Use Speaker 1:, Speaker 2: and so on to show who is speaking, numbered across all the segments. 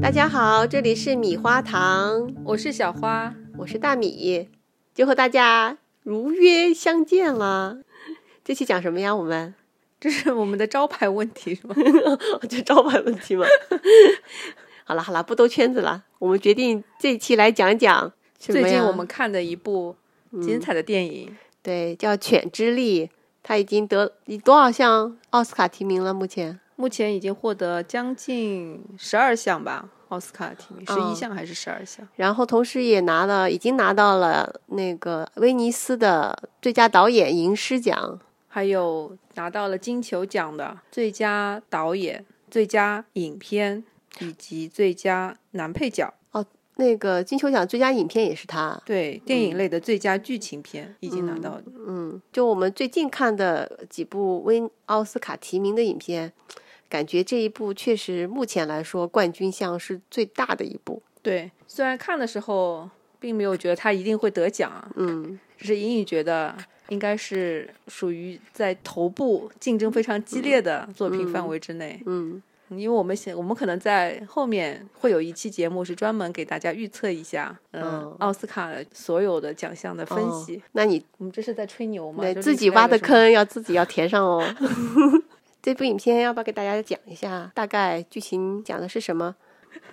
Speaker 1: 大家好，这里是米花糖，
Speaker 2: 我是小花，
Speaker 1: 我是大米，就和大家如约相见了。这期讲什么呀？我们
Speaker 2: 这是我们的招牌问题是吗？
Speaker 1: 就招牌问题嘛。 好了好了，不兜圈子了，我们决定这期来讲讲什么呀嗯
Speaker 2: 最近我们看的一部精彩的电影，
Speaker 1: 对叫《犬之力》，它已经得多少项奥斯卡提名了？目前
Speaker 2: 目前已经获得将近十二项吧奥斯卡提名，十
Speaker 1: 嗯
Speaker 2: 一项还是十二项？
Speaker 1: 然后同时也拿了，已经拿到了那个威尼斯的最佳导演银狮奖。
Speaker 2: 还有拿到了金球奖的最佳导演、最佳影片以及最佳男配角。
Speaker 1: 那个金球奖最佳影片也是他。
Speaker 2: 对，电影类的最佳剧情片已经拿到了。
Speaker 1: 嗯，就我们最近看的几部威奥斯卡提名的影片，感觉这一部确实目前来说冠军项是最大的一部。
Speaker 2: 对，虽然看的时候并没有觉得他一定会得奖啊，
Speaker 1: 嗯，
Speaker 2: 只是隐隐觉得应该是属于在头部竞争非常激烈的作品范围之内。
Speaker 1: 嗯，
Speaker 2: 因为我们想，我们可能在后面会有一期节目是专门给大家预测一下，嗯，
Speaker 1: 哦
Speaker 2: 奥斯卡所有的奖项的分析。
Speaker 1: 哦那你
Speaker 2: 我们这是在吹牛吗？
Speaker 1: 对
Speaker 2: 就是
Speaker 1: 自己
Speaker 2: 另外
Speaker 1: 挖
Speaker 2: 一个
Speaker 1: 的
Speaker 2: 什么。
Speaker 1: 坑要自己要填上 哦。这部影片要不要给大家讲一下？大概剧情讲的是什么？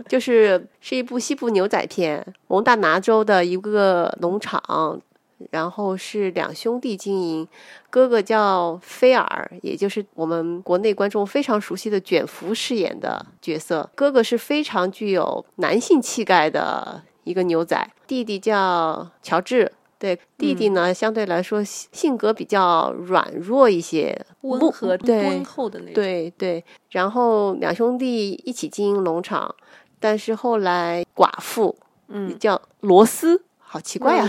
Speaker 1: 就是是一部西部牛仔片，蒙大拿州的一个农场，然后是两兄弟经营，哥哥叫菲尔，也就是我们国内观众非常熟悉的卷福饰演的角色，哥哥是非常具有男性气概的一个牛仔，弟弟叫乔治。对弟弟呢，相对来说性性格比较软弱一些，
Speaker 2: 温和
Speaker 1: 对
Speaker 2: 温厚的那种。
Speaker 1: 对对，然后两兄弟一起经营农场，但是后来寡妇，
Speaker 2: 嗯，
Speaker 1: 叫罗斯，好奇怪啊，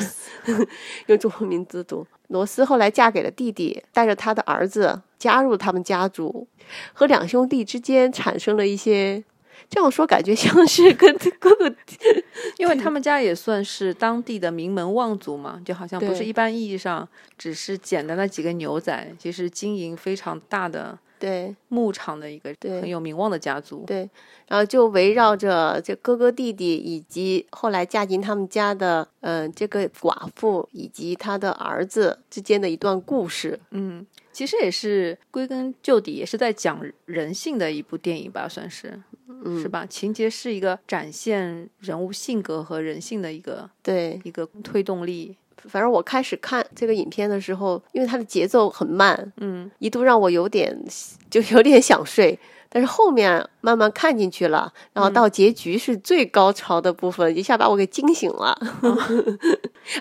Speaker 1: 用中文名字读。罗斯后来嫁给了弟弟，带着他的儿子加入他们家族，和两兄弟之间产生了一些，这样说感觉像是跟哥哥
Speaker 2: 因为他
Speaker 1: 嗯
Speaker 2: 们家也算是当地的名门望族嘛，就好像不是
Speaker 1: 对
Speaker 2: 一般意义上只是简单的几个牛仔，其实经营非常大的
Speaker 1: 对
Speaker 2: 牧场的一个
Speaker 1: 对
Speaker 2: 很有名望的家族。
Speaker 1: 对，然后就围绕着这哥哥弟弟以及后来嫁进他们家的，嗯、这个寡妇以及他的儿子之间的一段故事。
Speaker 2: 嗯，其实也是归根究底也是在讲人性的一部电影吧，算是，
Speaker 1: 嗯
Speaker 2: 是吧？情节是一个展现人物性格和人性的一个
Speaker 1: 对，
Speaker 2: 一个推动力。
Speaker 1: 反正我开始看这个影片的时候，因为它的节奏很慢，
Speaker 2: 嗯，
Speaker 1: 一度让我有点就有点想睡。但是后面慢慢看进去了，然后到结局是最高潮的部分，一下把我给惊醒了。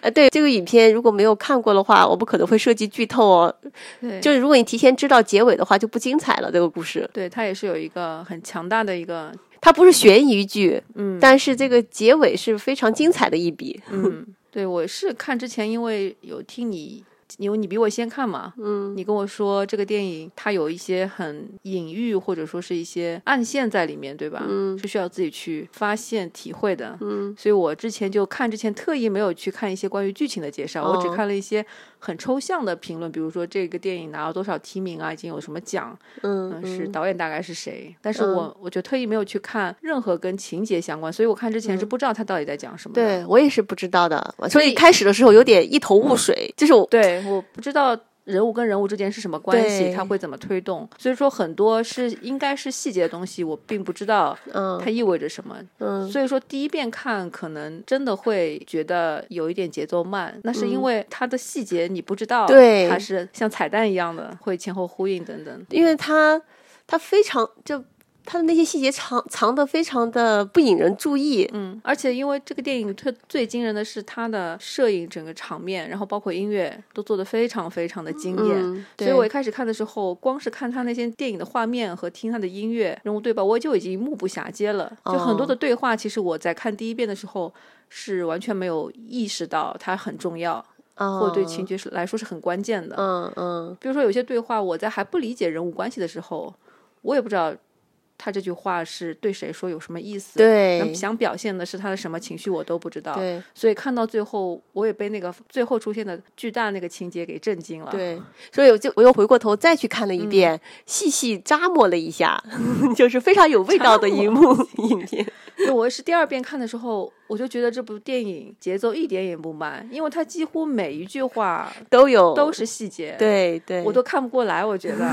Speaker 1: 啊，对这个影片，如果没有看过的话，我们可能会涉及剧透哦。
Speaker 2: 对，
Speaker 1: 就是如果你提前知道结尾的话，就不精彩了。这个故事
Speaker 2: 对它也是有一个很强大的一个
Speaker 1: 它不是悬疑剧，
Speaker 2: 嗯
Speaker 1: 但是这个结尾是非常精彩的一笔。
Speaker 2: 嗯，对，我是看之前，因为有听你，因为你比我先看嘛，嗯，你跟我说这个电影它有一些很隐喻或者说是一些暗线在里面，对吧？嗯，是需要自己去发现、体会的。嗯，所以我之前就看之前特意没有去看一些关于剧情的介绍，我只
Speaker 1: 哦
Speaker 2: 看了一些很抽象的评论，比如说这个电影拿了多少提名啊，已经有什么奖，
Speaker 1: 嗯
Speaker 2: 嗯，是导演大概是谁，但是我、我就特意没有去看任何跟情节相关，所以我看之前是不知道他到底在讲什么的。
Speaker 1: 对我也是不知道的，所
Speaker 2: 所
Speaker 1: 以
Speaker 2: 以
Speaker 1: 开始的时候有点一头雾水，就是我
Speaker 2: 对，我不知道人物跟人物之间是什么关系，
Speaker 1: 对
Speaker 2: 它会怎么推动。所以说，很多是应该是细节的东西，我并不知道
Speaker 1: 嗯
Speaker 2: 它意味着什么。
Speaker 1: 嗯
Speaker 2: 所以说，第一遍看可能真的会觉得有一点节奏慢，那是因为它的细节你不知道，
Speaker 1: 嗯对
Speaker 2: 它是像彩蛋一样的会前后呼应等等。
Speaker 1: 因为他他非常就他的那些细节藏藏的非常的不引人注意，
Speaker 2: 嗯，而且因为这个电影特最惊人的是它的摄影整个场面，然后包括音乐都做得非常非常的惊艳。
Speaker 1: 嗯
Speaker 2: 所以我一开始看的时候，光是看他那些电影的画面和听他的音乐人物对白，我就已经目不暇接了。就很多的对话，其实我在看第一遍的时候是完全没有意识到它很重要，或
Speaker 1: 我
Speaker 2: 者对情节是来说是很关键的。
Speaker 1: 啊嗯嗯
Speaker 2: 比如说有些对话，我在还不理解人物关系的时候，我也不知道他这句话是对谁说，有什么意思。
Speaker 1: 对
Speaker 2: 想表现的是他的什么情绪，我都不知道。
Speaker 1: 对
Speaker 2: 所以看到最后，我也被那个最后出现的巨大那个情节给震惊了。
Speaker 1: 对，所以我就我又回过头再去看了一 遍，细细咂摸了一下，就是非常有味道的一幕影片。
Speaker 2: 那我是第二遍看的时候，我就觉得这部电影节奏一点也不慢，因为它几乎每一句话
Speaker 1: 都有
Speaker 2: 都是细节，
Speaker 1: 哦对对，
Speaker 2: 我都看不过来。我 觉得，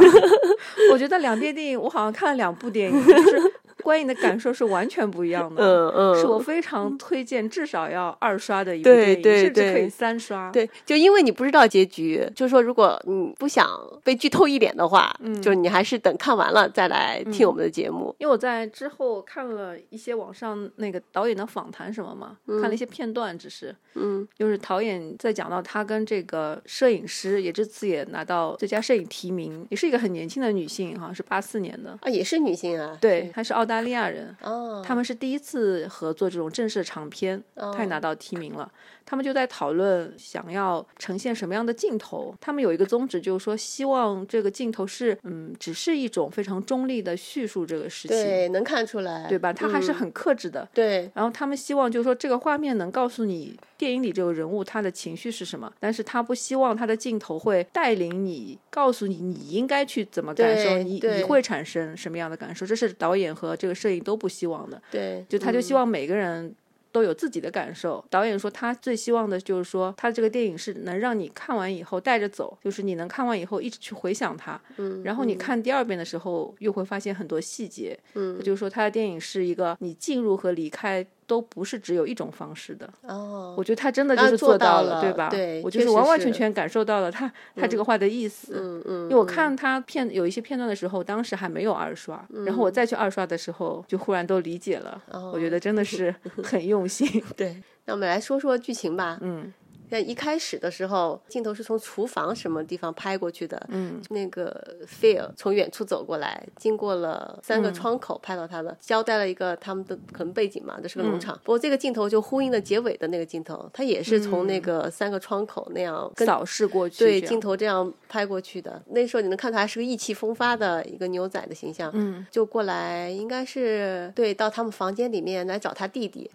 Speaker 2: 我觉得两遍电影，我好像看了两部电影，就是观影的感受是完全不一样的。
Speaker 1: 嗯嗯，
Speaker 2: 是我非常推荐，至少要二刷的一部
Speaker 1: 对
Speaker 2: 电影，
Speaker 1: 对
Speaker 2: 甚至可以
Speaker 1: 对
Speaker 2: 三刷。
Speaker 1: 对，就因为你不知道结局，就是说，如果你不想被剧透一脸的话，
Speaker 2: 嗯
Speaker 1: 就是你还是等看完了再来听我们的节目。
Speaker 2: 因为我在之后看了一些网上那个导演的访谈什么嘛，看了一些片段，只是，
Speaker 1: 嗯，
Speaker 2: 就是导演在讲到她跟这个摄影师，也这次也拿到最佳摄影提名，也是一个很年轻的女性，好像是八四年的，
Speaker 1: 啊，也是女性啊，
Speaker 2: 对，她是澳大利亚人，
Speaker 1: 是，哦，
Speaker 2: 他们是第一次合作这种正式长片，
Speaker 1: 哦
Speaker 2: 他也拿到提名了。他们就在讨论想要呈现什么样的镜头。他们有一个宗旨，就是说希望这个镜头是，嗯，只是一种非常中立的叙述这个事情，对
Speaker 1: 对，能看出来，
Speaker 2: 吧？他还是
Speaker 1: 嗯
Speaker 2: 很克制的。
Speaker 1: 对，
Speaker 2: 然后他们希望就是说，这个画面能告诉你电影里这个人物他的情绪是什么，但是他不希望他的镜头会带领你，告诉你你应该去怎么感受，
Speaker 1: 对
Speaker 2: 你你
Speaker 1: 对
Speaker 2: 会产生什么样的感受，这是导演和这个摄影都不希望的。
Speaker 1: 对，
Speaker 2: 就他就希望每个人都有自己的感受。导演说他最希望的就是说，他这个电影是能让你看完以后带着走，就是你能看完以后一直去回想它，嗯，然后你看第二遍的时候又会发现很多细节，嗯，就是说他的电影是一个你进入和离开。都不是只有一种方式的，
Speaker 1: 哦，
Speaker 2: 我觉得他真的就
Speaker 1: 啊
Speaker 2: 是
Speaker 1: 做
Speaker 2: 到
Speaker 1: 到了
Speaker 2: 对吧？
Speaker 1: 对
Speaker 2: 我就
Speaker 1: 确
Speaker 2: 是
Speaker 1: 实
Speaker 2: 完完全
Speaker 1: 是
Speaker 2: 全感受到了他、他这个话的意思，
Speaker 1: 嗯嗯
Speaker 2: 因为我看他片有一些片段的时候，当时还没有二刷，然
Speaker 1: 嗯
Speaker 2: 后我再去二刷的时候，就忽然都理解了。
Speaker 1: 哦
Speaker 2: 我觉得真 的是很用心。
Speaker 1: 对。那我们来说说剧情吧。
Speaker 2: 嗯
Speaker 1: 那一开始的时候，镜头是从厨房什么地方拍过去的，
Speaker 2: 嗯，
Speaker 1: 那个 Phil 从远处走过来，经过了三
Speaker 2: 嗯
Speaker 1: 个窗口，拍到他的，交代了一个他们的可能背景嘛，这是个
Speaker 2: 嗯
Speaker 1: 农场。不过这个镜头就呼应了结尾的那个镜头，他也是从那个三个窗口那样跟、
Speaker 2: 嗯扫视过去，
Speaker 1: 对
Speaker 2: 这样
Speaker 1: 镜头这样拍过去的。那时候你能看出来是个意气风发的一个牛仔的形象，
Speaker 2: 嗯，
Speaker 1: 就过来应该是对到他们房间里面来找他弟弟，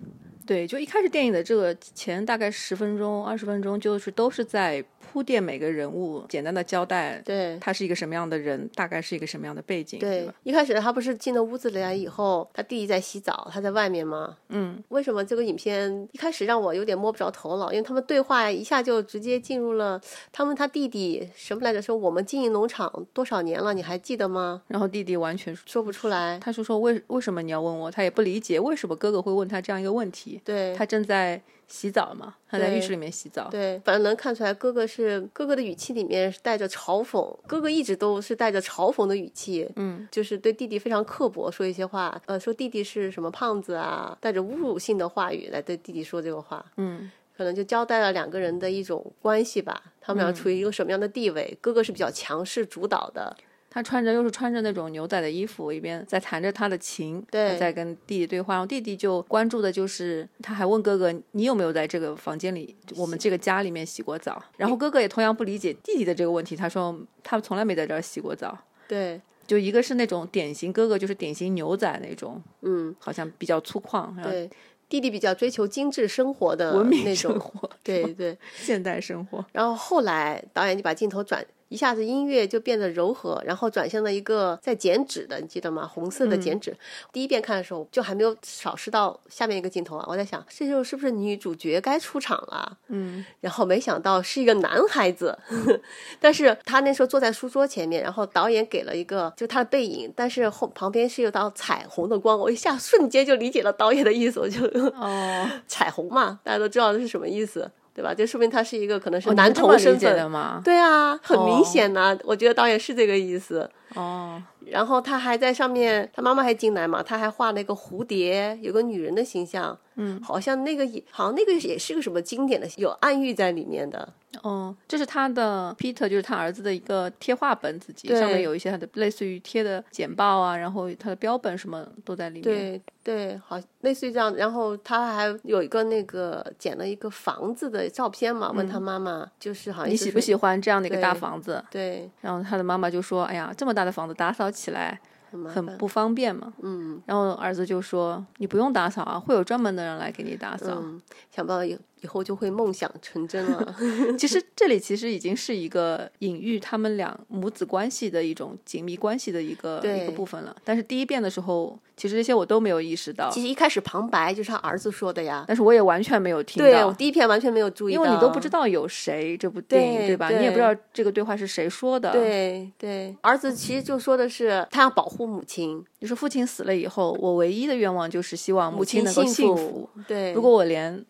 Speaker 2: 对，就一开始电影的这个前大概十分钟、二十分钟，就是都是在铺垫每个人物，简单的交代
Speaker 1: 对。
Speaker 2: 他是一个什么样的人，大概是一个什么样的背景，对
Speaker 1: 对
Speaker 2: 吧？，
Speaker 1: 一开始他不是进了屋子里来以后，他弟弟在洗澡，他在外面吗？
Speaker 2: 嗯，
Speaker 1: 为什么这个影片一开始让我有点摸不着头脑？因为他们对话一下就直接进入了他们他弟弟什么来着？说我们经营农场多少年了，你还记得吗？
Speaker 2: 然后弟弟完全，
Speaker 1: 说不出来。
Speaker 2: 他就说为为什么你要问我？他也不理解为什么哥哥会问他这样一个问题。
Speaker 1: 对，
Speaker 2: 他正在洗澡嘛，他在浴
Speaker 1: 对
Speaker 2: 室里面洗澡，
Speaker 1: 对，反正能看出来哥哥是哥哥的语气里面是带着嘲讽，哥哥一直都是带着嘲讽的语气，
Speaker 2: 嗯，
Speaker 1: 就是对弟弟非常刻薄，说一些话，呃，说弟弟是什么胖子啊，带着侮辱性的话语来对弟弟说这个话，
Speaker 2: 嗯，
Speaker 1: 可能就交代了两个人的一种关系吧，他
Speaker 2: 嗯
Speaker 1: 们俩处于一个什么样的地位，哥哥是比较强势主导的，
Speaker 2: 他穿着又是穿着那种牛仔的衣服，一边在弹着他的琴，
Speaker 1: 对
Speaker 2: 在跟弟弟对话。然后弟弟就关注的就是，他还问哥哥，你有没有在这个房间里，我们这个家里面洗过澡？然后哥哥也同样不理解弟弟的这个问题，他说他从来没在这儿洗过澡。
Speaker 1: 对，
Speaker 2: 就一个是那种典型哥哥，就是典型牛仔那种，
Speaker 1: 嗯，
Speaker 2: 好像比较粗犷，然后
Speaker 1: 对，弟弟比较追求精致生活的
Speaker 2: 文明
Speaker 1: 呃那
Speaker 2: 生
Speaker 1: 种，
Speaker 2: 活，
Speaker 1: 对对，
Speaker 2: 现代生活，
Speaker 1: 然后后来导演就把镜头转，一下子音乐就变得柔和，然后转向了一个在剪纸的，你记得吗？红色的
Speaker 2: 嗯
Speaker 1: 剪纸。第一遍看的时候就还没有扫视到下面一个镜头啊，我在想这时候是不是女主角该出场了？
Speaker 2: 嗯，
Speaker 1: 然后没想到是一个男孩子， 但是他那时候坐在书桌前面，然后导演给了一个就他的背影，但是后旁边是有道彩虹的光，我一下瞬间就理解了导演的意思，我就
Speaker 2: 哦，
Speaker 1: 彩虹嘛，大家都知道这是什么意思。对吧？这说明他是一个可能是
Speaker 2: 哦
Speaker 1: 男
Speaker 2: 你这么
Speaker 1: 童身
Speaker 2: 理解
Speaker 1: 份，
Speaker 2: 的吗？
Speaker 1: 对啊，很
Speaker 2: 哦
Speaker 1: 明显呐、我觉得导演是这个意思。
Speaker 2: 哦，
Speaker 1: 然后他还在上面，他妈妈还进来嘛，他还画了一个蝴蝶，有个女人的形象，嗯，好像那个也好像那个也是个什么经典的，有暗喻在里面的。
Speaker 2: 哦，这是他的 Peter，就是他儿子的一个贴画本自己，
Speaker 1: 对
Speaker 2: 上面有一些他的类似于贴的简报啊，然后他的标本什么都在里面。，
Speaker 1: 对对，好，类似于这样。然后他还有一个那个剪了一个房子的照片嘛，问他妈妈，就是好像
Speaker 2: 嗯你
Speaker 1: 就
Speaker 2: 喜
Speaker 1: 是
Speaker 2: 不喜欢这样的一个
Speaker 1: 对
Speaker 2: 大房子？
Speaker 1: 对，
Speaker 2: 然后他的妈妈就说：“哎呀，这么大的房子打扫起来
Speaker 1: 很麻
Speaker 2: 很
Speaker 1: 烦
Speaker 2: 不方便嘛。”
Speaker 1: 嗯，
Speaker 2: 然后儿子就说：“你不用打扫啊，会有专门的人来给你打扫。
Speaker 1: 嗯，想不到有以后就会梦想成真 了。
Speaker 2: 其实这里其实已经是一个隐喻他们俩母子关系的一种紧密关系的一个
Speaker 1: 对
Speaker 2: 一个部分了。但是第一遍的时候，其实这些我都没有意识到，
Speaker 1: 其实一开始旁白就是他儿子说的呀，
Speaker 2: 但是我也完全没有听
Speaker 1: 对我
Speaker 2: 到，
Speaker 1: 第一篇完全没有注意
Speaker 2: 因
Speaker 1: 到，
Speaker 2: 为你都不知道有谁这部电影
Speaker 1: 对
Speaker 2: 吧？
Speaker 1: 对
Speaker 2: 你也不知道这个对话是谁说的。，
Speaker 1: 对对，儿子其实就说的是他要保护母亲，
Speaker 2: 你说父亲死了以后，我唯一的愿望就是希望母
Speaker 1: 亲
Speaker 2: 能够
Speaker 1: 幸
Speaker 2: 福。。
Speaker 1: 对，
Speaker 2: 如果我连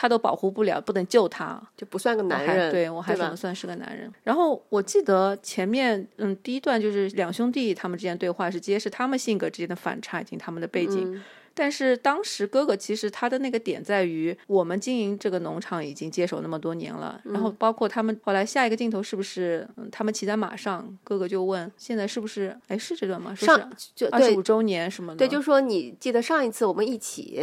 Speaker 2: 他都保护不了，不能救他，
Speaker 1: 就不算个
Speaker 2: 我
Speaker 1: 男
Speaker 2: 还
Speaker 1: 人，
Speaker 2: 对我还怎
Speaker 1: 吧
Speaker 2: 么？算是个男人？然后我记得前面，嗯，第一段就是两兄弟他们之间对话是揭示他们性格之间的反差以及他们的背景。
Speaker 1: 嗯
Speaker 2: 但是当时哥哥其实他的那个点在于，我们经营这个农场已经接手那么多年了，然
Speaker 1: 嗯
Speaker 2: 后包括他们后来下一个镜头是不是、嗯、他们骑在马上，哥哥就问现在是不是哎是这段吗？说
Speaker 1: 上
Speaker 2: 是
Speaker 1: 就
Speaker 2: 二十
Speaker 1: 对
Speaker 2: 五周年什么的，
Speaker 1: 对，就说你记得上一次我们一起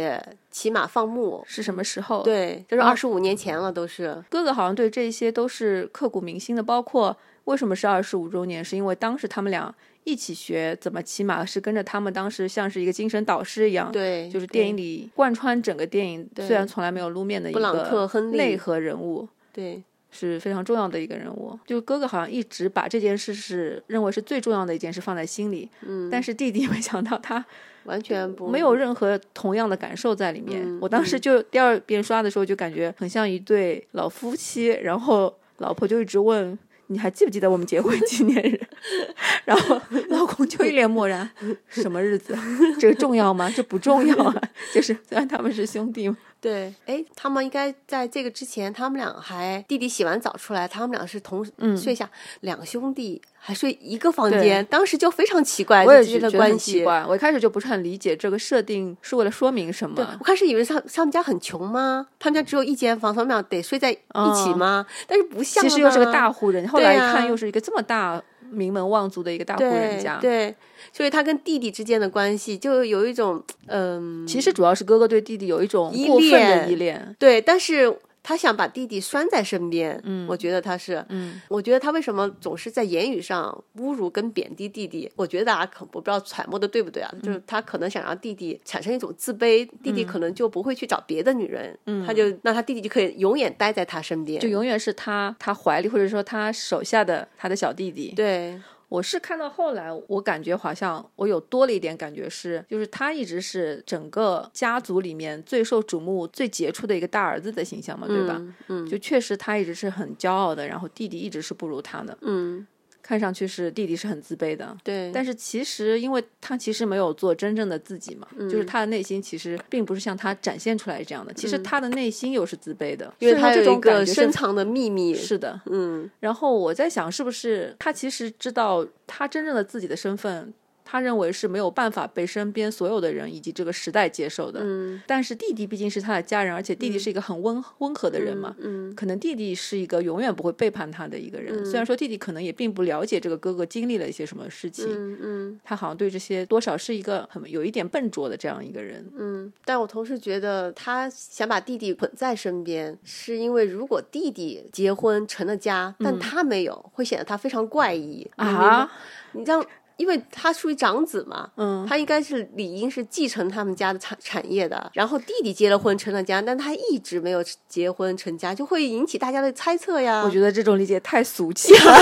Speaker 1: 骑马放牧，
Speaker 2: 是什么时候？
Speaker 1: 对，这是二十五年前了，都是
Speaker 2: 哥哥好像对这些都是刻骨铭心的，包括为什么是二十五周年，是因为当时他们俩一起学怎么骑马，是跟着他们当时像是一个精神导师一样，
Speaker 1: 对，
Speaker 2: 就是电影
Speaker 1: 里
Speaker 2: 里贯穿整个电影，
Speaker 1: 对
Speaker 2: 虽然从来没有露面的一
Speaker 1: 布朗克
Speaker 2: 个
Speaker 1: 亨利
Speaker 2: 内核人物。
Speaker 1: 对
Speaker 2: 是非常重要的一个人物，就哥哥好像一直把这件事是认为是最重要的一件事放在心里，嗯，但是弟弟 没想到他
Speaker 1: 完全不
Speaker 2: 没有任何同样的感受在里面。
Speaker 1: 嗯
Speaker 2: 我当时就第二遍刷的时候，就感觉很像一对老夫妻，然后老婆就一直问。你还记不记得我们结婚纪念日？ 然后老公就一脸漠然， 什么日子？这个重要吗？这不重要啊。 就是虽然他们是兄弟嘛，
Speaker 1: 对，哎，他们应该在这个之前，他们俩还弟弟洗完澡出来，他们俩是同时睡下，两兄弟还睡一个房
Speaker 2: 嗯对
Speaker 1: 间，当时就非常奇怪，
Speaker 2: 我也
Speaker 1: 之间
Speaker 2: 觉
Speaker 1: 的
Speaker 2: 得很
Speaker 1: 关
Speaker 2: 奇
Speaker 1: 系。
Speaker 2: 怪。我一开始就不是很理解这个设定是为了说明什
Speaker 1: 对
Speaker 2: 么
Speaker 1: 我。开始以为他他们家很穷吗？他们家只有一间房，他们俩得睡在一起
Speaker 2: 嗯
Speaker 1: 吗？但是不像
Speaker 2: 其
Speaker 1: 啊，
Speaker 2: 实又是个大户人，后来一
Speaker 1: 对啊
Speaker 2: 看又是一个这么大名门望族的一个大户人家。
Speaker 1: 对，对，所以他跟弟弟之间的关系就有一种嗯，
Speaker 2: 其实主要是哥哥对弟弟有一种
Speaker 1: 依
Speaker 2: 过分的
Speaker 1: 恋
Speaker 2: 依恋，
Speaker 1: 对，但是他想把弟弟拴在身边，嗯，我觉得他是，
Speaker 2: 嗯，
Speaker 1: 我觉得他为什么总是在言语上侮辱跟贬低弟弟？我觉得啊，可我不知道揣摩的对不对啊，
Speaker 2: 嗯
Speaker 1: 就是他可能想让弟弟产生一种自卑，弟弟可能就不会去找别的女人，嗯，他就那他弟弟就可以永远待在他身边，
Speaker 2: 就永远是他他怀里或者说他手下的他的小弟弟。
Speaker 1: 对，
Speaker 2: 我是看到后来，我感觉好像我有多了一点感觉是，就是他一直是整个家族里面最受瞩目、最杰出的一个大儿子的形象嘛，对吧？
Speaker 1: 嗯嗯
Speaker 2: 就确实他一直是很骄傲的，然后弟弟一直是不如他的，
Speaker 1: 嗯，
Speaker 2: 看上去是弟弟是很自卑的。
Speaker 1: 对，
Speaker 2: 但是其实，因为他其实没有做真正的自己嘛，就是
Speaker 1: 嗯
Speaker 2: 他的内心其实并不是像他展现出来这样的。其实他的内心又是自卑的，
Speaker 1: 因为
Speaker 2: 所以
Speaker 1: 他
Speaker 2: 这
Speaker 1: 有一
Speaker 2: 种
Speaker 1: 个
Speaker 2: 感觉
Speaker 1: 深
Speaker 2: 是
Speaker 1: 藏的秘密，
Speaker 2: 是的。
Speaker 1: 嗯，
Speaker 2: 然后我在想，是不是他其实知道他真正的自己的身份，他认为是没有办法被身边所有的人以及这个时代接受的。嗯，但是弟弟毕竟是他的家人，而且弟弟是一个很温、温和的人嘛。
Speaker 1: 嗯
Speaker 2: 可能弟弟是一个永远不会背叛他的一个人，虽然说弟弟可能也并不了解这个哥哥经历了一些什么事情，
Speaker 1: 嗯嗯
Speaker 2: 他好像对这些多少是一个很有一点笨拙的这样一个人。
Speaker 1: 嗯，但我同时觉得他想把弟弟捆在身边，是因为如果弟弟结婚成了家，但他没有，会显得他非常怪异
Speaker 2: 啊！
Speaker 1: 你明白你这样，因为他属于长子嘛，
Speaker 2: 嗯，
Speaker 1: 他应该是理应是继承他们家的产产业的。然后弟弟结了婚成了家，但他一直没有结婚成家，就会引起大家的猜测呀。
Speaker 2: 我觉得这种理解太俗气了。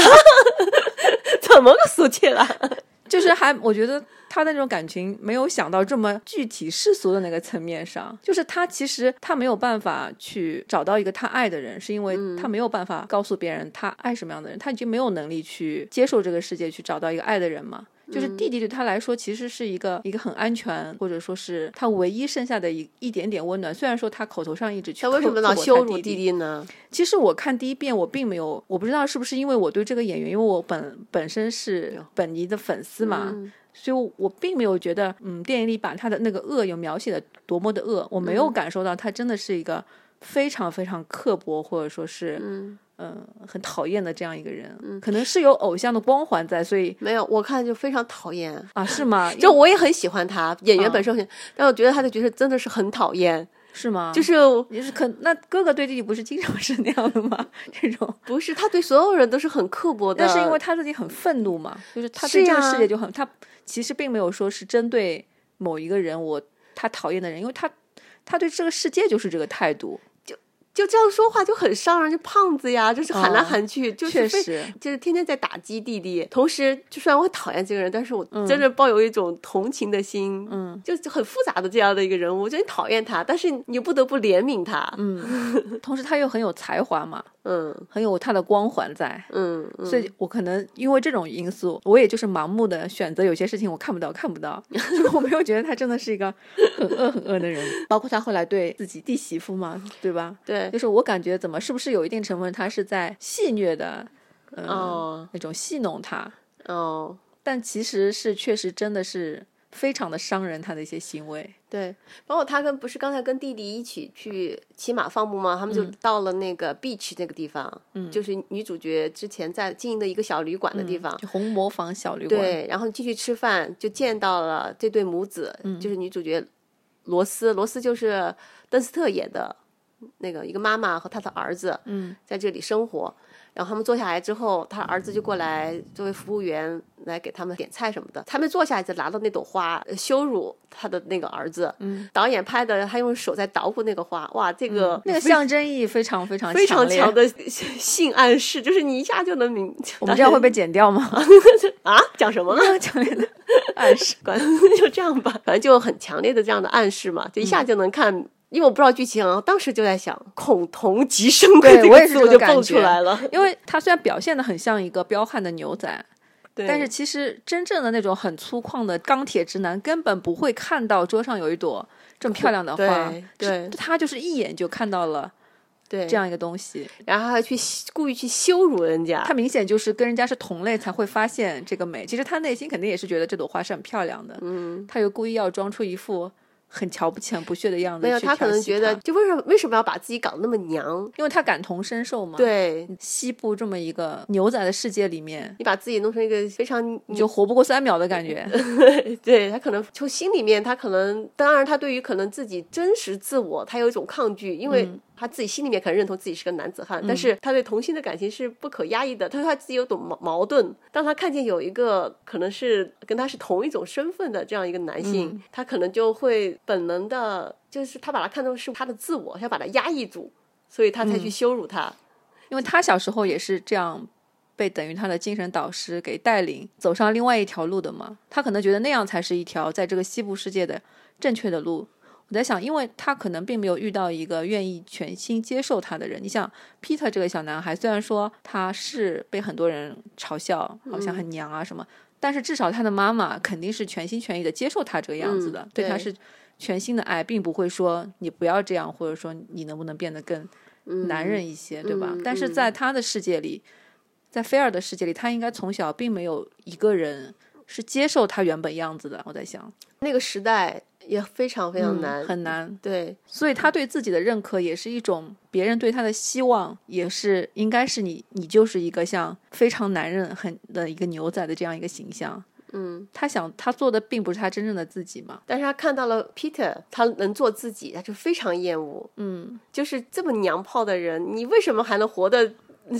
Speaker 1: 得怎么个俗气了？
Speaker 2: 就是还我觉得他的那种感情没有想到这么具体世俗的那个层面上，就是他其实他没有办法去找到一个他爱的人，是因为
Speaker 1: 嗯
Speaker 2: 他没有办法告诉别人他爱什么样的人，他已经没有能力去接受这个世界，去找到一个爱的人嘛。就是
Speaker 1: 嗯
Speaker 2: 弟弟对他来说，其实是一个一个很安全，或者说是他唯一剩下的一一点点温暖。虽然说他口头上一直去
Speaker 1: 他为什么
Speaker 2: 刻
Speaker 1: 老
Speaker 2: 刻薄
Speaker 1: 羞
Speaker 2: 他
Speaker 1: 辱弟
Speaker 2: 弟
Speaker 1: 弟呢？
Speaker 2: 其实我看第一遍，我并没有，我不知道是不是因为我对这个演员，因为我本本身是本尼的粉丝嘛，
Speaker 1: 嗯
Speaker 2: 所以我并没有觉得，嗯，电影里把他的那个恶有描写的多么的恶，我没有
Speaker 1: 嗯
Speaker 2: 感受到他真的是一个非常非常刻薄，或者说是，嗯、很讨厌的这样一个人。
Speaker 1: 嗯
Speaker 2: 可能是有偶像的光环在，所以
Speaker 1: 没有，我看就非常讨厌。
Speaker 2: 啊，是 吗？
Speaker 1: 就
Speaker 2: 因为
Speaker 1: 我也很喜欢他，演员
Speaker 2: 嗯
Speaker 1: 本身很喜欢，但我觉得他的角色真的是很讨厌，
Speaker 2: 是吗？
Speaker 1: 就是
Speaker 2: 就是可那哥哥对弟弟不是经常是那样的吗？ 这种。
Speaker 1: 不是他对所有人都是很刻薄的，
Speaker 2: 但是因为他自己很愤怒嘛，就是他
Speaker 1: 是啊
Speaker 2: 对这个世
Speaker 1: 呀
Speaker 2: 界就很，他其实并没有说是针对某一个人，我他讨厌的人，因为他他对这个世界就是这个态度，
Speaker 1: 就这样说话就很伤人，就胖子呀，就是喊来喊去，就是
Speaker 2: 嗯确
Speaker 1: 非
Speaker 2: 实，
Speaker 1: 就是天天在打击弟弟。同时，就虽然我很讨厌这个人，但是我真的抱有一种同情的心，
Speaker 2: 嗯，
Speaker 1: 就是很复杂的这样的一个人物。我觉得你讨厌他，但是你又不得不怜悯他，
Speaker 2: 嗯同时他又很有才华嘛，
Speaker 1: 嗯
Speaker 2: 很有他的光环在。
Speaker 1: 嗯嗯，
Speaker 2: 所以我可能因为这种因素，我也就是盲目的选择有些事情我看不到，看不 到，就是我没有觉得他真的是一个很恶很恶的人。包括他后来对自己弟媳妇嘛，对吧？
Speaker 1: 对，
Speaker 2: 就是我感觉怎么是不是有一定成分他是在戏谑的，嗯、
Speaker 1: 哦
Speaker 2: 那种戏弄他，
Speaker 1: 哦。
Speaker 2: 但其实是确实真的是非常的伤人他的一些行为。
Speaker 1: 对，包括他跟不是刚才跟弟弟一起去骑马放牧吗？他们就到了那个 beach 那个地方，嗯，就是女主角之前在经营的一个小旅馆的地方。
Speaker 2: 就红磨坊小旅馆，
Speaker 1: 啊对，然后进去吃饭，就见到了这对母子，就是女主角罗斯，罗斯就是邓斯特演的那个一个妈妈和她的儿子，
Speaker 2: 嗯，
Speaker 1: 在这里生活。然后他们坐下来之后，他儿子就过来作为服务员来给他们点菜什么的。他们坐下来就拿到那朵花，呃羞辱他的那个儿子。嗯，导演拍的，他用手在捣鼓那个花，哇，这个、
Speaker 2: 那个
Speaker 1: 非
Speaker 2: 象征意义非常非常
Speaker 1: 非常
Speaker 2: 烈
Speaker 1: 强。的性暗示，就是你一下就能明。
Speaker 2: 我们这样会被剪掉吗？
Speaker 1: 啊？讲什 么呢？
Speaker 2: 强烈的暗示。
Speaker 1: 管 就这样吧，反正就很强烈的这样的暗示嘛，就一下
Speaker 2: 嗯
Speaker 1: 就能看。因为我不知道剧情啊，当时就在想“恐同极生”
Speaker 2: 对
Speaker 1: 这
Speaker 2: 我
Speaker 1: 个
Speaker 2: 也是
Speaker 1: 词，
Speaker 2: 这
Speaker 1: 我
Speaker 2: 个
Speaker 1: 就
Speaker 2: 感
Speaker 1: 蹦出
Speaker 2: 觉
Speaker 1: 来了。
Speaker 2: 因为他虽然表现的很像一个彪悍的牛仔，
Speaker 1: 对，
Speaker 2: 但是其实真正的那种很粗犷的钢铁直男根本不会看到桌上有一朵这么漂亮的花
Speaker 1: 对，对
Speaker 2: 是他就是一眼就看到了
Speaker 1: 对
Speaker 2: 这，样一个东西，
Speaker 1: 然后还去羞故意去羞辱人家
Speaker 2: 他，明显就是跟人家是同类才会发现这个美。其实他内心肯定也是觉得这朵花是很漂亮的，嗯，他又故意要装出一副很瞧不起、很不屑的样子去
Speaker 1: 没有
Speaker 2: 调戏他
Speaker 1: 他可能觉得，就为什么为什么要把自己搞得那么娘？
Speaker 2: 因为他感同身受嘛。，
Speaker 1: 对
Speaker 2: 西部这么一个牛仔的世界里面，
Speaker 1: 你把自己弄成一个非常
Speaker 2: 你就活不过三秒的感觉。
Speaker 1: 对他可能从心里面，他可能当然他对于可能自己真实自我，他有一种抗拒，因为他自己心里面可能认同自己是个男子汉，但是他对同性的感情是不可压抑的。他说他自己有种矛矛盾，当他看见有一个可能是跟他是同一种身份的这样一个男性，他可能就会本能的，就是他把他看作是他的自我，他把他压抑住，所以他才去羞辱他。
Speaker 2: 因为他小时候也是这样被等于他的精神导师给带领走上另外一条路的嘛。他可能觉得那样才是一条在这个西部世界的正确的路。我在想，因为他可能并没有遇到一个愿意全心接受他的人。你想，Peter 这个小男孩，虽然说他是被很多人嘲笑，好像
Speaker 1: 嗯
Speaker 2: 很娘啊什么，但是至少他的妈妈肯定是全心全意的接受他这个样子的，
Speaker 1: 嗯
Speaker 2: 对他
Speaker 1: 对
Speaker 2: 是全新的爱，并不会说你不要这样，或者说你能不能变得更男人一些，对吧？
Speaker 1: 嗯
Speaker 2: 但是在他的世界里，在菲尔的世界里，他应该从小并没有一个人是接受他原本样子的。我在想，
Speaker 1: 那个时代也非常非常
Speaker 2: 嗯
Speaker 1: 难，
Speaker 2: 很难。
Speaker 1: 对
Speaker 2: 所以他对自己的认可也是一种别人对他的希望，也是应该是你，你就是一个像非常男人很的一个牛仔的这样一个形象。嗯，他想他做的并不是他真正的自己嘛。
Speaker 1: 但是他看到了 Peter，他能做自己，他就非常厌恶。
Speaker 2: 嗯，
Speaker 1: 就是这么娘炮的人，你为什么还能活得，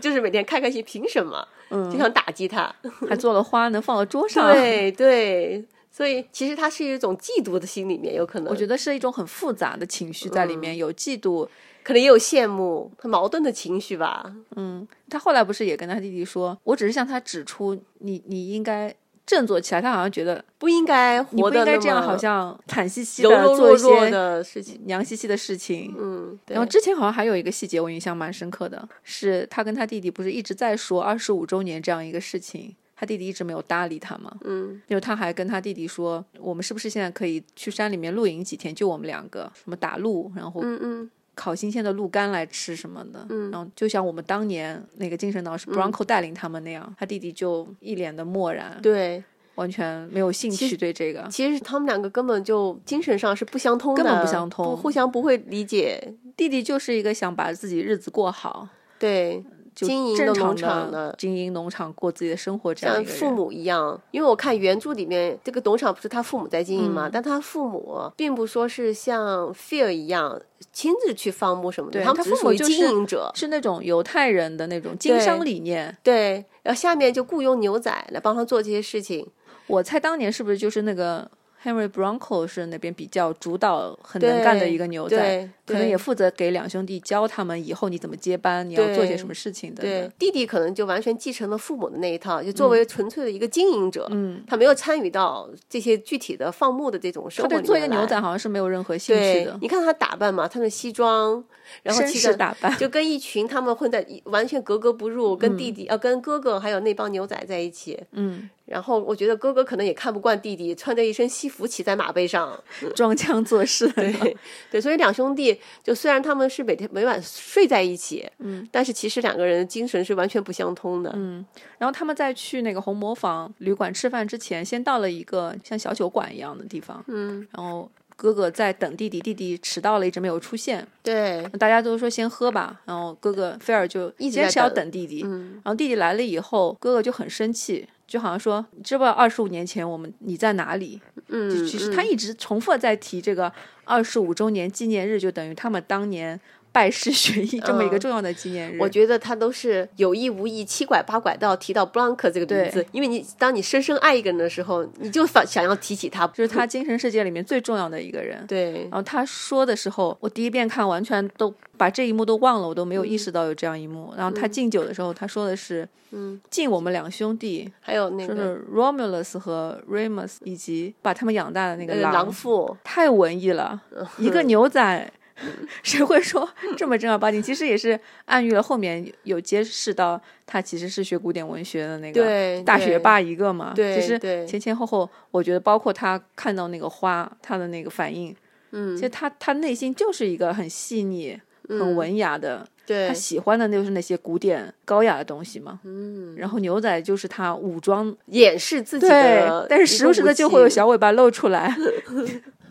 Speaker 1: 就是每天开开心？凭什么？嗯，就想打击他。
Speaker 2: 还做了花能放到桌上。
Speaker 1: 对对，所以其实他是一种嫉妒的心里面，有可能，
Speaker 2: 我觉得是一种很复杂的情绪
Speaker 1: 嗯
Speaker 2: 在里面，有嫉妒。
Speaker 1: 可能也有羡慕，很矛盾的情绪吧。
Speaker 2: 嗯，他后来不是也跟他弟弟说，我只是向他指出，你你应该振作起来。他好像觉得
Speaker 1: 不应该
Speaker 2: 你不
Speaker 1: 活得
Speaker 2: 应该
Speaker 1: 那
Speaker 2: 这样，
Speaker 1: 么
Speaker 2: 好像惨兮兮
Speaker 1: 柔
Speaker 2: 的
Speaker 1: 柔
Speaker 2: 做
Speaker 1: 弱
Speaker 2: 一
Speaker 1: 弱
Speaker 2: 些
Speaker 1: 的事情。
Speaker 2: 娘兮兮的事情。
Speaker 1: 嗯，对
Speaker 2: 然后之前好像还有一个细节我印象蛮深刻的，是他跟他弟弟不是一直在说二十五周年这样一个事情，他弟弟一直没有搭理他嘛。
Speaker 1: 嗯，
Speaker 2: 就是他还跟他弟弟说，我们是不是现在可以去山里面露营几天，就我们两个，什么打鹿，然后
Speaker 1: 嗯嗯
Speaker 2: 烤新鲜的鹿肝来吃什么的，嗯，然后就像我们当年那个精神导师
Speaker 1: 嗯
Speaker 2: Bronco 带领他们那样，他弟弟就一脸的漠然，
Speaker 1: 对，
Speaker 2: 完全没有兴趣对这个。
Speaker 1: 其实他们两个根本就精神上是不相通的，
Speaker 2: 根本不相通
Speaker 1: 互相不会理解。
Speaker 2: 弟弟就是一个想把自己日子过好，
Speaker 1: 对，
Speaker 2: 就
Speaker 1: 经营
Speaker 2: 正
Speaker 1: 的农
Speaker 2: 常
Speaker 1: 场
Speaker 2: 的
Speaker 1: 的
Speaker 2: 经营农场过自己的生活这样
Speaker 1: 像
Speaker 2: 一个
Speaker 1: 父
Speaker 2: 人。
Speaker 1: 母一样，因为我看原著里面这个农场不是他父母在经营
Speaker 2: 嗯
Speaker 1: 嘛，但他父母并不说是像 Fear 一样亲自去放牧什么的，
Speaker 2: 对
Speaker 1: 他们
Speaker 2: 他
Speaker 1: 只是
Speaker 2: 父
Speaker 1: 属
Speaker 2: 母
Speaker 1: 于
Speaker 2: 就
Speaker 1: 经
Speaker 2: 是
Speaker 1: 营者。
Speaker 2: 是那种犹太人的那种经
Speaker 1: 对
Speaker 2: 商理念，
Speaker 1: 对，然后下面就雇佣牛仔来帮他做这些事情。
Speaker 2: 我猜当年是不是就是那个 Henry Bronco 是那边比较主导、很能干的一个牛仔，
Speaker 1: 对
Speaker 2: 可能也负责给两兄弟教他们以后你怎么接班，你要做些
Speaker 1: 对
Speaker 2: 什么事情的。
Speaker 1: 对，弟弟可能就完全继承了父母的那一套，就作为纯粹的一个经营者，
Speaker 2: 嗯，
Speaker 1: 他没有参与到这些具体的放牧的这种生活
Speaker 2: 他对
Speaker 1: 里
Speaker 2: 做一个
Speaker 1: 面
Speaker 2: 牛
Speaker 1: 来
Speaker 2: 仔好像是没有任何兴趣
Speaker 1: 对
Speaker 2: 的，，
Speaker 1: 你看他打扮嘛，他们西装，然后
Speaker 2: 绅
Speaker 1: 骑
Speaker 2: 士
Speaker 1: 着
Speaker 2: 打 扮。
Speaker 1: 就跟一群他们混在一完全格格不入，跟弟弟、呃跟哥哥还有那帮牛仔在一起。
Speaker 2: 嗯，
Speaker 1: 然后我觉得哥哥可能也看不惯弟弟穿着一身西服骑在马背上，
Speaker 2: 装腔作势的那种。
Speaker 1: 对对，所以两兄弟就虽然他们是每天每晚睡在一起，嗯，但是其实两个人精神是完全不相通的，嗯，
Speaker 2: 然后他们在去那个红磨坊旅馆吃饭之前，先到了一个像小酒馆一样的地方。嗯，然后哥哥在等弟弟，弟弟迟到了，一直没有出现。
Speaker 1: 对
Speaker 2: 大家都说先喝吧，然后哥哥菲尔就
Speaker 1: 一直
Speaker 2: 坚
Speaker 1: 在
Speaker 2: 持要
Speaker 1: 等嗯
Speaker 2: 等弟弟。然后弟弟来了以后，哥哥就很生气。就好像说，你知不知道二十五年前我们你在哪里？就
Speaker 1: 嗯，
Speaker 2: 其实他一直重复地在提这个二十五周年纪念日，就等于他们当年拜师学艺这么一个
Speaker 1: 嗯
Speaker 2: 重要的纪念日。
Speaker 1: 我觉得他都是有意无意、七拐八拐到提到 Blanc 这个名字，因为你当你深深爱一个人的时候，你就反想要提起他，
Speaker 2: 就是他精神世界里面最重要的一个人。
Speaker 1: 对
Speaker 2: 然后他说的时候，我第一遍看完全都把这一幕都忘了，我都没有意识到有这样一幕。然后
Speaker 1: 嗯
Speaker 2: 他敬酒的时候，他说的是，嗯，敬我们两兄弟，
Speaker 1: 还有那
Speaker 2: 就
Speaker 1: 个呃
Speaker 2: 是 Romulus 和 Remus，以及把他们养大的那个
Speaker 1: 呃狼嗯父，
Speaker 2: 太文艺了，一 个牛仔。
Speaker 1: 嗯
Speaker 2: 谁会说这么正儿八经？其实也是暗喻了后面有揭示到他其实是学古典文学的那个
Speaker 1: 对
Speaker 2: 大学，霸一个嘛。
Speaker 1: 对
Speaker 2: 其实
Speaker 1: 对
Speaker 2: 前前后后，我觉得包括他看到那个花，他的那个反应，嗯，其实他他内心就是一个很细腻、很文雅的，
Speaker 1: 嗯对
Speaker 2: 他
Speaker 1: 对
Speaker 2: 喜欢的就是那些古典高雅的东西嘛。嗯，然后牛仔就是他武装，
Speaker 1: 掩饰自己
Speaker 2: 对
Speaker 1: 的，，
Speaker 2: 但是时不时的就会有小尾巴露 出来。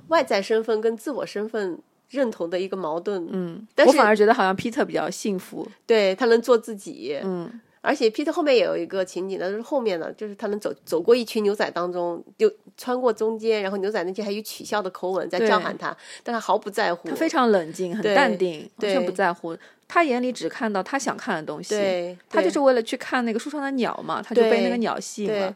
Speaker 1: 外在身份跟自我身份认同的一个矛盾，嗯，但
Speaker 2: 我
Speaker 1: 是
Speaker 2: 反而觉得好像皮特比较幸福，
Speaker 1: 对他能做自己，
Speaker 2: 嗯，
Speaker 1: 而且 Peter 后面也有一个情景呢，就是后面呢，就是他们走走过一群牛仔当中，就穿过中间，然后牛仔那些还以取笑的口吻在
Speaker 2: 对
Speaker 1: 叫喊他，但他毫不在乎，
Speaker 2: 他非常冷静，很
Speaker 1: 对
Speaker 2: 淡定，完全
Speaker 1: 对
Speaker 2: 不在乎。他眼里只看到他想看的东西，
Speaker 1: 对，
Speaker 2: 他就
Speaker 1: 对
Speaker 2: 是为了去看那个树上的鸟嘛，他就被那个鸟吸引了
Speaker 1: 对。，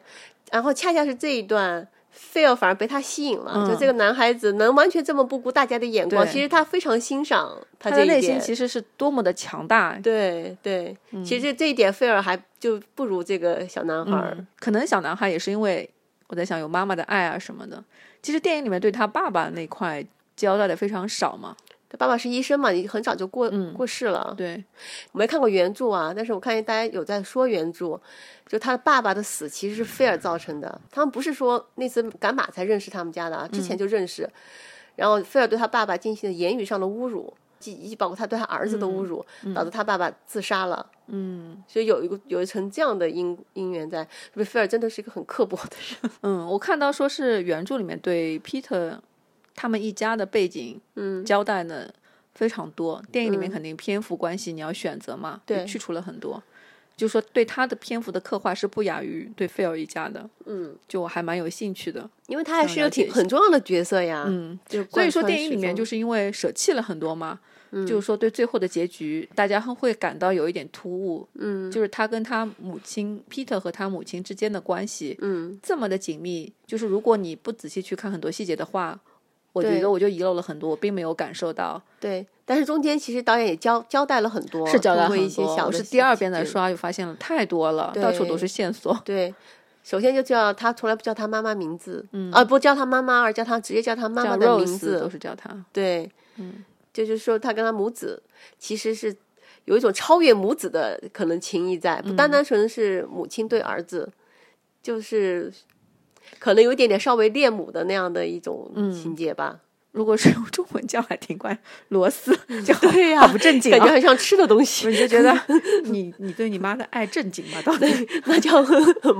Speaker 1: 然后恰恰是这一段。菲尔反而被他吸引了，
Speaker 2: 嗯
Speaker 1: 就这个男孩子能完全这么不顾大家的眼光，
Speaker 2: 对
Speaker 1: 其实他非常欣赏他
Speaker 2: 他
Speaker 1: 这
Speaker 2: 的
Speaker 1: 一点。
Speaker 2: 内心其实是多么的强大，
Speaker 1: 对对，其实这这一点菲尔还就不如这个小男孩儿。
Speaker 2: 嗯，可能小男孩也是因为我在想有妈妈的爱啊什么的。其实电影里面对他爸爸那块交代的非常少嘛，
Speaker 1: 他爸爸是医生嘛，很早就过、过世了。
Speaker 2: 对，
Speaker 1: 我没看过原著啊，但是我看见大家有在说原著，就他爸爸的死其实是菲尔造成的。他们不是说那次赶马才认识他们家的，啊，之前就认识。然后菲尔对他爸爸进行了言语上的侮辱，以及包括他对他儿子的侮辱，导致他爸爸自杀了。嗯，所以有一个有一层这样的因因缘在，所以菲尔真的是一个很刻薄的人。
Speaker 2: 嗯，我看到说是原著里面对 Peter 他们一家的背景，嗯，交代的非常多。电影里面肯定篇幅关系你要选择嘛，
Speaker 1: 对
Speaker 2: 就去除了很多。就说对他的篇幅的刻画是不亚于对菲尔一家的，嗯，就我还蛮有兴趣的。
Speaker 1: 因为他还是
Speaker 2: 了
Speaker 1: 个
Speaker 2: 解
Speaker 1: 挺
Speaker 2: 一
Speaker 1: 很重要的角色呀，嗯，就
Speaker 2: 所以
Speaker 1: 贯
Speaker 2: 说
Speaker 1: 穿嗯
Speaker 2: 电影里
Speaker 1: 始
Speaker 2: 面
Speaker 1: 终
Speaker 2: 就是因为舍弃了很多嘛，就是说对最后的结局，大家会感到有一点突兀，嗯，就是他跟他母亲 Peter 和他母亲之间的关系，嗯，这么的紧密，就是如果你不仔细去看很多细节的话，我觉
Speaker 1: 对
Speaker 2: 得我就遗漏了很多，我并没有感受到，
Speaker 1: 对，但是中间其实导演也交交代了很多，
Speaker 2: 是交代
Speaker 1: 通过
Speaker 2: 很
Speaker 1: 一些
Speaker 2: 多。
Speaker 1: 小
Speaker 2: 我
Speaker 1: 的
Speaker 2: 是
Speaker 1: 细
Speaker 2: 第二遍
Speaker 1: 节
Speaker 2: 再刷就发现了太多了，
Speaker 1: 对
Speaker 2: 到处都是线索，
Speaker 1: 对，首先就叫他从来不叫他妈妈名字，嗯，啊，不叫他妈妈，而叫他直接叫他妈妈
Speaker 2: 叫
Speaker 1: 的名
Speaker 2: Rose
Speaker 1: 字
Speaker 2: 都，是叫他，
Speaker 1: 对，嗯，就是说他跟他母子其实是有一种超越母子的可能情谊在，
Speaker 2: 嗯
Speaker 1: 不单单纯是母亲对儿子，就是可能有一点点稍微恋母的那样的一种
Speaker 2: 嗯
Speaker 1: 情节 吧，
Speaker 2: 如果是用中文叫还挺怪，螺丝就好
Speaker 1: 嗯 对呀
Speaker 2: 好不正经
Speaker 1: 感
Speaker 2: 啊
Speaker 1: 觉。很像吃的东西，
Speaker 2: 你就觉 得你你对你妈的爱正经吗？到底
Speaker 1: 那叫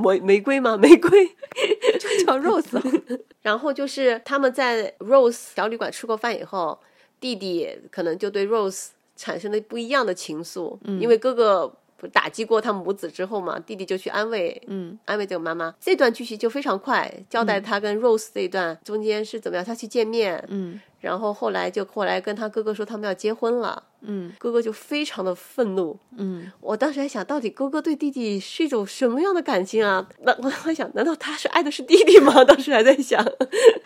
Speaker 1: 玫玫瑰吗？玫瑰。
Speaker 2: 就叫 Rose 啊
Speaker 1: 然后就是他们在 Rose 小旅馆吃过饭以后，嗯弟弟可能就对 Rose 产生了不一样的情愫，因为哥哥不是打击过他母子之后嘛，弟弟就去安慰，嗯，安慰这个妈妈。这段剧情就非常快，交代他跟 Rose 这一段、中间是怎么样，他去见面，
Speaker 2: 嗯，
Speaker 1: 然后后来就后来跟他哥哥说他们要结婚了，
Speaker 2: 嗯
Speaker 1: 哥哥就非常的愤怒。
Speaker 2: 嗯，
Speaker 1: 我当时还想到底哥哥对弟弟是一种什么样的感情啊？那我还想，难道他是爱的是弟弟吗？ 当时还在想，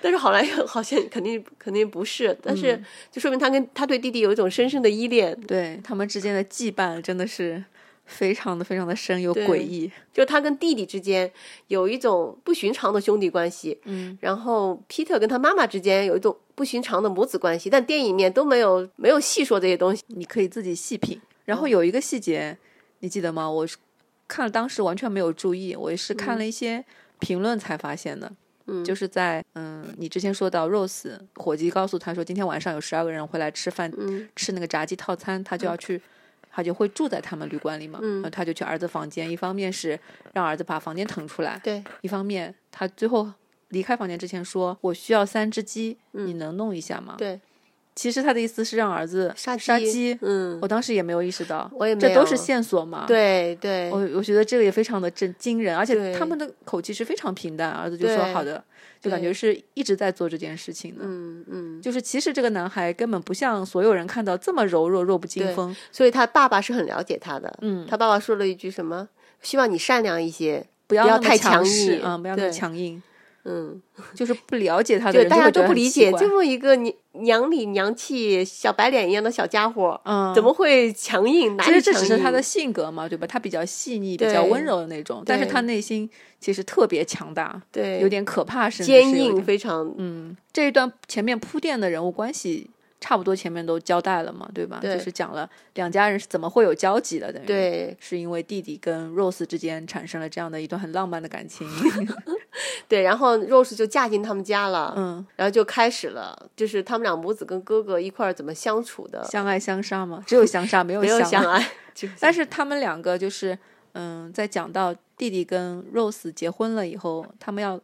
Speaker 1: 但是后来好像肯定肯定不是，但是就说明他跟他对弟弟有一种深深的依恋，
Speaker 2: 对他们之间的羁绊真的是非常的非常的深，又
Speaker 1: 对
Speaker 2: 诡异。
Speaker 1: 就他跟弟弟之间有一种不寻常的兄弟关系，
Speaker 2: 嗯，
Speaker 1: 然后皮特跟他妈妈之间有一种不寻常的母子关系，但电影里面都没有没有细说这些东西。
Speaker 2: 你可以自己细品。然
Speaker 1: 嗯
Speaker 2: 后有一个细节，你记得吗？我是看了，当时完全没有注意，我也是看了一些评论才发现的。
Speaker 1: 嗯
Speaker 2: 就是在嗯，你之前说到 Rose 伙计告诉他说，今天晚上有十二个人会来吃饭，
Speaker 1: 嗯
Speaker 2: 吃那个炸鸡套餐，他就要去，他就会住在他们旅馆里嘛。
Speaker 1: 嗯
Speaker 2: 然后他就去儿子房间，一方面是让儿子把房间腾出来，
Speaker 1: 对，
Speaker 2: 一方面他最后离开房间之前说：“我需要三只鸡，
Speaker 1: 嗯
Speaker 2: 你能弄一下吗？”
Speaker 1: 对，
Speaker 2: 其实他的意思是让儿子
Speaker 1: 杀
Speaker 2: 杀
Speaker 1: 鸡嗯，
Speaker 2: 我当时也没有意识到，
Speaker 1: 我也没
Speaker 2: 这都是
Speaker 1: 有
Speaker 2: 线索嘛。，
Speaker 1: 对对
Speaker 2: 我我觉得这个也非常的震惊人，而且
Speaker 1: 对
Speaker 2: 他们的口气是非常平淡，儿子就说
Speaker 1: 对
Speaker 2: 好的，就感觉是一直在做这件事情的。
Speaker 1: 嗯嗯，
Speaker 2: 就是其实这个男孩根本不像所有人看到这么柔弱、弱不禁
Speaker 1: 对
Speaker 2: 风。
Speaker 1: 所以他爸爸是很了解他的。
Speaker 2: 嗯，
Speaker 1: 他爸爸说了一句什么？希望你善良一些。
Speaker 2: 不要
Speaker 1: 不要
Speaker 2: 那么
Speaker 1: 太
Speaker 2: 强
Speaker 1: 强
Speaker 2: 势
Speaker 1: 硬
Speaker 2: 啊，不要那么
Speaker 1: 对
Speaker 2: 强硬，
Speaker 1: 嗯，
Speaker 2: 就是不了 解他的
Speaker 1: 对，
Speaker 2: 人，
Speaker 1: 大家都不理解这
Speaker 2: 就
Speaker 1: 么一个娘娘里娘气、小白脸一样的小家伙，
Speaker 2: 嗯，
Speaker 1: 怎么会强硬？哪
Speaker 2: 其
Speaker 1: 里
Speaker 2: 实这只
Speaker 1: 强
Speaker 2: 是他
Speaker 1: 硬
Speaker 2: 的性格嘛，对吧？他比较细腻、比
Speaker 1: 对
Speaker 2: 较温柔的那种，但是
Speaker 1: 对
Speaker 2: 他内心其实特别强大，
Speaker 1: 对
Speaker 2: 有点可怕，甚至是
Speaker 1: 坚
Speaker 2: 有一
Speaker 1: 硬，
Speaker 2: 点。
Speaker 1: 非常
Speaker 2: 嗯，这一段前面铺垫的人物关系差不多前面都交代了嘛，对吧？
Speaker 1: 对
Speaker 2: 就是讲了两家人是怎么会有交集的，等于。
Speaker 1: 对
Speaker 2: 是因为弟弟跟 Rose 之间产生了这样的一段很浪漫的 感情，
Speaker 1: 对。然后 Rose 就嫁进他们家了，
Speaker 2: 嗯，
Speaker 1: 然后就开始了，就是他们俩母子跟哥哥一块儿怎么相处的，
Speaker 2: 相爱相杀嘛，只有相杀没有
Speaker 1: 呃没有
Speaker 2: 相
Speaker 1: 相爱，就是
Speaker 2: 但是他们两个就是，嗯，在讲到弟弟跟 Rose 结婚了以后，他们要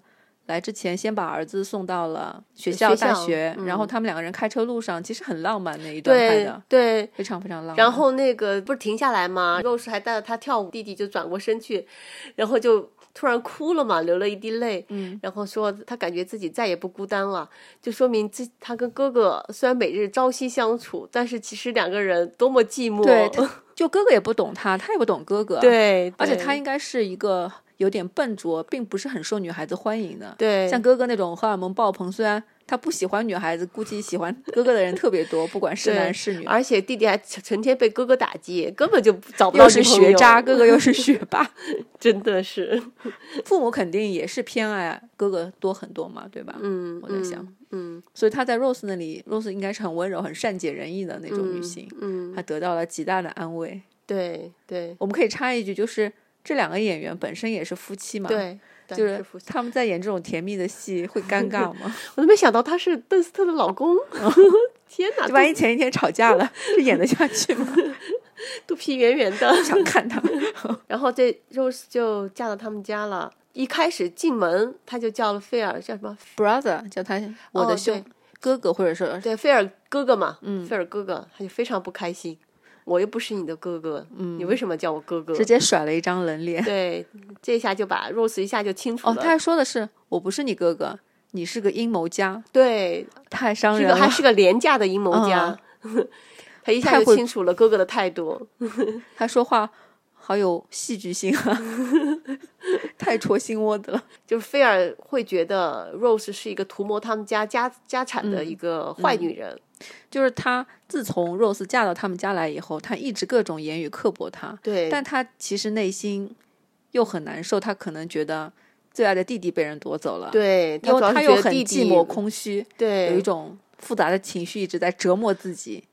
Speaker 2: 来之前，先把儿子送到了学校、
Speaker 1: 学
Speaker 2: 大
Speaker 1: 校
Speaker 2: 学，
Speaker 1: 嗯
Speaker 2: 然后他们两个人开车路上，其实很浪漫那一段拍
Speaker 1: 对
Speaker 2: 的，
Speaker 1: 对，
Speaker 2: 非常非常浪漫。
Speaker 1: 然后那个不是停下来吗？Rose 还带着他跳舞，弟弟就转过身去，然后就突然哭了嘛，流了一滴泪。
Speaker 2: 嗯，
Speaker 1: 然后说他感觉自己再也不孤单了，就说明这他跟哥哥虽然每日朝夕相处，但是其实两个人多么寂寞。
Speaker 2: 对，他就哥哥也不懂他，他也不懂哥哥，，
Speaker 1: 对，
Speaker 2: 而且
Speaker 1: 对
Speaker 2: 他应该是一个有点笨拙，并不是很受女孩子欢迎的。
Speaker 1: 对
Speaker 2: 像哥哥那种荷尔蒙爆棚，虽然他不喜欢女孩子，估计喜欢哥哥的人特别多，不管是
Speaker 1: 对
Speaker 2: 男是女。
Speaker 1: 而且弟弟还成成天被哥哥打击，根本就找不到
Speaker 2: 又是
Speaker 1: 女朋
Speaker 2: 学
Speaker 1: 友
Speaker 2: 渣，哥哥又是学霸，
Speaker 1: 真的是，
Speaker 2: 父母肯定也是偏爱哥哥多很多嘛，对吧？
Speaker 1: 嗯，
Speaker 2: 我在想，
Speaker 1: 嗯，
Speaker 2: 所以他在 Rose 那里，Rose 应该是很温柔、很善解人意的那
Speaker 1: 嗯，
Speaker 2: 种女性，
Speaker 1: 嗯，
Speaker 2: 她得到了极大的安慰。
Speaker 1: 对对
Speaker 2: 我们可以插一句，就是这两个演员本身也是夫妻嘛，，
Speaker 1: 对，对
Speaker 2: 啊就是是他们在演这种甜蜜的戏会 尴尬吗？
Speaker 1: 我都没想到他是邓斯特的老 公，天哪，
Speaker 2: 万一前一天吵架了，这演得下去吗？
Speaker 1: 肚皮圆圆的。
Speaker 2: 不想看他们。
Speaker 1: 然后这 Rose 就嫁到他们家了。一开始进门，他就叫了菲尔，叫什么？
Speaker 2: Brother 叫他 我的兄、
Speaker 1: 哦
Speaker 2: 哥哥，或者说
Speaker 1: 对，菲尔哥哥嘛，嗯，菲尔哥哥，他就非常不开心。我又不是你的哥哥，嗯，你为什么叫我哥哥？
Speaker 2: 直接甩了一张冷脸。
Speaker 1: 对，这下就把 Rose 一下就清楚
Speaker 2: 哦，
Speaker 1: 了。
Speaker 2: 他还说的是我不是你哥哥，你是个阴谋家，
Speaker 1: 对，
Speaker 2: 太伤
Speaker 1: 是
Speaker 2: 人
Speaker 1: 个
Speaker 2: 了。嗯
Speaker 1: 还是个廉价的阴谋家， 他一下
Speaker 2: 太会
Speaker 1: 就清楚了哥哥的态度。
Speaker 2: 他说话好有戏剧性 啊，太戳心窝子了。
Speaker 1: 就是菲尔会觉得 Rose 是一个图谋他们家家家产
Speaker 2: 嗯
Speaker 1: 的一个坏女人，
Speaker 2: 就是他自从 Rose 嫁到他们家来以后，他一直各种言语刻薄他，
Speaker 1: 对，
Speaker 2: 但他其实内心又很难受，他可能觉得最爱的弟弟被人夺走了，，
Speaker 1: 对，
Speaker 2: 因
Speaker 1: 主
Speaker 2: 为
Speaker 1: 要
Speaker 2: 他
Speaker 1: 是觉
Speaker 2: 又
Speaker 1: 得
Speaker 2: 很
Speaker 1: 弟
Speaker 2: 寂
Speaker 1: 弟
Speaker 2: 寞空虚，有
Speaker 1: 对
Speaker 2: 一种复杂的情绪一直在折磨自己，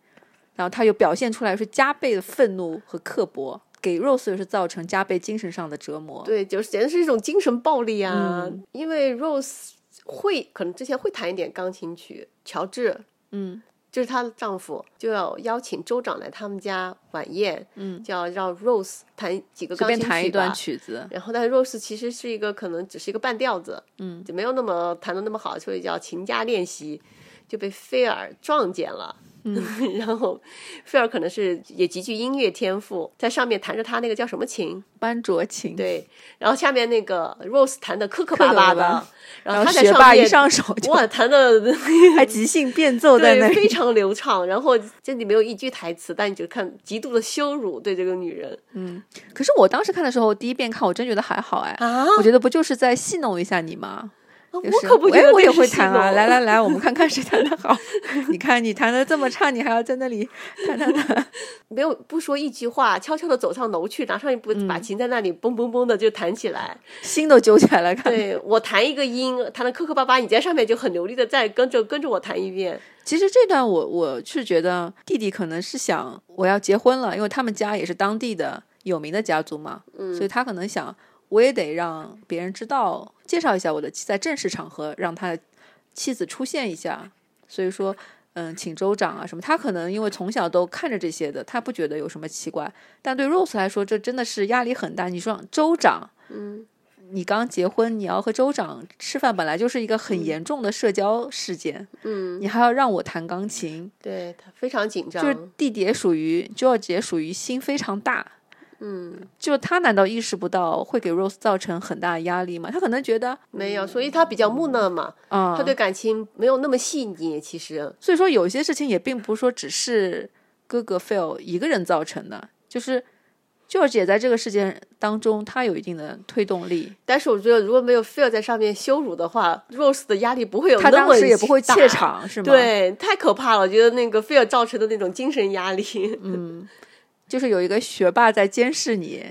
Speaker 2: 然后他又表现出来是加倍的愤怒和刻薄，给 Rose 又是造成加倍精神上的折磨，
Speaker 1: 对，就是简直是一种精神暴力啊！
Speaker 2: 嗯
Speaker 1: 因为 Rose 会可能之前会弹一点钢琴曲，乔治，
Speaker 2: 嗯，
Speaker 1: 就是她的丈夫就要邀请州长来他们家晚宴，
Speaker 2: 嗯，
Speaker 1: 就要让 Rose 弹几个钢
Speaker 2: 随便
Speaker 1: 琴曲
Speaker 2: 弹一
Speaker 1: 吧
Speaker 2: 段曲子，
Speaker 1: 然后，但是 Rose 其实是一个可能只是一个半调子，嗯，就没有那么弹的那么好，所以叫勤加练习，就被菲尔撞见了。嗯， 然后菲尔可能是也极具音乐天赋，在上面弹着他那个叫什么琴，
Speaker 2: 班卓琴，
Speaker 1: 对，然后下面那个 Rose 弹的磕磕
Speaker 2: 磕
Speaker 1: 巴
Speaker 2: 磕
Speaker 1: 巴
Speaker 2: 巴
Speaker 1: 的
Speaker 2: 巴，
Speaker 1: 然
Speaker 2: 然
Speaker 1: 他
Speaker 2: 后
Speaker 1: 在
Speaker 2: 学霸一
Speaker 1: 面
Speaker 2: 上手就
Speaker 1: 哇弹的
Speaker 2: 还即兴变奏在那
Speaker 1: 对，非
Speaker 2: 里，
Speaker 1: 常流畅，然后这里没有一句台词，但你就看极度的羞辱对这个女人
Speaker 2: 可是我当时看的时候，我第一遍看我真觉得还好哎，
Speaker 1: 啊，
Speaker 2: 我觉得不就是在戏弄一下你吗？
Speaker 1: 我
Speaker 2: 就是
Speaker 1: 可不觉
Speaker 2: 哎
Speaker 1: 得
Speaker 2: 我
Speaker 1: 这
Speaker 2: 也
Speaker 1: 是
Speaker 2: 会
Speaker 1: 戏
Speaker 2: 弹啊！
Speaker 1: 弄
Speaker 2: 来来来，我们看看谁弹的好。 你看你弹的这么差，你还要在那里弹弹弹。
Speaker 1: 没有不说一句话，悄悄的走上楼去，拿上一部
Speaker 2: 嗯
Speaker 1: 把琴在那里嘣嘣嘣的就弹起 来。
Speaker 2: 心都揪起来了。看，
Speaker 1: 对我弹一个音，弹的磕磕巴巴，你在上面就很流利的再跟着跟着我弹一遍。
Speaker 2: 其实这段我我是觉得弟弟可能是想我要结婚了，因为他们家也是当地的有名的家族嘛，所以他可能想我也得让别人知道，介绍一下我的妻在正式场合让他的妻子出现一下。所以说，嗯，请州长啊什么，他可能因为从小都看着这些的，他不觉得有什么奇怪。但对 Rose 来说，这真的是压力很大。你说州长，嗯，你刚结婚，你要和州长吃饭，本来就是一个很严重的社交事件，嗯，你还要让我弹钢琴，
Speaker 1: 对他非常紧张，
Speaker 2: 就是弟弟也属于 George 也属于心非常大，嗯，就他难道意识不到会给 Rose 造成很大的压力吗？他可能觉得
Speaker 1: 没有，所以他比较木讷嘛，
Speaker 2: 啊，
Speaker 1: 他对感情没有那么细腻。其实，
Speaker 2: 所以说有些事情也并不是说只是哥哥 Phil 一个人造成的，就是 George 也在这个事件当中，他有一定的推动力。
Speaker 1: 但是我觉得如果没有 Phil 在上面羞辱的话，Rose 的压力不会有
Speaker 2: 他
Speaker 1: 那
Speaker 2: 当
Speaker 1: 么
Speaker 2: 时也不会
Speaker 1: 大
Speaker 2: 怯。场，是吗？，
Speaker 1: 对，太可怕了！我觉得那个菲尔造成的那种精神压力，
Speaker 2: 嗯就是有一个学霸在监视你，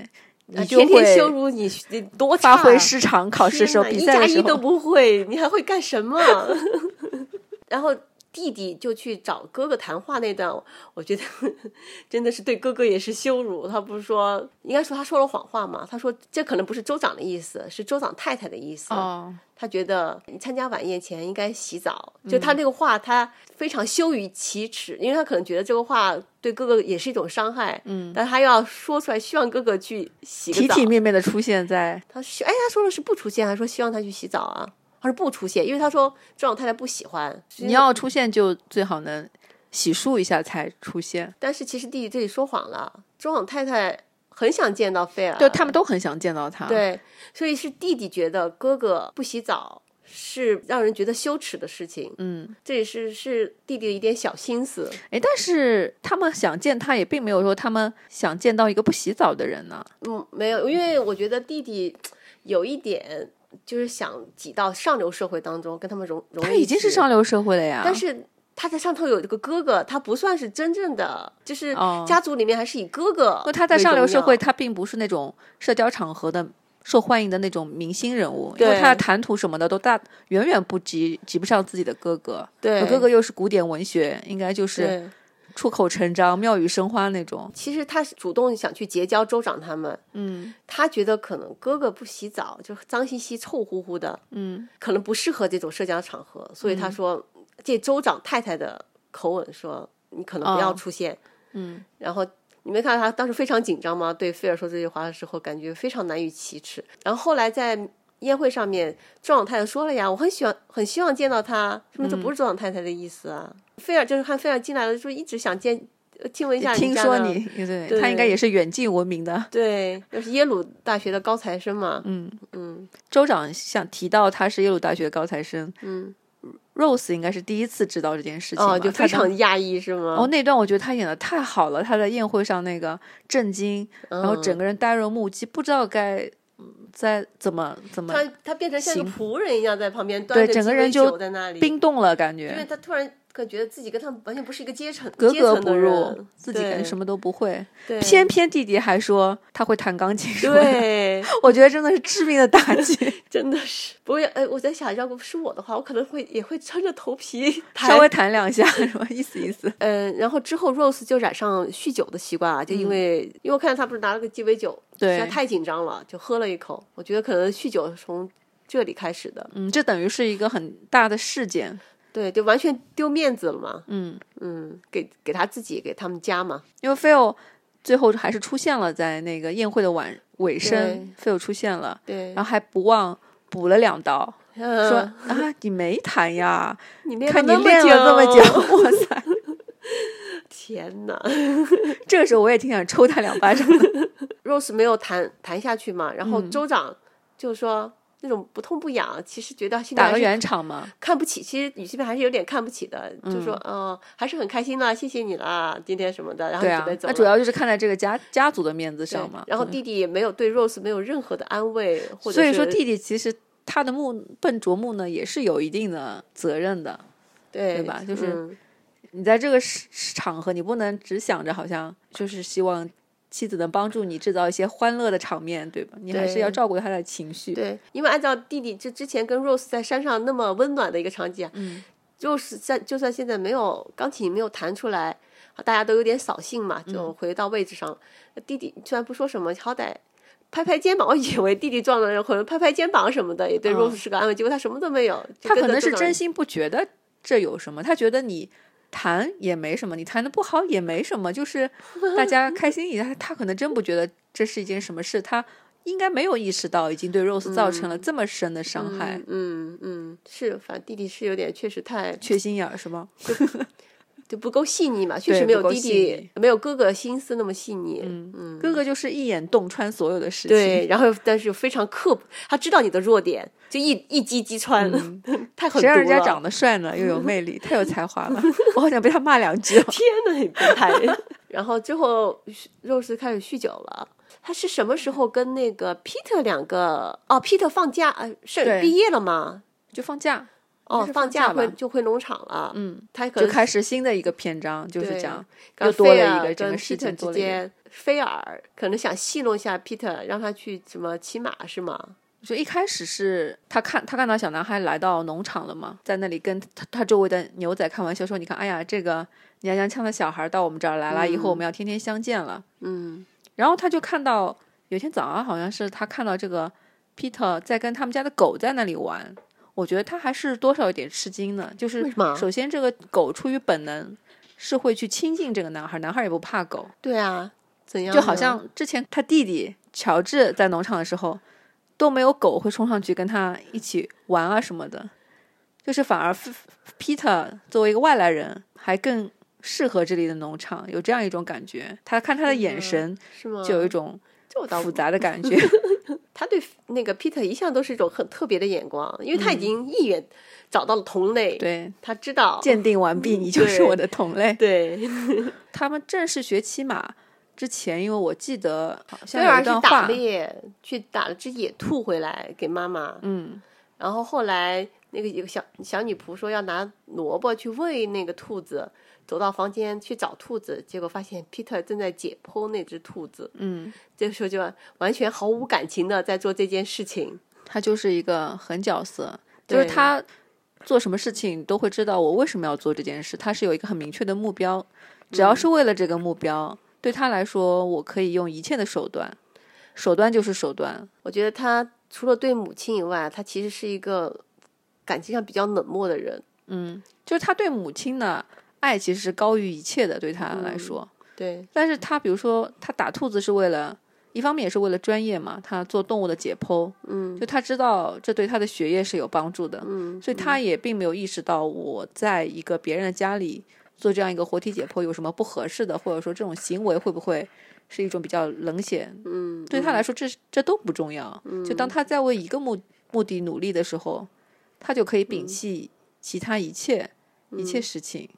Speaker 2: 你就
Speaker 1: 呃天天羞
Speaker 2: 会
Speaker 1: 辱你，你多
Speaker 2: 发
Speaker 1: 差啊
Speaker 2: 挥失常，考试的时候、
Speaker 1: 天哪
Speaker 2: 哦比赛的
Speaker 1: 一加
Speaker 2: 时
Speaker 1: 一都
Speaker 2: 候，
Speaker 1: 不会，你还会干什么？ 然后弟弟就去找哥哥谈话那段，我觉得 真的是对哥哥也是羞辱。他不是说，应该说他说了谎话嘛？他说这可能不是州长的意思，是州长太太的意思。
Speaker 2: 哦，
Speaker 1: 他觉得你参加晚宴前应该洗澡，
Speaker 2: 嗯
Speaker 1: 就他那个话，他非常羞于启齿，因为他可能觉得这个话对哥哥也是一种伤害。嗯，但他要说出来，希望哥哥去洗个
Speaker 2: 体
Speaker 1: 澡。
Speaker 2: 体面面的出现在，
Speaker 1: 他说：“哎，他说的是不出现，还说希望他去洗澡啊。”他说不出现，因为他说这种太太不喜欢。
Speaker 2: 你要出现就最好能洗漱一下才出现。
Speaker 1: 但是其实弟弟这里说谎了，中朗太太很想见到菲尔，
Speaker 2: 对他们都很想见到他，，
Speaker 1: 对，所以是弟弟觉得哥哥不洗澡是让人觉得羞耻的事情，
Speaker 2: 嗯，
Speaker 1: 这也是是弟弟的一点小心思。
Speaker 2: 哎，但是他们想见他，也并没有说他们想见到一个不洗澡的人呢。
Speaker 1: 嗯，没有，因为我觉得弟弟有一点就是想挤到上流社会当中，跟他们融融。
Speaker 2: 他已经是上流社会了呀。
Speaker 1: 但是他在上头有一个哥哥，他不算是真正的，就是
Speaker 2: 哦
Speaker 1: 家族里面还是以哥哥为荣耀。
Speaker 2: 不过他在上流社会，他并不是那种社交场合的受欢迎的那种明星人物，因为
Speaker 1: 对
Speaker 2: 他的谈吐什么的都大远远不及及不上自己的哥哥。
Speaker 1: 对
Speaker 2: 而哥哥又是古典文学，应该就是
Speaker 1: 对，
Speaker 2: 出口成章、妙语生花那种。
Speaker 1: 其实他是主动想去结交州长他们，
Speaker 2: 嗯
Speaker 1: 他觉得可能哥哥不洗澡，就脏兮兮、臭乎乎的，
Speaker 2: 嗯，
Speaker 1: 可能不适合这种社交场合，所以他说借州长太太的口吻说，你可能不要
Speaker 2: 哦
Speaker 1: 出现。
Speaker 2: 嗯，
Speaker 1: 然后。你没看到他当时非常紧张吗？对菲尔说这句话的时候，感觉非常难以启齿。然后后来在宴会上面，州长太太说了呀，我很喜欢，很希望见到他，说
Speaker 2: 嗯
Speaker 1: 明这不是州长太太的意思啊。菲尔就是看菲尔进来了，就一直想见，呃亲吻一下人
Speaker 2: 听
Speaker 1: 家
Speaker 2: 说
Speaker 1: 呢
Speaker 2: 你，对
Speaker 1: 对
Speaker 2: 他应该也是远近闻名的。
Speaker 1: 对，又是耶鲁大学的高材生嘛，
Speaker 2: 嗯
Speaker 1: 嗯
Speaker 2: 州长想提到他是耶鲁大学的高材生，嗯，Rose 应该是第一次知道这件事情吧，
Speaker 1: 哦，就
Speaker 2: 他
Speaker 1: 非
Speaker 2: 当
Speaker 1: 常嗯压抑是吗？
Speaker 2: 哦，那段我觉得他演的太好了，他在宴会上那个震惊，
Speaker 1: 嗯
Speaker 2: 然后整个人呆若木鸡，不知道该嗯在怎么怎么
Speaker 1: 他他变成像一个
Speaker 2: 行
Speaker 1: 仆人一样在旁边端
Speaker 2: 对
Speaker 1: 着
Speaker 2: 整个
Speaker 1: 鸡
Speaker 2: 人
Speaker 1: 尾
Speaker 2: 就
Speaker 1: 酒在那里，
Speaker 2: 冰冻了，感
Speaker 1: 因为
Speaker 2: 觉
Speaker 1: 他突然感觉自己跟他们完全不是一个阶层，
Speaker 2: 格
Speaker 1: 阶
Speaker 2: 格
Speaker 1: 层的
Speaker 2: 不入
Speaker 1: 人，
Speaker 2: 自己
Speaker 1: 对
Speaker 2: 什么都不会。
Speaker 1: 对
Speaker 2: 偏偏弟弟还说他会弹钢琴，，
Speaker 1: 对，
Speaker 2: 我觉得真的是致命的打击，
Speaker 1: 真的是。不过哎，我在想，要不是我的话，我可能会也会撑着头 皮
Speaker 2: 稍
Speaker 1: 弹。
Speaker 2: 微弹两下，什么意思意思？
Speaker 1: 嗯，然后之后 Rose 就染上酗酒的习惯啊，就因为、因为我看到他不是拿了个鸡尾酒，
Speaker 2: 嗯对
Speaker 1: 实在太紧张了，就喝了一口。我觉得可能酗酒是从这里开始的，
Speaker 2: 嗯，这等于是一个很大的事件，
Speaker 1: 对，就完全丢面子了嘛。
Speaker 2: 嗯。
Speaker 1: 嗯，给给他自己，给他们家嘛。
Speaker 2: 因为 Phil 最后还是出现了在那个宴会的晚尾声，Phil 出现了，
Speaker 1: 对，
Speaker 2: 然后还不忘补了两刀，
Speaker 1: 嗯
Speaker 2: 说啊你没弹呀，
Speaker 1: 你练
Speaker 2: 看你
Speaker 1: 那么
Speaker 2: 练了这么
Speaker 1: 久，
Speaker 2: 久，哇塞，
Speaker 1: 哦天哪
Speaker 2: 这个时候我也挺想抽他两 巴掌。
Speaker 1: ！Rose 没有谈谈下去嘛，然
Speaker 2: 嗯
Speaker 1: 后州长就说、那种不痛不痒，其实觉得心里
Speaker 2: 打
Speaker 1: 还
Speaker 2: 个
Speaker 1: 是
Speaker 2: 圆场嘛，
Speaker 1: 看不起，其实语气边还是有点看不起的，就说嗯、呃还是很开心啦，谢谢你啦，今天什么的，然后
Speaker 2: 对
Speaker 1: 就
Speaker 2: 啊
Speaker 1: 准备，走
Speaker 2: 那
Speaker 1: 了。
Speaker 2: 主要就是看在这个家家族的面子
Speaker 1: 对
Speaker 2: 上嘛。嗯
Speaker 1: 然后弟弟也没有对 Rose 没有任何的安慰，或者
Speaker 2: 所以
Speaker 1: 是
Speaker 2: 说弟弟其实他的木笨拙木呢也是有一定的责任的。
Speaker 1: 对
Speaker 2: 对吧就是
Speaker 1: 嗯
Speaker 2: 你在这个时场合，你不能只想着好像就是希望妻子能帮助你制造一些欢乐的场面，对吧？你还是
Speaker 1: 对
Speaker 2: 要照顾他的情绪。
Speaker 1: 对，因为按照弟弟这之前跟 Rose 在山上那么温暖的一个场景，嗯，Rose 在就算现在没有钢琴没有弹出来，大家都有点扫兴嘛，
Speaker 2: 嗯
Speaker 1: 就回到位置上。弟弟虽然不说什么，好歹。拍拍肩膀，我以为弟弟撞了人，可能拍拍肩膀什么的，也对
Speaker 2: 嗯
Speaker 1: Rose 是个安慰。结果他什么都没有，就
Speaker 2: 他
Speaker 1: 跟
Speaker 2: 可
Speaker 1: 着
Speaker 2: 能是
Speaker 1: 这种
Speaker 2: 真心不觉得这有什么，他觉得你弹也没什么，你弹的不好也没什么，就是大 家开心一下。他可能真不觉得这是一件什么事，他应该没有意识到已经对 Rose 造成了这么深的伤害，
Speaker 1: 嗯嗯，是，反正弟弟是有点确实太
Speaker 2: 缺心眼儿是吗？
Speaker 1: 就不够细腻嘛，确
Speaker 2: 对
Speaker 1: 实没
Speaker 2: 不
Speaker 1: 有
Speaker 2: 够
Speaker 1: 弟
Speaker 2: 细
Speaker 1: 弟没有哥哥心思那么细腻。嗯嗯，
Speaker 2: 哥哥就是一眼洞穿所有的事情。
Speaker 1: 对，然后但是又非常刻薄，他知道你的弱点，就一一击击穿， 太狠毒了。
Speaker 2: 嗯谁让人家长得帅呢，又有魅力，太有才华 了。我好想被他骂两句哦。
Speaker 1: 天呐，你变态！ 然后最后肉丝开始酗酒了。他是什么时候跟那个 Peter 两个？哦，Peter 放假，呃，是
Speaker 2: 对
Speaker 1: 毕业了吗？
Speaker 2: 就放假，应
Speaker 1: 哦
Speaker 2: 该，是
Speaker 1: 放
Speaker 2: 放假
Speaker 1: 假回
Speaker 2: 吧
Speaker 1: 就回农场了。嗯，他可
Speaker 2: 就
Speaker 1: 能
Speaker 2: 开始新的一个篇章，就是
Speaker 1: 对啊
Speaker 2: 这样，
Speaker 1: 跟
Speaker 2: 又多
Speaker 1: 菲
Speaker 2: 了
Speaker 1: 尔
Speaker 2: 一个整
Speaker 1: 跟
Speaker 2: 个事
Speaker 1: Peter
Speaker 2: 情多
Speaker 1: 之
Speaker 2: 了一个。
Speaker 1: 间，菲尔可能想戏弄一下 Peter，让他去什么骑马是吗？
Speaker 2: 就一开始是他看他看到小男孩来到农场了嘛，在那里跟他他周围的牛仔开玩笑说：“你看，哎呀，这个娘娘腔的小孩到我们这儿来了，以后我们要天天相见了。”
Speaker 1: 嗯，
Speaker 2: 然后他就看到有一天早上，好像是他看到这个 Peter 在跟他们家的狗在那里玩。我觉得他还是多少有点吃惊呢。就是
Speaker 1: 为什么
Speaker 2: 首先，这个狗出于本能是会去亲近这个男孩，男孩也不怕狗，
Speaker 1: 对啊，怎样呢？
Speaker 2: 就好像之前他弟弟乔治在农场的时候都没有狗会冲上去跟他一起玩啊什么的，就是反而 F- F- Peter 作为一个外来人还更适合这里的农场，有这样一种感觉。他看他的
Speaker 1: 嗯
Speaker 2: 眼神
Speaker 1: 是吗？
Speaker 2: 就有一种
Speaker 1: 这我倒
Speaker 2: 复杂的 感觉。
Speaker 1: 他对那个 Peter 一向都是一种很特别的眼光，因为他已经一眼找到了同类，
Speaker 2: 嗯对，
Speaker 1: 他知道，
Speaker 2: 鉴定完毕，你就是
Speaker 1: 对
Speaker 2: 我的同类。
Speaker 1: 对，
Speaker 2: 他们正式学骑马之前，因为我记得好像
Speaker 1: 菲尔
Speaker 2: 有一
Speaker 1: 是
Speaker 2: 段
Speaker 1: 啊打
Speaker 2: 话，
Speaker 1: 猎去打了只野兔回来给妈妈，
Speaker 2: 嗯，
Speaker 1: 然后后来那个有个小小女仆说要拿萝卜去喂那个兔子，走到房间去找兔子，结果发现 Peter 正在解剖那只兔子，
Speaker 2: 嗯，
Speaker 1: 这个时候就完全毫无感情的在做这件事情，
Speaker 2: 他就是一个狠角色，就是
Speaker 1: 对
Speaker 2: 他做什么事情都会知道我为什么要做这件事，他是有一个很明确的目标，只要是为了这个目标，对他来说，我可以用一切的手段，手段就是手段，
Speaker 1: 我觉得他除了对母亲以外，他其实是一个感情上比较冷漠的人。
Speaker 2: 就是他对母亲的爱其实是高于一切的，对他来说，
Speaker 1: 对，
Speaker 2: 但是他比如说他打兔子是为了。一方面也是为了专业嘛，他做动物的解剖，嗯，就他知道这对他的学业是有帮助的，嗯，所以他也并没有意识到我在一个别人的家里做这样一个活体解剖有什么不合适的，或者说这种行为会不会是一种比较冷血，嗯，对他来说这这都不重要，嗯，就当他在为一个目目的努力的时候，他就可以摒弃其他一切、一切事情，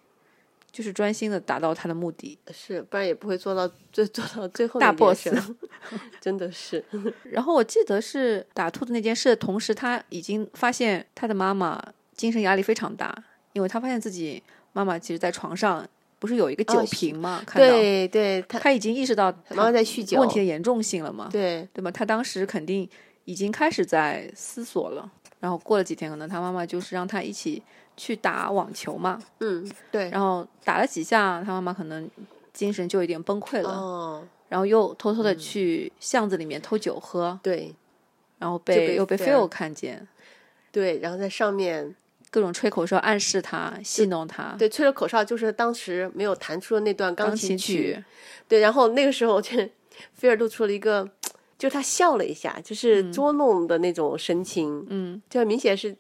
Speaker 2: 就是专心的达到他的目的，
Speaker 1: 呃是，不然也不会做到最做到最后
Speaker 2: 大
Speaker 1: 那件
Speaker 2: boss
Speaker 1: 事 真的是，
Speaker 2: 然后我记得是打兔子那件事的同时，他已经发现他的妈妈精神压力非常大，因为他发现自己妈妈其实在床上不是有一个酒瓶吗？ 看到
Speaker 1: 哦对对，他
Speaker 2: 他已经意识到
Speaker 1: 妈妈在酗酒
Speaker 2: 问，题的严重性了嘛，
Speaker 1: 对，
Speaker 2: 对吧？他当时肯定已经开始在思索了。然后过了几天，可能他妈妈就是让他一起去打网球嘛，
Speaker 1: 嗯，对，
Speaker 2: 然后打了几下，他妈妈可能精神就有点崩溃了，
Speaker 1: 哦，嗯
Speaker 2: 然后又偷偷的去巷子里面偷酒喝。
Speaker 1: 对
Speaker 2: 然后
Speaker 1: 就被啊
Speaker 2: 被又被
Speaker 1: Phil
Speaker 2: Phil 看见，
Speaker 1: 对，然后在上面，
Speaker 2: 各种吹口哨暗示他、戏弄他。
Speaker 1: 对，吹了口哨，就是当时没有弹出的那段
Speaker 2: 钢
Speaker 1: 琴
Speaker 2: 琴
Speaker 1: 曲，，对，然后那个时候就菲尔露出了一个，
Speaker 2: 嗯
Speaker 1: 就是他笑了一下，就是捉弄的那种神情，嗯，就很明显是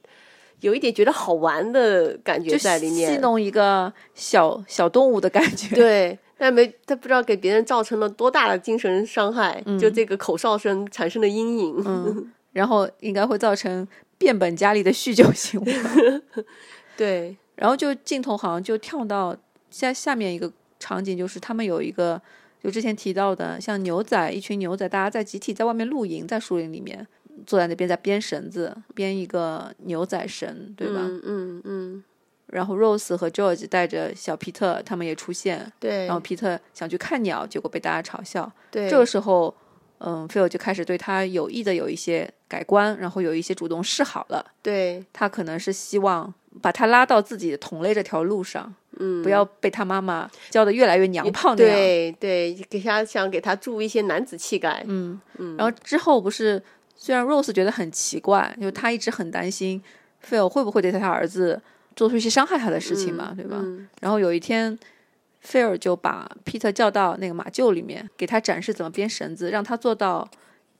Speaker 1: 有一点觉得好玩的感觉
Speaker 2: 就
Speaker 1: 在里
Speaker 2: 戏
Speaker 1: 面。
Speaker 2: 弄一个小小动物的感觉。
Speaker 1: 对，但没他不知道给别人造成了多大的精神伤害，就
Speaker 2: 嗯
Speaker 1: 这个口哨声产生的阴影。
Speaker 2: 嗯，然后应该会造成变本加厉的酗酒行为。
Speaker 1: 对，
Speaker 2: 然后就镜头好像就跳到下下面一个场景，就是他们有一个就之前提到的，像牛仔一群牛仔，大家在集体在外面露营，在树林里面坐在那边在编绳子，编一个牛仔绳，对吧？
Speaker 1: 嗯嗯嗯，
Speaker 2: 然后 Rose 和 George 带着小皮特他们也出现，
Speaker 1: 对
Speaker 2: 然后皮特想去看鸟，结果被大家嘲笑。
Speaker 1: 对，
Speaker 2: 这个时候，嗯，菲尔就开始对他有意的有一些改观，然后有一些主动示好了。
Speaker 1: 对
Speaker 2: 他可能是希望把他拉到自己的同类这条路上，嗯，不要被他妈妈教的越来越娘炮那样。
Speaker 1: 对对，给他想给他注入一些男子气概。
Speaker 2: 嗯，然后之后不是，虽然 Rose 觉得很奇怪，就他一直很担心 Phil 会不会对他儿子做出一些伤害他的事情嘛，对吧？然后有一天。菲尔就把 Peter 叫到那个马厩里面，给他展示怎么编绳子，让他坐到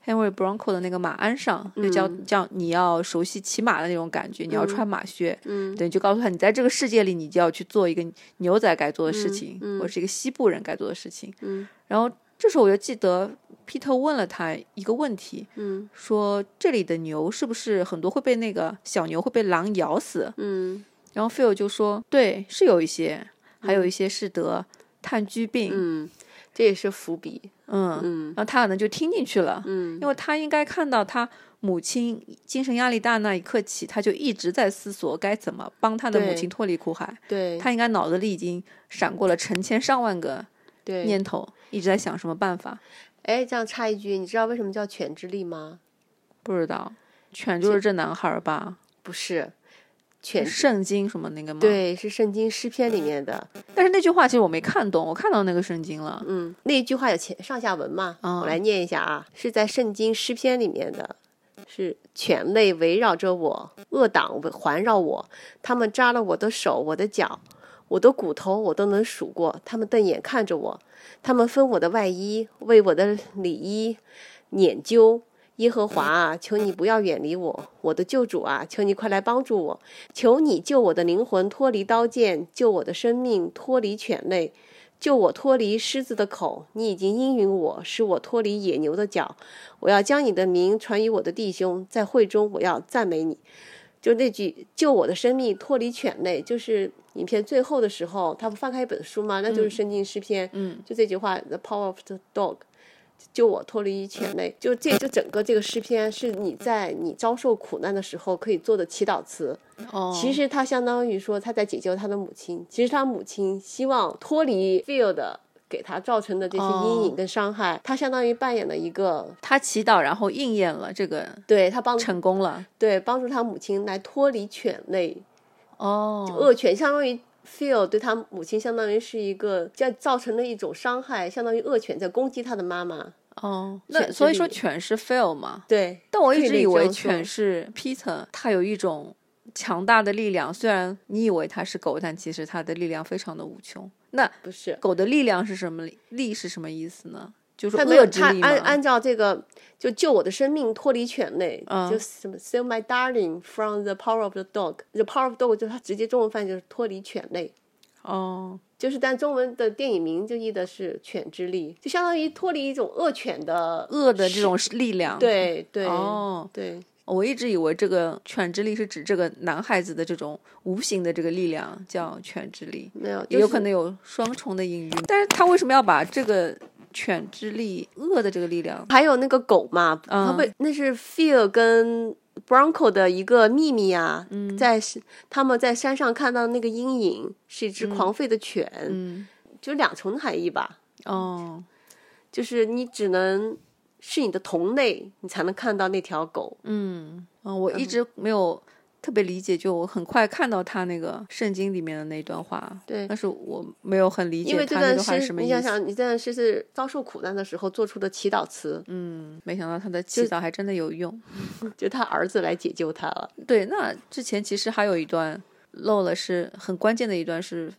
Speaker 2: Henry Bronco 的那个马鞍上，就叫叫你要熟悉骑马的那种感觉，你要穿马靴，嗯，等于就告诉他，你在这个世界里，你就要去做一个牛仔该做的事情，或者是一个西部人该做的事情，嗯。然后这时候我就记得 Peter 问了他一个问题，嗯，说这里的牛是不是很多会被那个小牛会被狼咬死？
Speaker 1: 嗯
Speaker 2: 然后 Phil 就说，对，是有一些，还有一些是得炭疽病，
Speaker 1: 嗯，这也是伏笔。
Speaker 2: 嗯然后他可能就听进去了，嗯，因为他应该看到他母亲精神压力大那一刻起，他就一直在思索该怎么帮他的母
Speaker 1: 对
Speaker 2: 亲脱离苦海，
Speaker 1: 对
Speaker 2: 他应该脑子里已经闪过了成千上万个
Speaker 1: 对，
Speaker 2: 念头，一直在想什么办法，
Speaker 1: 哎，这样插一句，你知道为什么叫犬之力吗？
Speaker 2: 不知道，犬就是这男孩儿吧？
Speaker 1: 不是，犬
Speaker 2: 是圣经什么那个吗？。
Speaker 1: 对是圣经诗篇里面的。
Speaker 2: 但是那句话其实我没看懂，我看到那个圣经了。
Speaker 1: 嗯，那一句话有前上下文嘛？
Speaker 2: 嗯
Speaker 1: 我来念一下啊，是在圣经诗篇里面的，是犬类围绕着我，恶党环绕我，他们扎了我的手，我的脚，我的骨头我都能数过，他们瞪眼看着我，他们分我的外衣，为我的里衣捻揪。耶和华啊，求你不要远离我，我的救主啊，求你快来帮助我，求你救我的灵魂脱离刀剑，救我的生命脱离犬类，救我脱离狮子的口，你已经应允我，使我脱离野牛的脚。我要将你的名传于我的弟兄，在会中我要赞美你。就那句“救我的生命脱离犬类”，就是影片最后的时候，他不翻开一本书吗？那就是《圣经诗篇》。嗯，就这句话：“The power of the dog。”救我脱离犬类，就这就整个这个诗篇是你在你遭受苦难的时候可以做的祈祷词。
Speaker 2: 哦
Speaker 1: 其实他相当于说他在解救他的母亲，其实他母亲希望脱离 Phil 的给他造成的这些阴
Speaker 2: 哦
Speaker 1: 影跟伤害，他相当于扮演了一个
Speaker 2: 他祈祷，然后应验了，这个
Speaker 1: 对他帮
Speaker 2: 成功了。
Speaker 1: 对帮助他母亲来脱离犬类
Speaker 2: 哦，
Speaker 1: 恶犬，相当于 Phil 对他母亲相当于是一个这样造成的一种伤害，相当于恶犬在攻击他的妈妈。
Speaker 2: 哦，那
Speaker 1: 犬之
Speaker 2: 所以说
Speaker 1: 力
Speaker 2: 犬是 fail 嘛？
Speaker 1: 对，
Speaker 2: 但我一
Speaker 1: 可
Speaker 2: 直
Speaker 1: 以
Speaker 2: 以为
Speaker 1: 这样说
Speaker 2: 犬是 Peter，它有一种强大的力量。虽然你以为它是狗，但其实它的力量非常的无穷。那
Speaker 1: 不是。
Speaker 2: 狗的力量是什么力？力是什么意思呢？就是
Speaker 1: 他没有
Speaker 2: 遏制
Speaker 1: 他
Speaker 2: 力吗？
Speaker 1: 按按照这个，就救我的生命脱离犬类，
Speaker 2: 嗯
Speaker 1: 就什么 save my darling from the power of the dog，the power of the dog 就是他直接中文翻译就是脱离犬类，
Speaker 2: 哦，
Speaker 1: 就是但中文的电影名就译的是犬之力，就相当于脱离一种恶犬的，
Speaker 2: 恶的这种力量。，
Speaker 1: 对对、
Speaker 2: 嗯哦，
Speaker 1: 对，
Speaker 2: 我一直以为这个犬之力是指这个男孩子的这种无形的这个力量叫犬之力，
Speaker 1: 没有，
Speaker 2: 也有可
Speaker 1: 就是
Speaker 2: 能有双重的隐喻。但是他为什么要把这个犬之力恶的这个力量？
Speaker 1: 还有那个狗嘛，
Speaker 2: 嗯
Speaker 1: 它被那是 Fear 跟 Bronco 的一个秘密啊，
Speaker 2: 嗯
Speaker 1: 在他们在山上看到那个阴影是一只狂吠的犬，
Speaker 2: 嗯，
Speaker 1: 就两重含义吧。
Speaker 2: 哦，
Speaker 1: 就是你只能是你的同类，你才能看到那条狗。
Speaker 2: 嗯，嗯，我一直没有特别理解，就我很快看到他那个圣经里面的那一段话，
Speaker 1: 对
Speaker 2: 但是我没有很理
Speaker 1: 因
Speaker 2: 解
Speaker 1: 为这
Speaker 2: 他那
Speaker 1: 段
Speaker 2: 段话是什
Speaker 1: 诗，
Speaker 2: 么
Speaker 1: 你
Speaker 2: 意
Speaker 1: 想
Speaker 2: 思。
Speaker 1: 想，你这段诗是遭受苦难的时候做出的祈祷词，
Speaker 2: 嗯，没想到他的祈祷还真的有用。
Speaker 1: 就他儿子来解救他了。
Speaker 2: 对，那之前其实还有一段漏了，是很关键的一段是。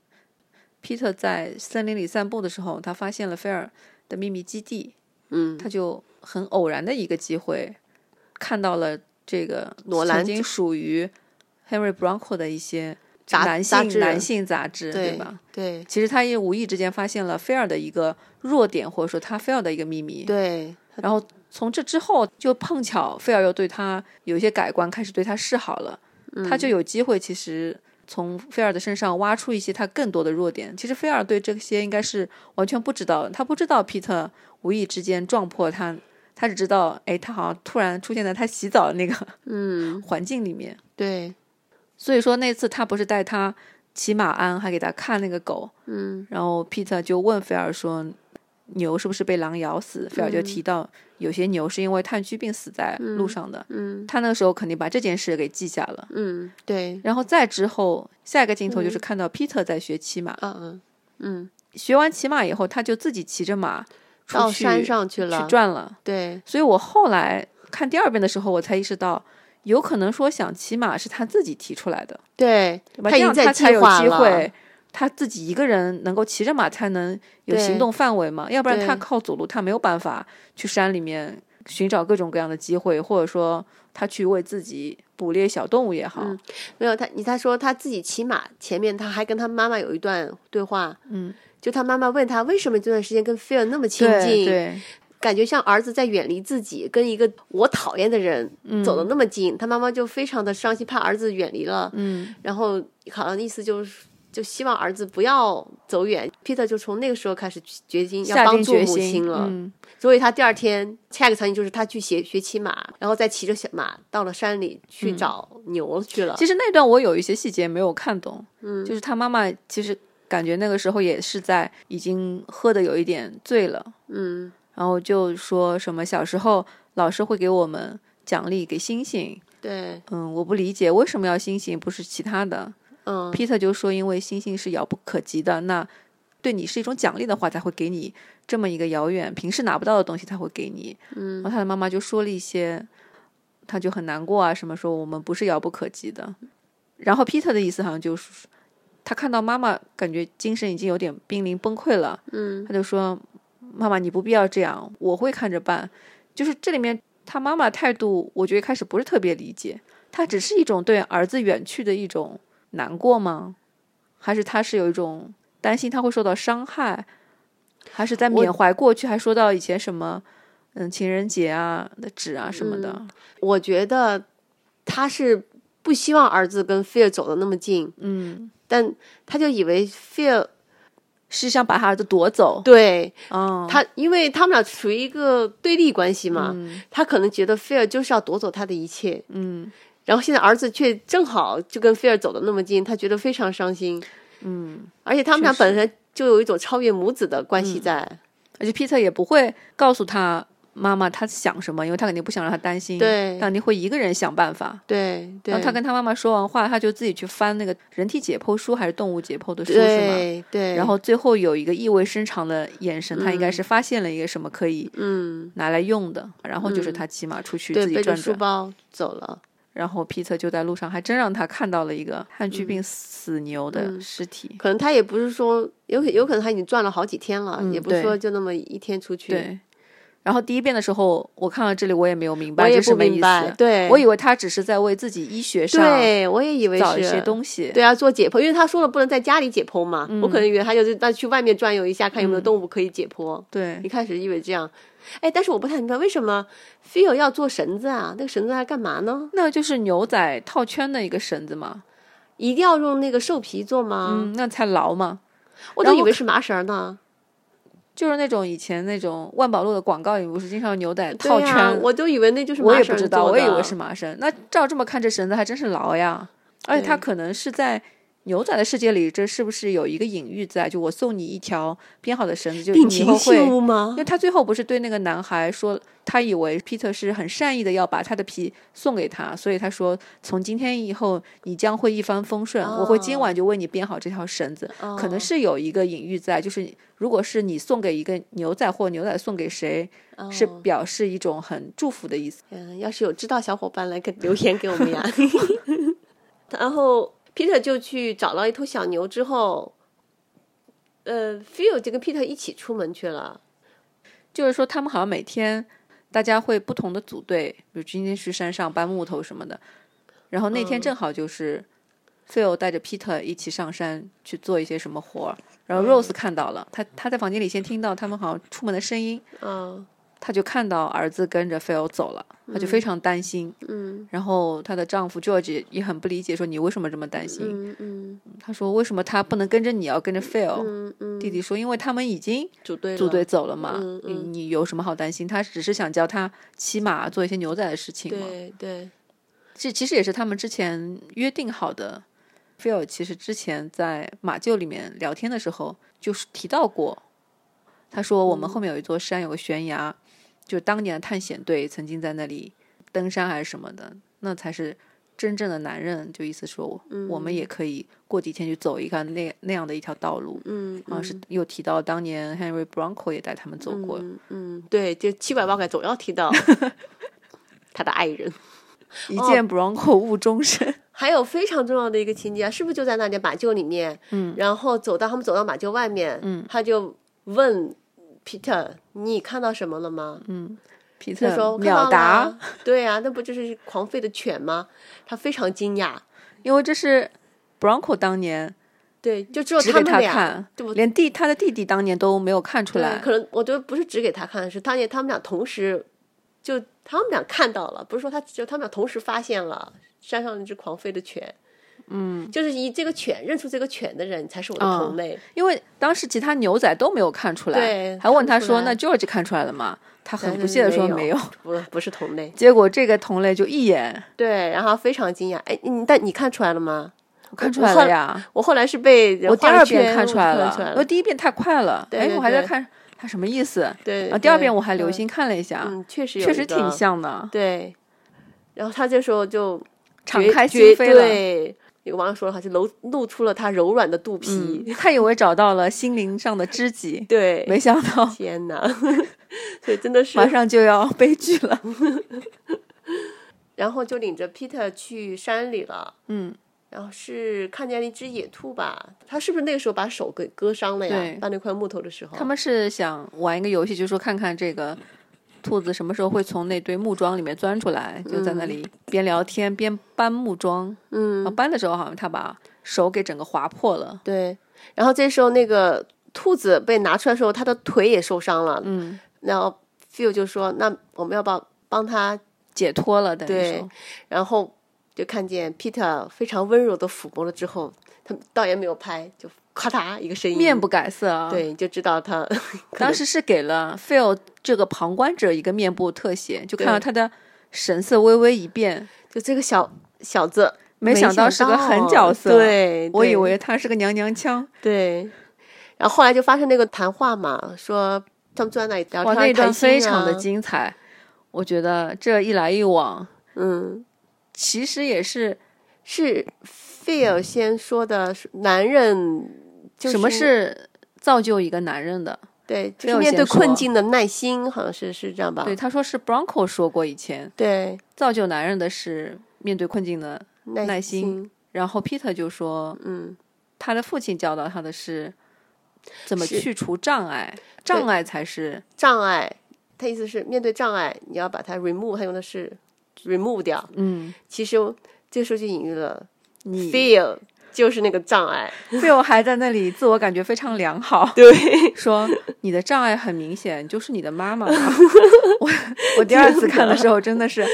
Speaker 2: Peter 在森林里散步的时候，他发现了菲尔的秘密基地，
Speaker 1: 嗯，
Speaker 2: 他就很偶然的一个机会看到了这个
Speaker 1: 罗兰
Speaker 2: 曾经属于 Henry Bronco 的一些
Speaker 1: 杂
Speaker 2: 男
Speaker 1: 杂
Speaker 2: 性
Speaker 1: 志啊
Speaker 2: 男性杂志，
Speaker 1: 对
Speaker 2: 对吧？？
Speaker 1: 对
Speaker 2: 其实他也无意之间发现了菲尔的一个弱点，或者说他菲尔的一个秘密。
Speaker 1: 对，
Speaker 2: 然后从这之后，就碰巧菲尔又对他有一些改观，开始对他示好了。他就有机会，其实从菲尔的身上挖出一些他更多的弱点。其实菲尔对这些应该是完全不知道的，他不知道皮特无意之间撞破他，他只知道，哎，他好像突然出现在他洗澡的那个 嗯环境里面。
Speaker 1: 对，
Speaker 2: 所以说那次他不是带他骑马鞍，还给他看那个狗，嗯，然后皮特就问菲尔说，牛是不是被狼咬死？菲尔
Speaker 1: 嗯
Speaker 2: 就提到有些牛是因为炭疽病死在路上的，嗯，他那个时候肯定把这件事给记下了。
Speaker 1: 嗯，对，
Speaker 2: 然后再之后，下一个镜头就是看到 Peter 在学骑马，
Speaker 1: 嗯嗯嗯，
Speaker 2: 学完骑马以后，他就自己骑着马出
Speaker 1: 到
Speaker 2: 去
Speaker 1: 山上去
Speaker 2: 去
Speaker 1: 了，
Speaker 2: 转了。
Speaker 1: 对，
Speaker 2: 所以我后来看第二遍的时候，我才意识到，有可能说想骑马是他自己提出来的，
Speaker 1: 对，
Speaker 2: 对吧？
Speaker 1: 他
Speaker 2: 这
Speaker 1: 已经
Speaker 2: 样
Speaker 1: 在
Speaker 2: 他才
Speaker 1: 计
Speaker 2: 有
Speaker 1: 划
Speaker 2: 机
Speaker 1: 了，
Speaker 2: 会，他自己一个人能够骑着马才能有
Speaker 1: 对
Speaker 2: 行动范围嘛，要不然
Speaker 1: 对
Speaker 2: 他靠走路，他没有办法去山里面寻找各种各样的机会，或者说他去为自己捕猎小动物也好，
Speaker 1: 嗯没有他，你他说他自己骑马，前面他还跟他妈妈有一段对话，
Speaker 2: 嗯，
Speaker 1: 就他妈妈问他为什么这段时间跟菲尔那么亲
Speaker 2: 对
Speaker 1: 近，
Speaker 2: 对，
Speaker 1: 感觉像儿子在远离自己，跟一个我讨厌的人
Speaker 2: 嗯
Speaker 1: 走的那么近，他妈妈就非常的伤心，怕儿子远离了，
Speaker 2: 嗯。
Speaker 1: 然后好像意思就是。就希望儿子不要走远。Peter 就从那个时候开始决定要
Speaker 2: 下
Speaker 1: 帮
Speaker 2: 定
Speaker 1: 助
Speaker 2: 决
Speaker 1: 母
Speaker 2: 心
Speaker 1: 亲了，
Speaker 2: 嗯，
Speaker 1: 所以他第二天下一个场景就是他去学学骑马，然后再骑着小马到了山里去找牛去了。
Speaker 2: 其实那段我有一些细节没有看懂，嗯，就是他妈妈其实感觉那个时候也是在已经喝的有一点醉了，
Speaker 1: 嗯，
Speaker 2: 然后就说什么小时候老师会给我们奖励给星星，
Speaker 1: 对，
Speaker 2: 嗯，我不理解为什么要星星，不是其他的。
Speaker 1: 嗯，
Speaker 2: Peter 就说因为星星是遥不可及的，那对你是一种奖励的话，才会给你这么一个遥远平时拿不到的东西，他会给你。嗯，然后他的妈妈就说了一些，他就很难过啊，什么说我们不是遥不可及的。然后 Peter 的意思好像就是，他看到妈妈感觉精神已经有点濒临崩溃了，嗯，他就说妈妈你不必要这样，我会看着办。就是这里面他妈妈态度，我觉得开始不是特别理解，他只是一种对儿子远去的一种难过吗？还是他是有一种担心他会受到伤害，还是在缅怀过去？还说到以前什么，嗯，情人节啊的纸
Speaker 1: 嗯
Speaker 2: 啊什么的，
Speaker 1: 我觉得他是不希望儿子跟菲尔走的那么近，嗯，但他就以为菲尔
Speaker 2: 是想把他儿子夺走。
Speaker 1: 对
Speaker 2: 嗯，
Speaker 1: 他，因为他们俩处于一个对立关系嘛，他可能觉得菲尔就是要夺走他的一切，嗯，然后现在儿子却正好就跟菲尔走的那么近，他觉得非常伤心，嗯，而且他们俩
Speaker 2: 确实
Speaker 1: 本身就有一种超越母子的关系在，
Speaker 2: 而且 Peter 也不会告诉他妈妈他想什么，因为他肯定不想让他担心，
Speaker 1: 对
Speaker 2: 他肯定会一个人想办法。
Speaker 1: 对对，
Speaker 2: 然后他跟他妈妈说完话，他就自己去翻那个人体解剖书还是动物解剖的书，是吗？
Speaker 1: 对对，
Speaker 2: 然后最后有一个意味深长的眼神，他应该是发现了一个什么可以
Speaker 1: 嗯，
Speaker 2: 拿来用的。然后就是他骑马出去
Speaker 1: 对
Speaker 2: 自
Speaker 1: 背
Speaker 2: 己
Speaker 1: 着
Speaker 2: 转
Speaker 1: 书
Speaker 2: 转，
Speaker 1: 包走了，
Speaker 2: 然后皮特就在路上还真让他看到了一个炭
Speaker 1: 嗯
Speaker 2: 疽病死牛的尸体。
Speaker 1: 可能他也不是说有可有可能他已经转了好几天了，
Speaker 2: 嗯
Speaker 1: 也不是说就那么一天出去，
Speaker 2: 对。然后第一遍的时候，我看到这里我也没有明白
Speaker 1: 我也
Speaker 2: 这是
Speaker 1: 不
Speaker 2: 什么意
Speaker 1: 明白，
Speaker 2: 思，
Speaker 1: 对，
Speaker 2: 我以为他只是在为自己医学上
Speaker 1: 对我也以为
Speaker 2: 找
Speaker 1: 是
Speaker 2: 一些东西。嗯
Speaker 1: 对啊，做解剖，因为他说了不能在家里解剖嘛，我可能以为他就是那去外面转悠一下，看有没有动物可以解剖。
Speaker 2: 对
Speaker 1: 一开始以为这样，哎，但是我不太明白为什么 Phil 要做绳子啊？那个绳子还干嘛呢？
Speaker 2: 那就是牛仔套圈的一个绳子嘛，
Speaker 1: 一定要用那个兽皮做吗？
Speaker 2: 嗯，那才牢嘛。
Speaker 1: 我都
Speaker 2: 然
Speaker 1: 以
Speaker 2: 后
Speaker 1: 为是麻绳呢。
Speaker 2: 就是那种以前那种万宝路的广告里不是经常有牛仔
Speaker 1: 对
Speaker 2: 套
Speaker 1: 呀
Speaker 2: 圈，
Speaker 1: 我都以为那就是麻
Speaker 2: 我
Speaker 1: 绳
Speaker 2: 也不知道，
Speaker 1: 做
Speaker 2: 我也以
Speaker 1: 的
Speaker 2: 为是麻绳。那照这么看，这绳子还真是牢呀！而且它可能是在牛仔的世界里，这是不是有一个隐喻在？就我送你一条编好的绳子，就
Speaker 1: 定
Speaker 2: 你以
Speaker 1: 情
Speaker 2: 后会。
Speaker 1: 信物
Speaker 2: 因
Speaker 1: 吗？
Speaker 2: 为他最后不是对那个男孩说，他以为 Peter 是很善意的要把他的皮送给他，所以他说从今天以后你将会一帆风顺，我会
Speaker 1: 哦
Speaker 2: 今晚就为你编好这条绳子。可能是有一个隐喻在，就是如果是你送给一个牛仔或牛仔送给谁，
Speaker 1: 哦
Speaker 2: 是表示一种很祝福的意思。
Speaker 1: 嗯，要是有知道小伙伴来给留言给我们呀。 然后 Peter 就去找了一头小牛之后，呃，Phil 就跟 Peter 一起出门去了。
Speaker 2: 就是说他们好像每天大家会不同的组队，比如今天去山上搬木头什么的，然后那
Speaker 1: 嗯
Speaker 2: 天正好就是 Phil 带着 Peter 一起上山去做一些什么活儿，然
Speaker 1: 嗯
Speaker 2: 后 Rose 看到了，他他在房间里先听到他们好像出门的声音，
Speaker 1: 嗯
Speaker 2: 他就看到儿子跟着菲欧走了，他就非常担心。
Speaker 1: 嗯
Speaker 2: 然后她的丈夫 George 也很不理解，说你为什么这么担心？
Speaker 1: 嗯嗯
Speaker 2: 他说为什么他不能跟着你，要跟着 Phil？、
Speaker 1: 嗯嗯，
Speaker 2: 弟弟说，因为他们已经
Speaker 1: 组队
Speaker 2: 组
Speaker 1: 了
Speaker 2: 队走了嘛，
Speaker 1: 嗯
Speaker 2: 你你有什么好担心？他只是想教他骑马，做一些牛仔的事情嘛。
Speaker 1: 对对，
Speaker 2: 这其实也是他们之前约定好的。Phil 其实之前在马厩里面聊天的时候，就是提到过，他说我们后面有一座山，有个悬崖，就当年的探险队曾经在那里登山还是什么的，那才是真正的男人。就意思说，我
Speaker 1: 嗯
Speaker 2: 我们也可以过几天去走一个那那样的一条道路。
Speaker 1: 嗯
Speaker 2: 啊，是又提到当年 Henry Bronco 也带他们走过，
Speaker 1: 嗯嗯，对，就七拐八拐总要提 到他的爱人。
Speaker 2: 一
Speaker 1: 哦
Speaker 2: 见 Bronco 误终身。
Speaker 1: 还有非常重要的一个情节，是不是就在那间马厩里面？嗯，然后走到他们走到马厩外面，嗯，他就问 Peter：“ 你看到什么了吗？”
Speaker 2: 皮特
Speaker 1: 他说：“我看到
Speaker 2: 嗯呃秒
Speaker 1: 了
Speaker 2: 答
Speaker 1: 啊。”对呀、那不就是狂吠的犬吗？他非常惊讶，
Speaker 2: 因为这是 Bronco 当年
Speaker 1: 对，就只有
Speaker 2: 只给
Speaker 1: 哦们
Speaker 2: 他
Speaker 1: 俩。
Speaker 2: 看
Speaker 1: 对不，
Speaker 2: 连弟他的弟弟当年都没有看出
Speaker 1: 对，
Speaker 2: 来。
Speaker 1: 可能我觉得不是只给他看，是他也他们俩同时，就他们俩看到了，不是说他就他们俩同时发现了山上那只狂吠的犬，嗯，就是以这个犬认出这个犬的人才是我
Speaker 2: 嗯
Speaker 1: 的同类，
Speaker 2: 因为当时其他牛仔都没有看出来
Speaker 1: 对，
Speaker 2: 还问他说：“
Speaker 1: 看不出
Speaker 2: 那
Speaker 1: 来
Speaker 2: George 看出来了吗？”他很
Speaker 1: 但
Speaker 2: 不
Speaker 1: 是
Speaker 2: 屑的说：“
Speaker 1: 没
Speaker 2: 没有。
Speaker 1: 不不是同类”，
Speaker 2: 结果这个同类就一眼
Speaker 1: 对，然后非常惊讶，哎，你但你看出来了吗？
Speaker 2: 我看出来了呀，
Speaker 1: 我后来是被人
Speaker 2: 我第
Speaker 1: 画了
Speaker 2: 二
Speaker 1: 圈
Speaker 2: 遍看出来
Speaker 1: 我
Speaker 2: 了
Speaker 1: 就，看
Speaker 2: 因为第一遍太快了，
Speaker 1: 对
Speaker 2: 哎，
Speaker 1: 对
Speaker 2: 我还在
Speaker 1: 对
Speaker 2: 看他什么意思。
Speaker 1: 对，
Speaker 2: 然后啊第二遍
Speaker 1: 对
Speaker 2: 我还留，心看了一下，
Speaker 1: 嗯，嗯确实有
Speaker 2: 确
Speaker 1: 一
Speaker 2: 实
Speaker 1: 个
Speaker 2: 挺，像的，
Speaker 1: 对，然后他这时候就
Speaker 2: 敞
Speaker 1: 觉
Speaker 2: 开心
Speaker 1: 觉
Speaker 2: 扉了。
Speaker 1: 对，有网友说了哈，就露露出了他柔软的肚皮，
Speaker 2: 嗯他以为找到了心灵上的知己，
Speaker 1: 对，
Speaker 2: 没想到
Speaker 1: 天哪， 所以真的是
Speaker 2: 马，上就要 悲剧了。
Speaker 1: 然后就领着 Peter 去山里了，
Speaker 2: 嗯，
Speaker 1: 然后是看见了一只野兔吧，他是不是那个时候把手给割伤了
Speaker 2: 对
Speaker 1: 呀？搬那块木头的时候，
Speaker 2: 他们是想玩一个游戏，就是说看看这个兔子什么时候会从那堆木桩里面钻出来，就在那里边聊天边搬木桩。然
Speaker 1: 嗯，
Speaker 2: 后搬的时候好像他把手给整个划破了。
Speaker 1: 对，然后这时候那个兔子被拿出来的时候，他的腿也受伤了，
Speaker 2: 嗯，
Speaker 1: 然后 Phil 就说：“那我们要帮帮他。
Speaker 2: 解脱了，等于说
Speaker 1: 对”然后就看见 Peter 非常温柔的抚摸了之后，他倒也没有拍，就咔嗒一个声音，
Speaker 2: 面不改色啊。，
Speaker 1: 对，就知道他
Speaker 2: 当时是给了 Phil 这个旁观者一个面部特写，就看到
Speaker 1: 对
Speaker 2: 他的神色微微一变，
Speaker 1: 就这个小小子，
Speaker 2: 没想到是个狠角色。，
Speaker 1: 啊对，
Speaker 2: 我以
Speaker 1: 对
Speaker 2: 为他是个娘娘腔。
Speaker 1: 对，然后后来就发生那个谈话嘛，说他们坐在那里聊
Speaker 2: 哇，
Speaker 1: 天，
Speaker 2: 那一段
Speaker 1: 谈心啊
Speaker 2: 非常的精彩，我觉得这一来一往，
Speaker 1: 嗯，
Speaker 2: 其实也是
Speaker 1: 是 Phil 先说的，是男人就是
Speaker 2: 什么是造就一个男人的。
Speaker 1: 对，就
Speaker 2: Phil
Speaker 1: 是面
Speaker 2: 先
Speaker 1: 对
Speaker 2: 说啊
Speaker 1: 困境的耐心，好像是是这样吧？
Speaker 2: 对，他说是 Bronco 说过以前，
Speaker 1: 对，
Speaker 2: 造就男人的是面对困境的。
Speaker 1: 耐
Speaker 2: 耐心然后 Peter 就说，
Speaker 1: 嗯，
Speaker 2: 他的父亲教导他的是怎么
Speaker 1: 是
Speaker 2: 去除障碍，障碍才是
Speaker 1: 障碍，他意思是面对障碍，你要把它 remove，他用的是 remove 掉，
Speaker 2: 嗯，
Speaker 1: 其实这时候就隐喻了
Speaker 2: 你
Speaker 1: Phil 就是那个障碍，
Speaker 2: Phil 还在那里自我感觉非常良好，
Speaker 1: 对，
Speaker 2: 说你的障碍很明显，就是你的妈妈嘛。 我我第二次看的时候真的是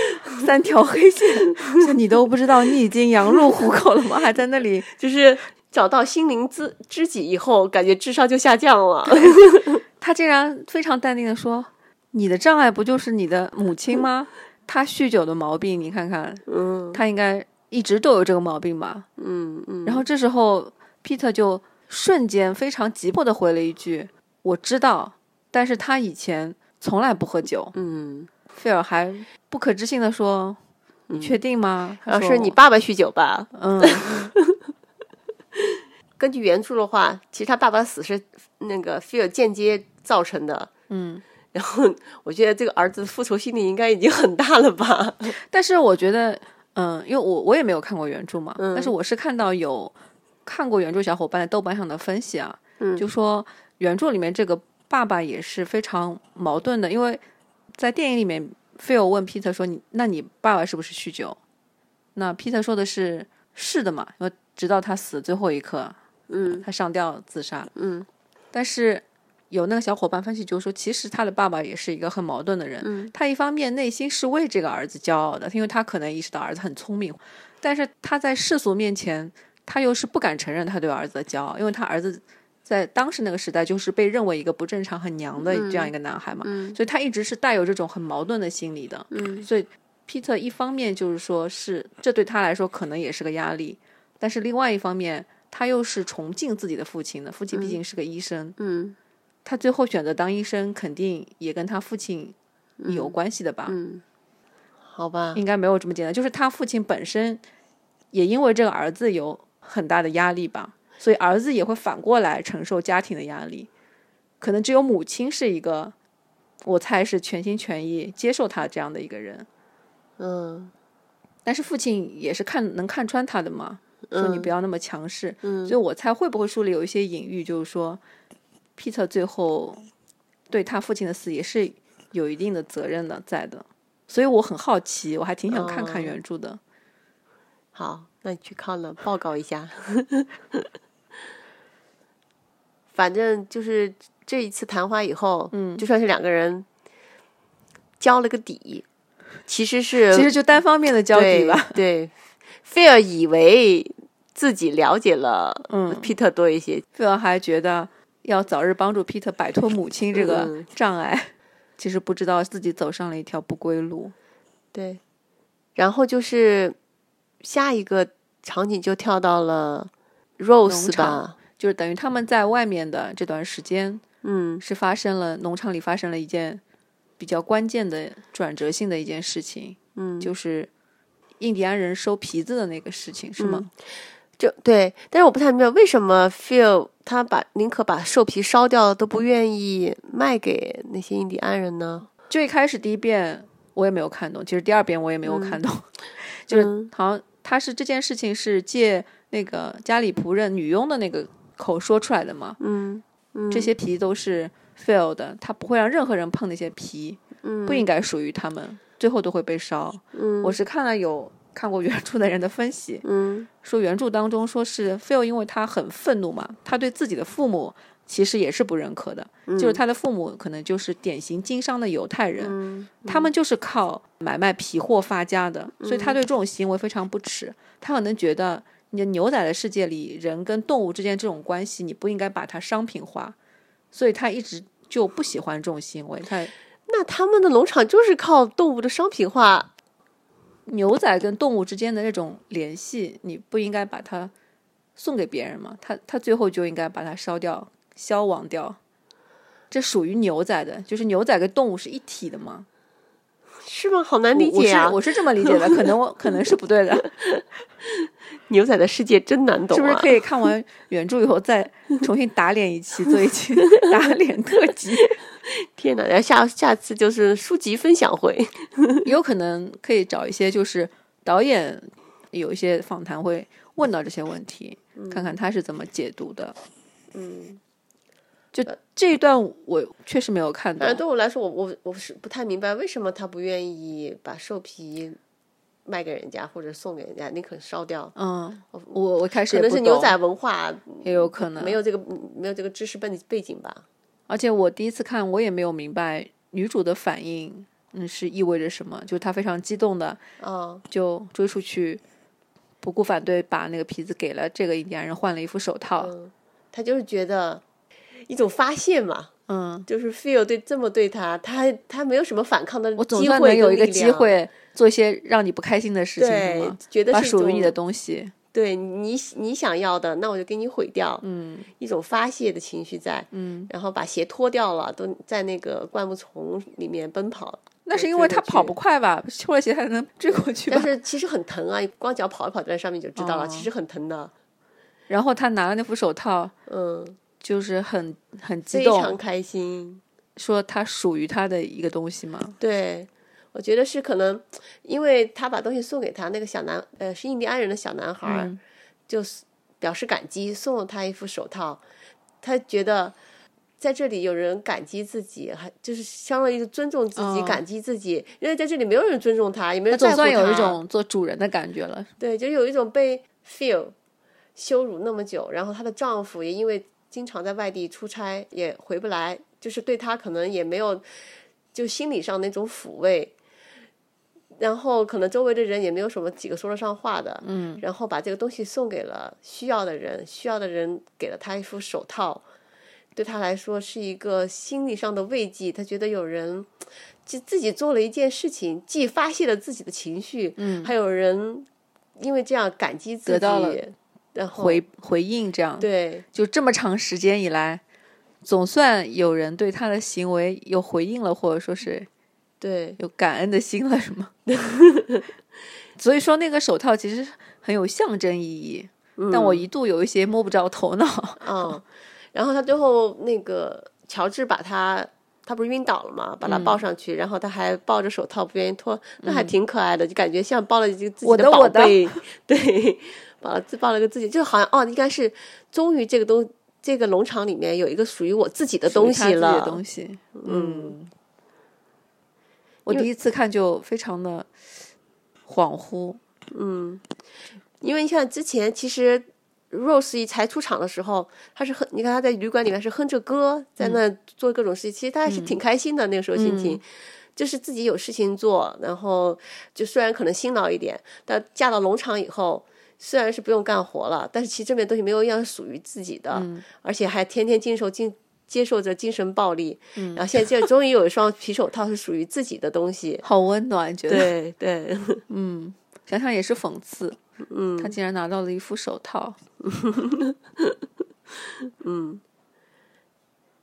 Speaker 2: 三条黑线， 就你都不知道你已经羊入虎口了吗？还在那里，
Speaker 1: 就是找到心灵知知己以后，感觉智商就下降了。
Speaker 2: 他竟然非常淡定的说：“你的障碍不就是你的母亲吗？她酗酒的毛病，你看看，
Speaker 1: 嗯
Speaker 2: 她应该一直都有这个毛病吧
Speaker 1: 嗯？”嗯，
Speaker 2: 然后这时候 Peter 就瞬间非常急迫的回了一句：“我知道，但是他以前从来不喝酒。”
Speaker 1: 嗯，
Speaker 2: 菲尔还不可置信的说：“你确定吗？”他
Speaker 1: 然后
Speaker 2: 说
Speaker 1: 是嗯你爸爸酗酒吧？
Speaker 2: 嗯，
Speaker 1: 根据原著的话，其实他爸爸的死是那个菲尔间接造成的。
Speaker 2: 嗯，
Speaker 1: 然后我觉得这个儿子复仇心理应该已经很大了吧？
Speaker 2: 但是我觉得，嗯，因为我我也没有看过原著嘛，
Speaker 1: 嗯
Speaker 2: 但是我是看到有看过原著小伙伴在豆瓣上的分析啊，
Speaker 1: 嗯
Speaker 2: 就说原著里面这个爸爸也是非常矛盾的，因为在电影里面，菲尔问皮特说：“你那你爸爸是不是酗酒？”那皮特说的是是的嘛，因为直到他死最后一刻，
Speaker 1: 嗯
Speaker 2: 他上吊自杀。
Speaker 1: 嗯
Speaker 2: 但是有那个小伙伴分析，就是说，其实他的爸爸也是一个很矛盾的人。
Speaker 1: 嗯
Speaker 2: 他一方面内心是为这个儿子骄傲的，因为他可能意识到儿子很聪明，但是他在世俗面前，他又是不敢承认他对儿子的骄傲，因为他儿子在当时那个时代就是被认为一个不正常、很娘的这样一个男孩嘛，
Speaker 1: 嗯
Speaker 2: 所以他一直是带有这种很矛盾的心理的。
Speaker 1: 嗯
Speaker 2: 所以皮特一方面就是说是这对他来说可能也是个压力，但是另外一方面他又是崇敬自己的父亲的，父亲毕竟是个医生，
Speaker 1: 嗯
Speaker 2: 他最后选择当医生，肯定也跟他父亲有关系的吧？
Speaker 1: 嗯，好吧，
Speaker 2: 应该没有这么简单，就是他父亲本身也因为这个儿子有很大的压力吧，所以儿子也会反过来承受家庭的压力。可能只有母亲是一个，我猜是全心全意接受他这样的一个人，
Speaker 1: 嗯
Speaker 2: 但是父亲也是看能看穿他的嘛，说你不要那么强势。
Speaker 1: 嗯
Speaker 2: 所以我猜会不会书里有一些隐喻，就是说，Peter 最后对他父亲的死也是有一定的责任的在的。所以我很好奇，我还挺想看看
Speaker 1: 哦
Speaker 2: 原著的。
Speaker 1: 好，那你去看了，报告一下。 反正就是这一次谈话以后，嗯，就算是两个人交了个底，其实是
Speaker 2: 其实就单方面的交底吧。
Speaker 1: 呃对。对，菲尔以为自己了解了
Speaker 2: 嗯，
Speaker 1: 皮特多一些，
Speaker 2: 菲尔还觉得要早日帮助 Peter 摆脱母亲这个
Speaker 1: 嗯
Speaker 2: 障碍，其实不知道自己走上了一条不归路。
Speaker 1: 对。然后就是下一个场景就跳到了 Rose 吧
Speaker 2: 场，就是等于他们在外面的这段时间，
Speaker 1: 嗯
Speaker 2: 是发生了农场里发生了一件比较关键的转折性的一件事情，
Speaker 1: 嗯，
Speaker 2: 就是印第安人收皮子的那个事情，是吗？
Speaker 1: 就对，但是我不太明白为什么 Phil 他把宁可把兽皮烧掉都不愿意卖给那些印第安人呢？
Speaker 2: 最开始第一遍我也没有看懂，其实第二遍我也没有看懂，就是
Speaker 1: 嗯
Speaker 2: 好像他是这件事情是借那个家里仆人女佣的那个口说出来的嘛，
Speaker 1: 嗯嗯，
Speaker 2: 这些皮都是 Phil 的，他不会让任何人碰那些皮，
Speaker 1: 嗯
Speaker 2: 不应该属于他们，最后都会被烧。
Speaker 1: 嗯
Speaker 2: 我是看了有看过原著的人的分析，
Speaker 1: 嗯
Speaker 2: 说原著当中说是 Phil，因为他很愤怒嘛，他对自己的父母其实也是不认可的，就是他的父母可能就是典型经商的犹太人，
Speaker 1: 嗯
Speaker 2: 他们就是靠买卖皮货发家的，所以他对这种行为非常不耻，他可能觉得。你的牛仔的世界里，人跟动物之间这种关系，你不应该把它商品化，所以他一直就不喜欢这种行为。他
Speaker 1: 那他们的农场就是靠动物的商品化，
Speaker 2: 牛仔跟动物之间的那种联系，你不应该把它送给别人嘛？他他最后就应该把它烧掉、消亡掉。这属于牛仔的，就是牛仔跟动物是一体的嘛？
Speaker 1: 是吗？好难
Speaker 2: 我
Speaker 1: 理解啊！
Speaker 2: 我是我是这么理 解的，可能我可能是不对的，
Speaker 1: 牛仔的世界真难 懂、啊，
Speaker 2: 是不是可以看完原著以后再重新打脸一期，做一期 打脸特辑？
Speaker 1: 天哪！然后下下次就是书籍分享 会，
Speaker 2: 也有可能可以找一些就是导演有一些访谈会问到这些问题，看看他是怎么解读的。
Speaker 1: 嗯，呃
Speaker 2: 就这一段我确实没有看
Speaker 1: 反
Speaker 2: 到
Speaker 1: 正，对我来说，我我我是不太明白为什么他不愿意把兽皮卖给人家或者送给人家，宁可烧掉。
Speaker 2: 嗯，我我开始
Speaker 1: 可
Speaker 2: 也不
Speaker 1: 能
Speaker 2: 懂
Speaker 1: 是牛仔文化
Speaker 2: 也有可能
Speaker 1: 没，有这个嗯没有这个知识背背景吧？
Speaker 2: 而且我第一次看我也没有明白女主的反应，嗯，是意味着什么？就是她非常激动的
Speaker 1: 嗯
Speaker 2: 就追出去，不顾反对把那个皮子给了这个印第安人，换了一副手套，
Speaker 1: 嗯，他就是觉得一种发泄嘛，
Speaker 2: 嗯，
Speaker 1: 就是 feel 对这么对他，他他没有什么反抗的
Speaker 2: 我总
Speaker 1: 机
Speaker 2: 算
Speaker 1: 会
Speaker 2: 能有
Speaker 1: 跟
Speaker 2: 一个
Speaker 1: 力
Speaker 2: 机
Speaker 1: 量，
Speaker 2: 会做一些让你不开心的事情，是
Speaker 1: 对
Speaker 2: 吗？，
Speaker 1: 觉得
Speaker 2: 把
Speaker 1: 是一
Speaker 2: 属于你
Speaker 1: 种
Speaker 2: 的东西，
Speaker 1: 对你你想要的，那我就给你毁掉，嗯，一种发泄的情绪在，嗯，然后把鞋脱掉了，都在那个灌木丛里面奔跑，
Speaker 2: 那是
Speaker 1: 对
Speaker 2: 因为
Speaker 1: 追
Speaker 2: 他
Speaker 1: 过
Speaker 2: 跑
Speaker 1: 去
Speaker 2: 不快吧？脱了鞋还能追 过去吧
Speaker 1: 但？是其实很疼啊，光脚跑一跑在上面就知道了，
Speaker 2: 哦
Speaker 1: 其实很疼的，
Speaker 2: 然后他拿了那副手套，
Speaker 1: 嗯，
Speaker 2: 就是很很激
Speaker 1: 非
Speaker 2: 动，
Speaker 1: 常开心，
Speaker 2: 说它属于他的一个东西吗？
Speaker 1: 对，我觉得是可能，因为他把东西送给他那个小男，呃，是印第安人的小男孩
Speaker 2: 嗯
Speaker 1: 儿，就是表示感激，送了他一副手套，他觉得在这里有人感激自己，还就是相当于尊重自己、
Speaker 2: 嗯
Speaker 1: 感激自己，因为在这里没有人尊重他，也没
Speaker 2: 那
Speaker 1: 人在
Speaker 2: 总
Speaker 1: 乎
Speaker 2: 算有一
Speaker 1: 他
Speaker 2: 种做主人的感觉了。
Speaker 1: 对，就有一种被 feel 羞辱那么久，然后她的丈夫也因为经常在外地出差，也回不来，就是对她可能也没有就心理上那种抚慰，然后可能周围的人也没有什么几个说得上话的，嗯，然后把这个东西送给了需要的人，需要的人给了她一副手套。对她来说是一个心理上的慰藉，她觉得有人就自己做了一件事情，既发泄了自己的情绪，嗯，还有人因为这样感激自己，
Speaker 2: 得到了
Speaker 1: 然后
Speaker 2: 回嗯回应这样，
Speaker 1: 嗯对
Speaker 2: 就这么长时间以来，总算有人对他的行为有回应了，或者说是
Speaker 1: 对
Speaker 2: 有感恩的心了，是 吗？所以说那个手套其实很有象征意义，但我一度有一些摸不着头脑。
Speaker 1: 嗯， 然后他最后那个乔治把他，他不是晕倒了嘛，把他
Speaker 2: 嗯
Speaker 1: 抱上去，然后他还抱着手套不愿意脱，那还挺可爱的，就感觉像抱了一个自己
Speaker 2: 我的
Speaker 1: 宝
Speaker 2: 我的
Speaker 1: 贝， 对，抱了自抱了个自己，就好像哦，应该是终于这个东这个农场里面有一个属于我自己的东
Speaker 2: 属
Speaker 1: 西
Speaker 2: 于他自己
Speaker 1: 了
Speaker 2: 的，东西，嗯。我第一次看就非常的恍惚，。
Speaker 1: 因为你看之前其实 Rose 一才出场的时候，她是哼，你看她在旅馆里面是哼着歌，在那做各种事情，其实她还是挺开心的、那个时候心情。就是自己有事情做，然后就虽然可能辛劳一点，但嫁到农场以后，虽然是不用干活了，但是其实这边东西没有一样是属于自己的，而且还天天经受经接受着精神暴力。然后现在这终于有一双皮手套是属于自己的东西
Speaker 2: 好温暖，觉得
Speaker 1: 对对，
Speaker 2: 想想也是讽刺。嗯，他竟然拿到了一副手套，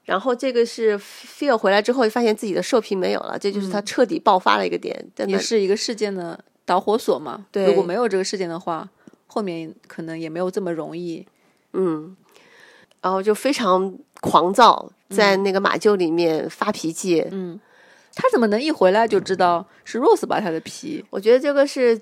Speaker 1: 然后这个是 Phil 回来之后，发现自己的兽皮没有了，这就是他彻底爆发了一个点。但
Speaker 2: 嗯也是一个事件的导火索嘛。
Speaker 1: 对
Speaker 2: 如果没有这个事件的话，后面可能也没有这么容易。
Speaker 1: 嗯然后就非常狂躁，
Speaker 2: 嗯
Speaker 1: 在那个马厩里面发脾气。
Speaker 2: 他怎么能一回来就知道是 Rose 把他的皮？
Speaker 1: 我觉得这个是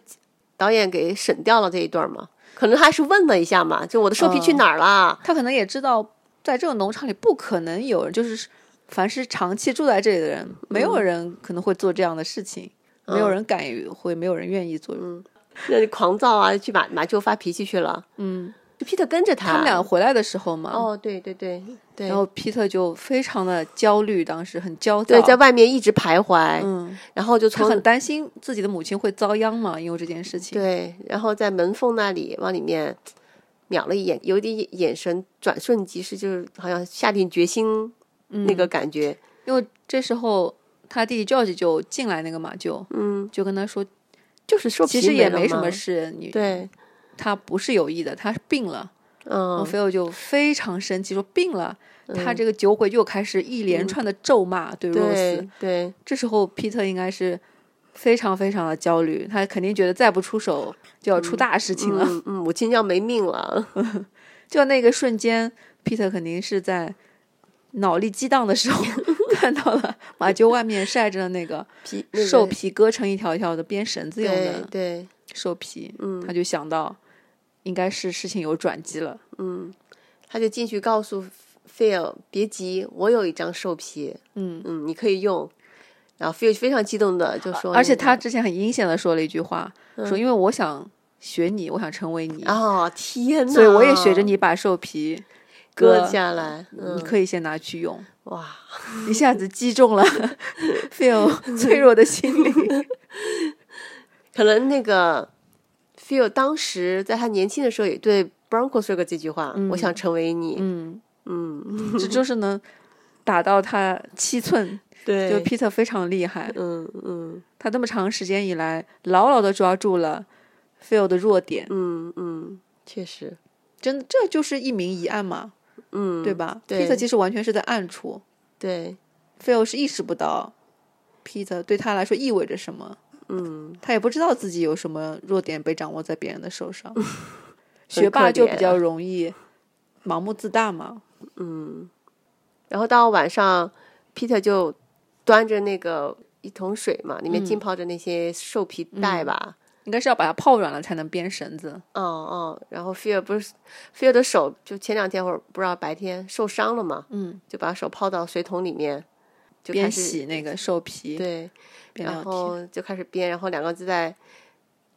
Speaker 1: 导演给省掉了这一段嘛，可能还是问了一下嘛，就我
Speaker 2: 哦
Speaker 1: 的兽皮去哪儿啦？
Speaker 2: 他可能也知道，在这种农场里不可能有人，就是凡是长期住在这里的人，没有
Speaker 1: 嗯
Speaker 2: 人可能会做这样的事情，没有人敢于会，没有人愿意做。
Speaker 1: 嗯
Speaker 2: 嗯
Speaker 1: 那就狂躁啊，去马马厩发脾气去了。嗯，就 Peter 跟着他，
Speaker 2: 他们俩回来的时候嘛，
Speaker 1: 哦，对对对对
Speaker 2: 然，后皮特就非常的焦虑，当时很焦躁，
Speaker 1: 对，在外面一直徘徊，
Speaker 2: 嗯，
Speaker 1: 然后就
Speaker 2: 他
Speaker 1: 从
Speaker 2: 很担心自己的母亲会遭殃嘛，因为这件事情。
Speaker 1: 对，然后在门缝那里往里面瞄了一眼，有一点眼神转瞬即逝，就是好像下定决心那个感觉。
Speaker 2: 因为这时候他弟弟 George 就进来那个马厩，嗯，就跟他说，
Speaker 1: 就是兽
Speaker 2: 其
Speaker 1: 皮
Speaker 2: 实也
Speaker 1: 了
Speaker 2: 没什
Speaker 1: 嘛
Speaker 2: 么事，你
Speaker 1: 对，
Speaker 2: 他不是有意的，他是病了。然后
Speaker 1: 嗯，
Speaker 2: 菲欧就非常生气，说病了。他这个酒鬼又开始一连串的咒骂对 Rose。
Speaker 1: 嗯对对
Speaker 2: 这时候皮特应该是非常非常的焦虑，他肯定觉得再不出手就要出大事情了。
Speaker 1: 嗯嗯，母亲要没命了。
Speaker 2: 就那个瞬间，皮特肯定是在脑力激荡 的时候看到了马厩外面晒着的那个
Speaker 1: 皮 那个
Speaker 2: 兽 皮割成一条一条的编绳子用
Speaker 1: 对嗯
Speaker 2: 的
Speaker 1: 对，
Speaker 2: 兽皮，他就想到应该是事情有转机了。
Speaker 1: 他就进去告诉 Phil 别急，我有一张兽皮，嗯嗯，你可以用。然后 Phil 非常激动的就说那嗯个，
Speaker 2: 啊而且他之前很阴险的说了一句话，说因为我想学你，我想成为你，
Speaker 1: 哦天哪，
Speaker 2: 所以我也学着你把兽皮
Speaker 1: 割
Speaker 2: 割
Speaker 1: 下来，嗯
Speaker 2: 你可以先拿去用。
Speaker 1: 哇，
Speaker 2: 一下子击中了 Phil 脆弱的心灵。
Speaker 1: 可能那个 Phil 当时在他年轻的时候也对 Bronco 说过这句话：“我想成为你。
Speaker 2: 嗯嗯，这就是能打到他七寸，
Speaker 1: 对
Speaker 2: 就 Peter 非常厉害。
Speaker 1: 嗯嗯
Speaker 2: 他这么长时间以来，牢牢的抓住了 Phil 的弱点，
Speaker 1: 嗯嗯，确实，
Speaker 2: 真的，这就是一明一暗嘛，
Speaker 1: 嗯，
Speaker 2: 对吧
Speaker 1: 对
Speaker 2: ？Peter 其实完全是在暗处。
Speaker 1: 对
Speaker 2: Phil 是意识不到 Peter 对他来说意味着什么，嗯，他也不知道自己有什么弱点被掌握在别人的 手上。学霸就比
Speaker 1: 啊
Speaker 2: 较容易盲目自大嘛，
Speaker 1: 然后到晚上，Peter 就端着那个一桶水嘛，里面浸泡着那些兽皮袋吧，
Speaker 2: 应该是要把它泡软了才能编绳子。
Speaker 1: 哦哦，然后菲尔不是菲尔的手，就前两天或者不知道白天受伤了嘛，
Speaker 2: 嗯，
Speaker 1: 就把手泡到水桶里面，就开
Speaker 2: 边
Speaker 1: 始
Speaker 2: 洗那个兽皮，
Speaker 1: 对，
Speaker 2: 边
Speaker 1: 然
Speaker 2: 聊天。
Speaker 1: 后就开始编，然后两个就在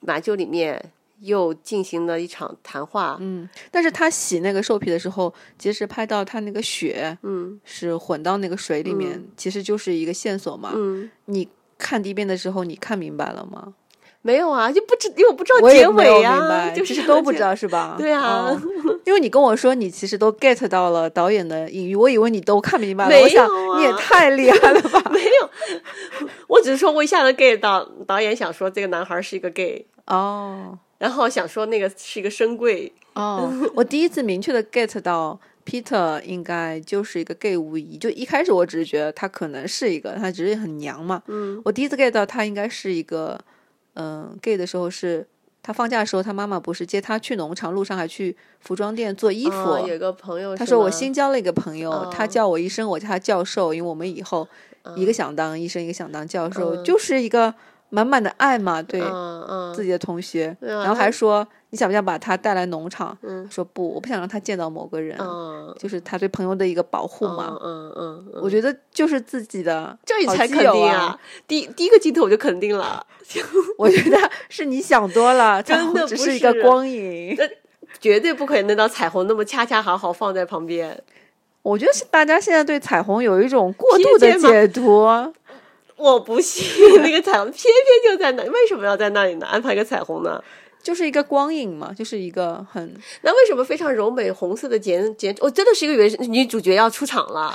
Speaker 1: 马厩里面又进行了一场谈话，
Speaker 2: 嗯，但是他洗那个兽皮的时候，及时拍到他那个血，
Speaker 1: 嗯，
Speaker 2: 是混到那个水里面，其实就是一个线索嘛。
Speaker 1: 嗯，
Speaker 2: 你看第一遍的时候，你看明白了吗？
Speaker 1: 没有啊，就不知因为我不知道
Speaker 2: 我也
Speaker 1: 结
Speaker 2: 没有
Speaker 1: 尾
Speaker 2: 明
Speaker 1: 啊，
Speaker 2: 白，
Speaker 1: 就
Speaker 2: 其
Speaker 1: 是
Speaker 2: 实都不嗯知
Speaker 1: 道。
Speaker 2: 道是吧？
Speaker 1: 对啊
Speaker 2: 嗯因为你跟我说你其实都 get 到了导演的隐喻，我以为你都看明白了。
Speaker 1: 没有
Speaker 2: 我想
Speaker 1: 啊
Speaker 2: 你也太厉害了吧！
Speaker 1: 没有，我只是说我一下能 get 到导演想说这个男孩是一个 gay，
Speaker 2: 哦
Speaker 1: 然后想说那个是一个深柜，
Speaker 2: 哦， 我第一次明确的 get 到 Peter 应该就是一个 gay 无疑。就一开始我只是觉得他可能是一个，他只是很娘嘛。
Speaker 1: 嗯，
Speaker 2: 我第一次 get 到他应该是一个，嗯、g a y 的时候是他放假的时候，他妈妈不是接他去农场，路上还去服装店做衣服。
Speaker 1: 啊有个朋友
Speaker 2: 他
Speaker 1: 是
Speaker 2: 说我
Speaker 1: 吗
Speaker 2: 新交了一个朋友，他
Speaker 1: 哦
Speaker 2: 叫我医生，我叫他教授，因为我们以后一个想当医生，一个想当教授，
Speaker 1: 嗯
Speaker 2: 就是一个满满的爱嘛，对、
Speaker 1: 嗯嗯，
Speaker 2: 自己的同学。
Speaker 1: 对啊
Speaker 2: 然后
Speaker 1: 他
Speaker 2: 还说你想不想把他带来农场？
Speaker 1: 嗯
Speaker 2: 说不，我不想让他见到某个人，
Speaker 1: 嗯
Speaker 2: 就是他对朋友的一个保护嘛。
Speaker 1: 嗯嗯嗯嗯，
Speaker 2: 我觉得就是自己的，
Speaker 1: 这你
Speaker 2: 好
Speaker 1: 才
Speaker 2: 基
Speaker 1: 肯
Speaker 2: 友
Speaker 1: 定
Speaker 2: 啊！！
Speaker 1: 第第一个镜头我就肯定了，
Speaker 2: 我觉得是你想多 了，彩
Speaker 1: 真
Speaker 2: 虹
Speaker 1: 的
Speaker 2: 只
Speaker 1: 不
Speaker 2: 一个
Speaker 1: 是
Speaker 2: 光影。
Speaker 1: 绝对不可以那道彩虹那么恰恰好好放在旁边。
Speaker 2: 我觉得是大家现在对彩虹有一种过
Speaker 1: 偏
Speaker 2: 度的
Speaker 1: 见吗
Speaker 2: 解读。
Speaker 1: 我不信 那个彩虹偏偏就在那，为什么要在那里呢？安排个彩虹呢？
Speaker 2: 就是一个光影嘛，就是一个很
Speaker 1: 那为什么非常柔美红色的剪剪？我、真的是一个原女主角要出场了，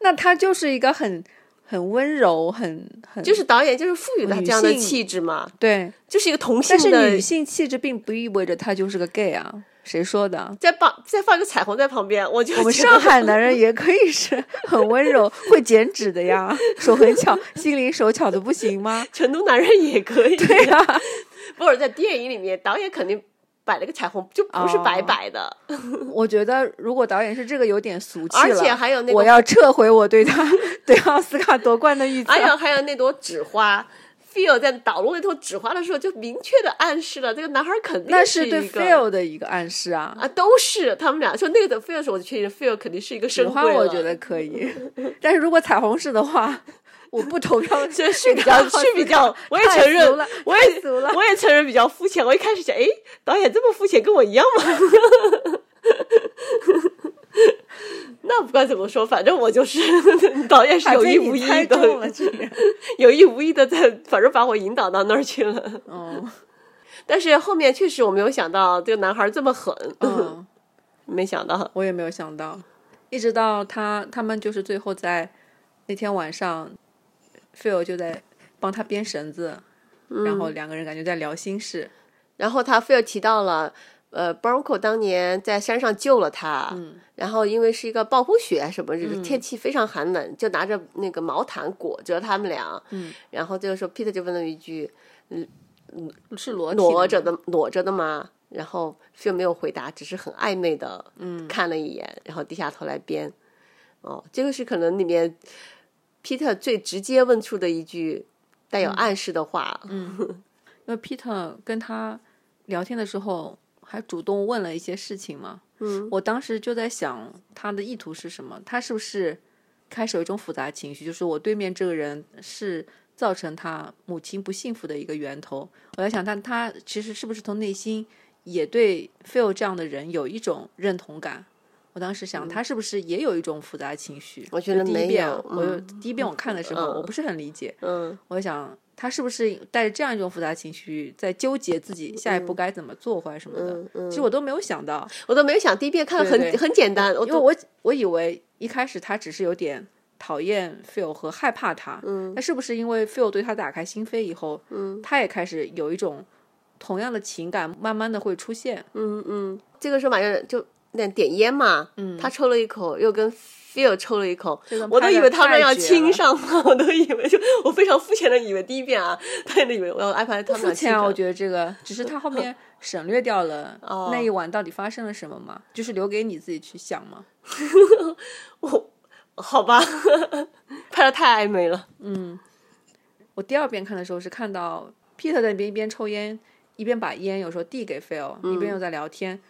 Speaker 2: 那她就是一个很很温柔，很很
Speaker 1: 就是导演就是赋予她
Speaker 2: 女
Speaker 1: 这样的
Speaker 2: 性
Speaker 1: 气质嘛，
Speaker 2: 对。
Speaker 1: 就是一个同性
Speaker 2: 但是
Speaker 1: 的
Speaker 2: 女性气质并不意味着她就是个 gay 啊，谁说 的？
Speaker 1: 再放再放一个彩虹在旁边，我就
Speaker 2: 我们
Speaker 1: 知道
Speaker 2: 上海男人也可以是很温柔、会剪纸的呀，手很巧，心灵手巧的不行吗？
Speaker 1: 成都男人也可以。
Speaker 2: 对啊呀、
Speaker 1: 不是在电影里面，导演肯定摆了个彩虹，就不是
Speaker 2: 哦
Speaker 1: 白摆 的。
Speaker 2: 我觉得如果导演是这个有点俗气了，
Speaker 1: 而且还有那个
Speaker 2: 我要撤回我对他对奥斯卡夺冠的预测。
Speaker 1: 还有还有那朵纸花，Phil 在导入那朵纸花的时候，就明确的暗示了这个男孩肯
Speaker 2: 那
Speaker 1: 定
Speaker 2: 是
Speaker 1: 一
Speaker 2: 对
Speaker 1: 个
Speaker 2: fail 的一个暗示啊。
Speaker 1: 啊，都是他们俩说那个的 Phil 的时候，我就确定 Phil 肯定是一个
Speaker 2: 纸
Speaker 1: 深
Speaker 2: 花
Speaker 1: 闺
Speaker 2: 我
Speaker 1: 了
Speaker 2: 觉得可以，但是如果彩虹式的话，我不投票
Speaker 1: 这是比
Speaker 2: 给他
Speaker 1: 较
Speaker 2: 好
Speaker 1: 是比
Speaker 2: 几
Speaker 1: 较，我也
Speaker 2: 太
Speaker 1: 承认
Speaker 2: 俗了，
Speaker 1: 我也
Speaker 2: 太俗了
Speaker 1: 我也承认比较肤浅。我一开始想，哎，导演这么肤浅，跟我一样吗？ 那不管怎么说，反正我就是 导演是
Speaker 2: 还
Speaker 1: 有
Speaker 2: 被
Speaker 1: 意
Speaker 2: 你
Speaker 1: 无意
Speaker 2: 猜中了
Speaker 1: 的，
Speaker 2: 这 个。
Speaker 1: 有意无意的在，反正把我引导到那儿去了。
Speaker 2: 哦，
Speaker 1: 但是后面确实我没有想到这个男孩这么狠，
Speaker 2: 嗯，
Speaker 1: 没想到，
Speaker 2: 我也没有想到，一直到他他们就是最后在那天晚上，Phil 就在帮他编绳子，然
Speaker 1: 嗯
Speaker 2: 后两个人感觉在聊心事。
Speaker 1: 然后他菲尔提到了，呃，Bronco 当年在山上救了他，
Speaker 2: 嗯
Speaker 1: 然后因为是一个暴风雪什么，就是天气非常寒冷，就拿着那个毛毯裹着他们俩，
Speaker 2: 嗯
Speaker 1: 然后这个时候 Peter 就问了一句
Speaker 2: 是裸：“体的
Speaker 1: 裸
Speaker 2: 吗
Speaker 1: 着的裸着的吗？”然后 Phil 没有回答，只是很暧昧的
Speaker 2: 嗯
Speaker 1: 看了一眼，然后低下头来编。哦，这个是可能里面 Peter 最直接问出的一句带
Speaker 2: 嗯
Speaker 1: 有暗示的话，
Speaker 2: 因为 Peter 跟他聊天的时候还主动问了一些事情嘛。
Speaker 1: 嗯，
Speaker 2: 我当时就在想他的意图是什么？他是不是开始有一种复杂情绪，就是我对面这个人是造成他母亲不幸福的一个源头？我在想他，他其实是不是从内心也对 Phil 这样的人有一种认同感？我当时想，他是不是也有一种复杂情绪？
Speaker 1: 嗯我觉得
Speaker 2: 就第一
Speaker 1: 没
Speaker 2: 遍
Speaker 1: 有
Speaker 2: 我就
Speaker 1: 嗯
Speaker 2: 第一遍我看的时候，
Speaker 1: 嗯
Speaker 2: 我不是很理解。
Speaker 1: 嗯
Speaker 2: 我想他是不是带着这样一种复杂情绪，在纠结自己下一步该怎么做或者什么的？
Speaker 1: 嗯嗯，
Speaker 2: 其实我都没有想到，
Speaker 1: 我都没有想，第一遍看了很
Speaker 2: 对对
Speaker 1: 很简单，我
Speaker 2: 因为
Speaker 1: 都
Speaker 2: 我我以为一开始他只是有点讨厌 Phil 和害怕他，嗯，那是不是因为 Phil 对他打开心扉以后，嗯，他也开始有一种同样的情感，慢慢的会出现，
Speaker 1: 嗯嗯，这个时候马上就那点烟嘛，
Speaker 2: 嗯
Speaker 1: 他抽了一口，又跟 Phil 抽了一口
Speaker 2: 这段，
Speaker 1: 我都
Speaker 2: 拍
Speaker 1: 以
Speaker 2: 得
Speaker 1: 为他们
Speaker 2: 太
Speaker 1: 要
Speaker 2: 绝
Speaker 1: 亲
Speaker 2: 了
Speaker 1: 上了， 我都以为就我非常肤浅的以为第一遍啊，他也以为我要安排他们
Speaker 2: 肤
Speaker 1: 俩亲
Speaker 2: 浅啊！
Speaker 1: 上
Speaker 2: 我觉得这个只是他 后面省略掉了
Speaker 1: 哦
Speaker 2: 那一晚到底发生了什么嘛，就是留给你自己去想嘛。
Speaker 1: 我好吧， 拍的太暧昧了，
Speaker 2: 我第二遍看的时候是看到 Peter 在那边一边抽烟一边把烟有时候递给 Phil，、一边又在聊天，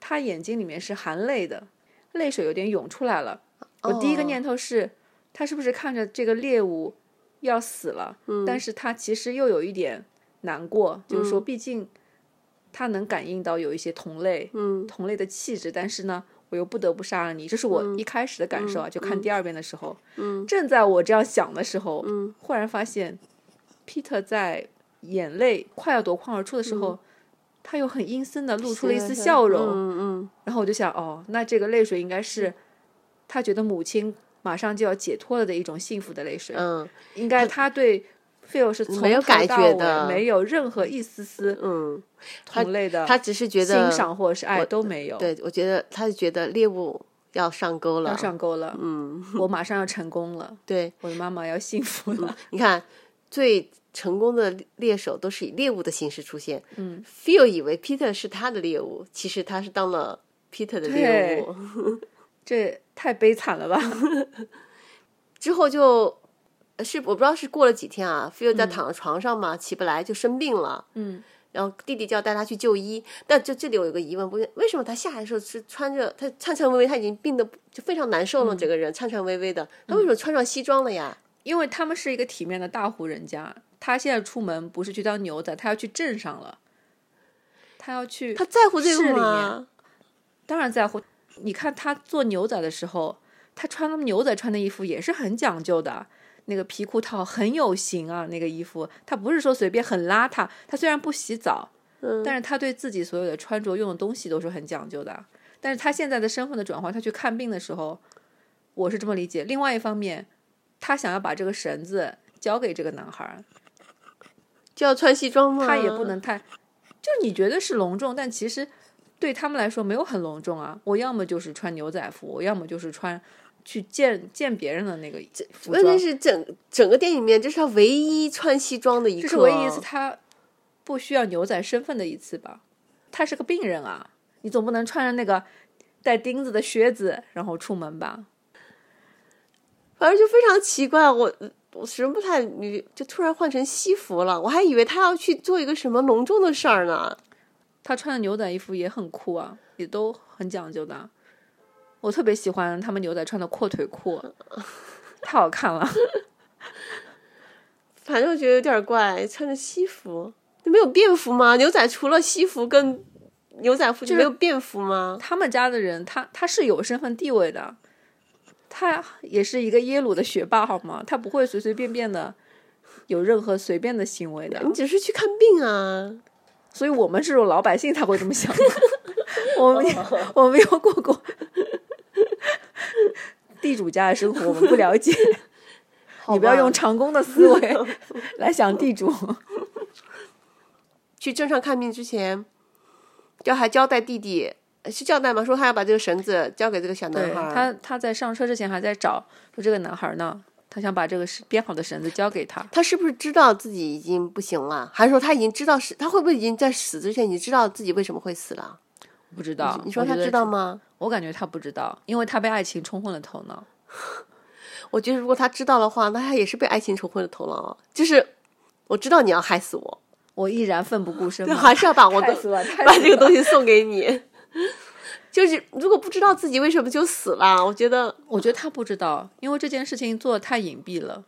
Speaker 2: 他眼睛里面是含泪的，泪水有点涌出来了。我第一个
Speaker 1: 哦
Speaker 2: 念头是，他是不是看着这个猎物要死了？但是他其实又有一点难过，就是说，毕竟他能感应到有一些同类，
Speaker 1: 嗯
Speaker 2: 同类的气质，但是呢，我又不得不杀了你，这是我
Speaker 1: 嗯
Speaker 2: 一开始的感受啊。就看第二遍的时候，正在我这样想的时候，
Speaker 1: 嗯
Speaker 2: 忽然发现，Peter 在眼泪快要夺眶而出的时候，他又很阴森的露出了一丝笑容。
Speaker 1: 啊嗯
Speaker 2: 然后我就想，哦，那这个泪水应该是他觉得母亲马上就要解脱了的一种幸福的泪水，
Speaker 1: 嗯
Speaker 2: 应该他对 Phil 是从
Speaker 1: 没有
Speaker 2: 头
Speaker 1: 感
Speaker 2: 到
Speaker 1: 觉
Speaker 2: 尾
Speaker 1: 的
Speaker 2: 没有任何一丝丝
Speaker 1: 嗯
Speaker 2: 同类
Speaker 1: 嗯，
Speaker 2: 的
Speaker 1: 他只是觉
Speaker 2: 欣
Speaker 1: 得，
Speaker 2: 赏或者是爱都没有，
Speaker 1: 对我觉得他是觉得猎物要上钩
Speaker 2: 要
Speaker 1: 了，
Speaker 2: 上钩了，嗯，我马上要成功了，
Speaker 1: 对，
Speaker 2: 我的妈妈要幸福了，
Speaker 1: 你看，最成功的猎手都是以猎物的形式出现。嗯，Phil 以为 Peter 是他的猎物，其实他是当了 Peter 的猎物。
Speaker 2: 这太悲惨了吧？
Speaker 1: 之后就，呃是我不知道是过了几天啊，Phil 在躺在床上嘛，起不来就生病了。
Speaker 2: 嗯，
Speaker 1: 然后弟弟就要带他去就医，但就这里我有个疑问，不是为什么他下来的时候是穿着他颤颤巍巍，他已经病得就非常难受
Speaker 2: 嗯
Speaker 1: 了，整个人颤颤巍巍的，他为什么穿上西装了呀？
Speaker 2: 因为他们是一个体面的大户人家，他现在出门不是去当牛仔，他要去镇上了，他要去
Speaker 1: 他在乎这
Speaker 2: 市
Speaker 1: 个
Speaker 2: 里
Speaker 1: 吗？
Speaker 2: 当然在乎。你看他做牛仔的时候，他穿牛仔穿的衣服也是很讲究的，那个皮裤套很有型啊，那个衣服他不是说随便很邋遢。他虽然不洗澡，但是他对自己所有的穿着用的东西都是很讲究的。但是他现在的身份的转换，他去看病的时候，我是这么理解。另外一方面，他想要把这个绳子交给这个男孩儿，
Speaker 1: 就要穿西装吗？
Speaker 2: 他也不能太，就你觉得是隆重，但其实对他们来说没有很隆重啊。我要么就是穿牛仔服，我要么就是穿去见见别人的那个服
Speaker 1: 关键
Speaker 2: 装。
Speaker 1: 是整整个电影里面，这是他唯一穿西装的一刻，
Speaker 2: 这是唯一一次他不需要牛仔身份的一次吧？他是个病人啊，你总不能穿着那个带钉子的靴子然后出门吧？
Speaker 1: 反正就非常奇怪。我我始终不太理，就突然换成西服了，我还以为他要去做一个什么隆重的事儿呢。
Speaker 2: 他穿的牛仔衣服也很酷啊，也都很讲究的啊。我特别喜欢他们牛仔穿的阔腿裤，太好看了。
Speaker 1: 反正我觉得有点怪，穿着西服，那没有便服吗？牛仔除了西服跟牛仔服就没有便服吗？
Speaker 2: 他们家的人，他他是有身份地位的，他也是一个耶鲁的学霸，好吗？他不会随随便便的有任何随便的行为的
Speaker 1: 你，只是去看病啊，
Speaker 2: 所以我们这种老百姓才会这么想的。我们
Speaker 1: 哦
Speaker 2: 我没有过过地主家的生活，我们不了解。
Speaker 1: 好
Speaker 2: 你不要
Speaker 1: 吧
Speaker 2: 用长工的 思维来想地主。
Speaker 1: 去镇上看病之前，就还交代弟弟呃是交代吗？说他要把这个绳子交给这个小男
Speaker 2: 对
Speaker 1: 孩儿。
Speaker 2: 他，他在上车之前还在找说这个男孩呢，他想把这个是编好的绳子交给他。
Speaker 1: 他是不是知道自己已经不行了？还是说他已经知道是？他会不会已经在死之前已经知道自己为什么会死了？
Speaker 2: 不知道，
Speaker 1: 你说
Speaker 2: 啊我
Speaker 1: 他
Speaker 2: 觉得
Speaker 1: 知道吗？
Speaker 2: 我感觉他不知道，因为他被爱情冲昏了头脑。
Speaker 1: 我觉得如果他知道的话，那他也是被爱情冲昏了头脑啊。就是我知道你要害死我，
Speaker 2: 我依然奋不顾身
Speaker 1: 但
Speaker 2: 嘛，
Speaker 1: 还是要把 我
Speaker 2: 害
Speaker 1: 的
Speaker 2: 死了，
Speaker 1: 把这个
Speaker 2: 都，
Speaker 1: 东西送给你。 就是如果不知道自己为什么就死了，我觉得
Speaker 2: 我觉得他不知道，因为这件事情做的太隐蔽了，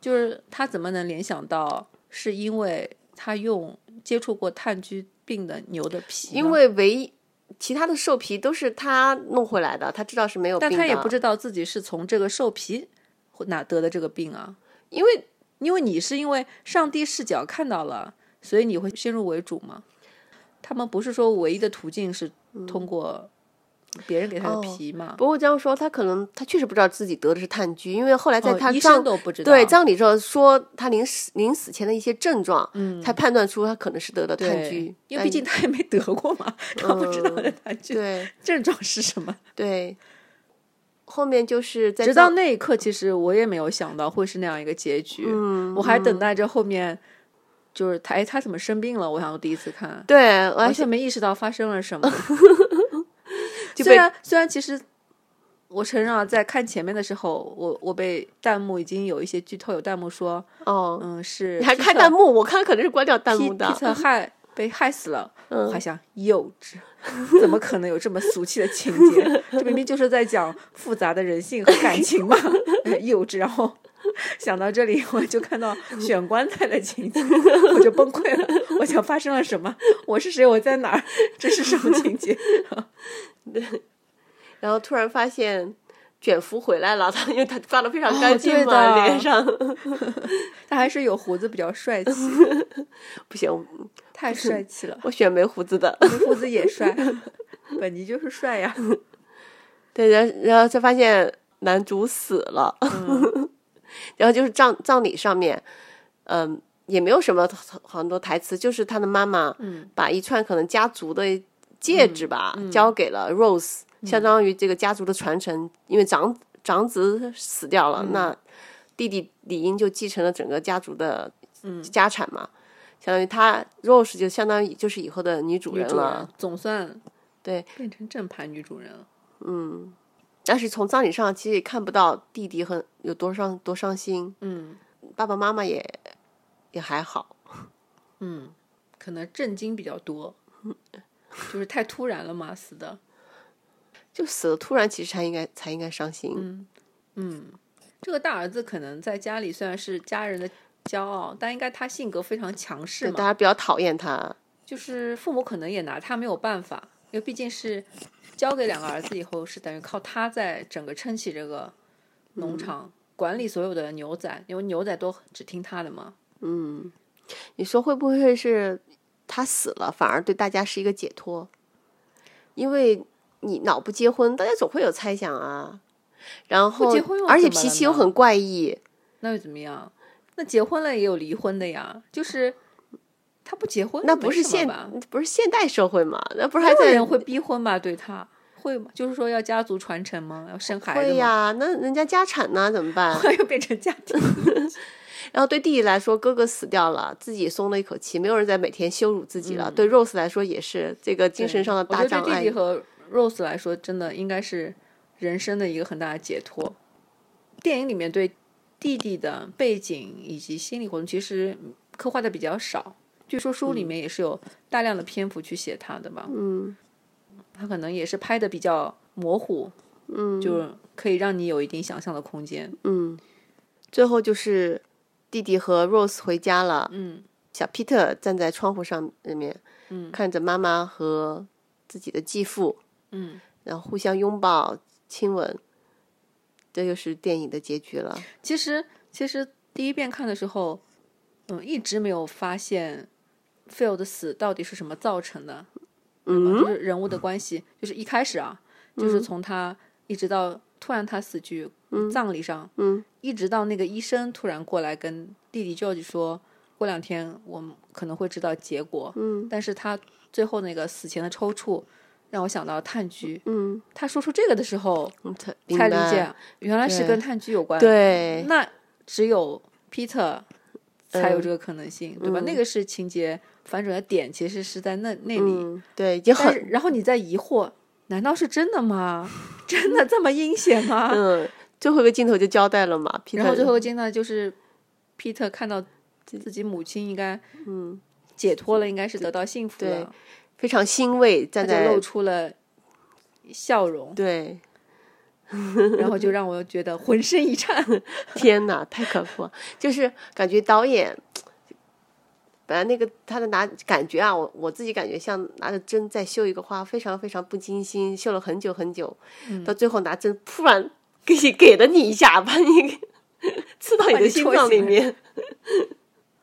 Speaker 2: 就是他怎么能联想到是因为他用接触过炭疽病的牛的皮呢？
Speaker 1: 因为唯一其他的兽皮都是他弄回来的，他知道是没有病
Speaker 2: 但
Speaker 1: 的，
Speaker 2: 他也不知道自己是从这个兽皮哪得的这个病啊，
Speaker 1: 因为
Speaker 2: 因为你是因为上帝视角看到了，所以你会先入为主嘛。他们不是说唯一的途径是通过别人给他的
Speaker 1: 嗯哦
Speaker 2: 皮嘛？
Speaker 1: 不过这样说，他可能他确实不知道自己得的是炭疽，因为后来在
Speaker 2: 哦
Speaker 1: 他
Speaker 2: 医
Speaker 1: 葬
Speaker 2: 生都不知道，
Speaker 1: 对葬礼之后说他临死临死前的一些症状，嗯，才判断出他可能是得了炭疽
Speaker 2: 对，，因为毕竟他也没得过嘛，他不知道的他
Speaker 1: 但
Speaker 2: 具
Speaker 1: 对
Speaker 2: 症状是什么。
Speaker 1: 对，后面就是在
Speaker 2: 直
Speaker 1: 葬
Speaker 2: 到那一刻，其实我也没有想到会是那样一个结局，
Speaker 1: 嗯，
Speaker 2: 我还等待着后面，就是他哎他怎么生病了？我想我第一次看，
Speaker 1: 对，我还
Speaker 2: 完
Speaker 1: 是
Speaker 2: 全没意识到发生了 什么。
Speaker 1: 就
Speaker 2: 虽
Speaker 1: 被
Speaker 2: 然虽然其实我承认啊，在看前面的时候，我我被弹幕已经有一些剧透，有弹幕说，
Speaker 1: 哦，
Speaker 2: 嗯，是
Speaker 1: 你还看弹幕？我看可能是关掉弹幕
Speaker 2: P
Speaker 1: 的，
Speaker 2: 特害被害死了。我 还
Speaker 1: 嗯，
Speaker 2: 想幼稚， 怎么可能有这么俗气的情节？ 这明明就是在讲复杂的人性和感情嘛， 哎幼稚。然后想到这里，我就看到选棺材的情节， 我就崩溃了。我想发生了什么？我是谁？我在哪儿？这是什么情节？
Speaker 1: 然后突然发现卷福回来了， 他因为他刮的非常
Speaker 2: 哦
Speaker 1: 干净
Speaker 2: 对
Speaker 1: 嘛，
Speaker 2: 的
Speaker 1: 脸上
Speaker 2: 他还是有胡子比较帅气，
Speaker 1: 不行，我
Speaker 2: 太帅气了。
Speaker 1: 我选没胡子的。
Speaker 2: 胡子也帅， 本尼就是 帅呀。
Speaker 1: 对，然然后才发现男主死了，
Speaker 2: 嗯
Speaker 1: 然后就是葬葬礼上面，嗯，也没有什么很多台词，就是他的妈妈，
Speaker 2: 嗯，
Speaker 1: 把一串可能家族的戒指吧，交给了 Rose，、相
Speaker 2: 嗯
Speaker 1: 当于这个家族的传承，因为长长子死掉了，
Speaker 2: 嗯
Speaker 1: 那弟弟理应就继承了整个家族的
Speaker 2: 嗯
Speaker 1: 家产嘛。相当于他 Rose 就相当于就是以后的女主人
Speaker 2: 女主
Speaker 1: 了，
Speaker 2: 人总算
Speaker 1: 对
Speaker 2: 变成正牌女主人了。
Speaker 1: 但是从葬礼上其实也看不到弟弟很有多伤多伤心，
Speaker 2: 嗯
Speaker 1: 爸爸妈妈也也还好，
Speaker 2: 嗯，可能震惊比较多， 就是太突然了嘛，死的。
Speaker 1: 就死了突然，其实才应该才应该伤心。
Speaker 2: 嗯这个大儿子可能在家里虽然是家人的骄傲，但应该他性格非常强势
Speaker 1: 对
Speaker 2: 嘛
Speaker 1: 大，家比较讨厌他，
Speaker 2: 就是父母可能也拿他没有办法，因为毕竟是交给两个儿子以后，是等于靠他在整个撑起这个农
Speaker 1: 嗯
Speaker 2: 场，管理所有的牛仔，因为牛仔都只听他的嘛。
Speaker 1: 你说会不会是他死了，反而对大家是一个解脱？因为你老不结婚，大家总会有猜想啊。然后
Speaker 2: 不结婚又，
Speaker 1: 而且
Speaker 2: 怎么
Speaker 1: 脾
Speaker 2: 了
Speaker 1: 气又
Speaker 2: 呢
Speaker 1: 很怪异，
Speaker 2: 那又怎么样？那结婚了也有离婚的呀，就是他不结婚，
Speaker 1: 那不是现
Speaker 2: 吧？
Speaker 1: 不是现代社会嘛？那不是
Speaker 2: 没
Speaker 1: 还
Speaker 2: 有
Speaker 1: 在
Speaker 2: 人会逼婚吧？对他会吗？就是说要家族传承吗？要生孩
Speaker 1: 会
Speaker 2: 子吗？
Speaker 1: 呀？那人家家产呢，怎么 办？
Speaker 2: 又变成家庭，
Speaker 1: 然后对弟弟来说，哥哥死掉了，自己松了一口气，没有人再每天羞辱自己了。对 Rose 来说也是这个精神上的
Speaker 2: 我觉
Speaker 1: 大
Speaker 2: 得
Speaker 1: 障
Speaker 2: 嗯对弟
Speaker 1: 碍
Speaker 2: 弟。和 Rose 来说，真的应该是人生的一个很大的解脱。电影里面对弟弟的背景以及心理活动，其实刻画的比较少。据说书里
Speaker 1: 嗯
Speaker 2: 面也是有大量的篇幅去写他的吧？嗯，他可能也是拍的比较模糊，嗯，就是可以让你有一定想象的空间。
Speaker 1: 嗯，最后就是弟弟和 Rose 回家了。嗯，小 Peter 站在窗户上面，嗯，看着妈妈和自己的继父，嗯，然后互相拥抱亲吻，这就是电影的结局了。
Speaker 2: 其实其实第一遍看的时候，嗯，一直没有发现 Phil 的死到底是什么造成的，嗯，就是人物的关系，就是一开始啊，就是从他一直到突然他死去、葬礼上，嗯，一直到那个医生突然过来跟弟弟 George 说，过两天我们可能会知道结果，嗯，但是他最后那个死前的抽搐。让我想到炭疽，嗯，他说出这个的时候
Speaker 1: 嗯，才明
Speaker 2: 才理
Speaker 1: 白
Speaker 2: 解，原来是
Speaker 1: 对
Speaker 2: 跟炭疽有关，
Speaker 1: 对，
Speaker 2: 那只有 Peter
Speaker 1: 嗯
Speaker 2: 才有这个可能性，对吧？那个是情节反转的点，其实是在那那里。
Speaker 1: 嗯，对，已经
Speaker 2: 但
Speaker 1: 很
Speaker 2: 是然后你在疑惑，难道是真的吗？ 真的这么阴险吗？
Speaker 1: 嗯，最后一个镜头就交代了嘛。
Speaker 2: 啊然后
Speaker 1: Peter
Speaker 2: 最后见到就是 Peter 看到自己母亲应该嗯解脱了，应该是得到幸福了，
Speaker 1: 非常欣慰，
Speaker 2: 他
Speaker 1: 站
Speaker 2: 就
Speaker 1: 在，
Speaker 2: 露出了笑容
Speaker 1: 对，
Speaker 2: 然后就让我觉得浑身一颤。
Speaker 1: 天哪，太可怖了！就是感觉导演本来那个他的拿感觉啊，我我自己感觉像拿着针在绣一个花，非常非常不精心，绣了很久很久，
Speaker 2: 嗯
Speaker 1: 到最后拿针突然给你给了你一下，把你 给刺到你
Speaker 2: 把
Speaker 1: 的
Speaker 2: 你
Speaker 1: 心
Speaker 2: 戳
Speaker 1: 脏里
Speaker 2: 醒
Speaker 1: 面。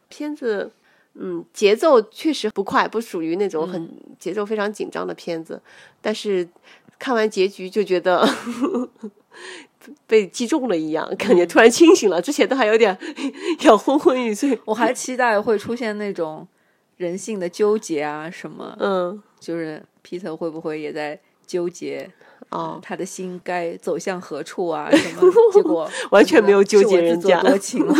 Speaker 1: 片子，嗯，节奏确实不快，不属于那种很
Speaker 2: 嗯
Speaker 1: 节奏非常紧张的片子，但是看完结局就觉得被击中了一样，感觉突然清醒了，之前都还有点 要昏昏欲睡。
Speaker 2: 我还期待会出现那种人性的纠结啊什么。
Speaker 1: 嗯，
Speaker 2: 就是 Peter 会不会也在纠结
Speaker 1: 哦，
Speaker 2: 他的心该走向何处啊？ 什么？结果
Speaker 1: 完全没有纠结
Speaker 2: 是我
Speaker 1: 人
Speaker 2: 自作
Speaker 1: 家
Speaker 2: 多情 了。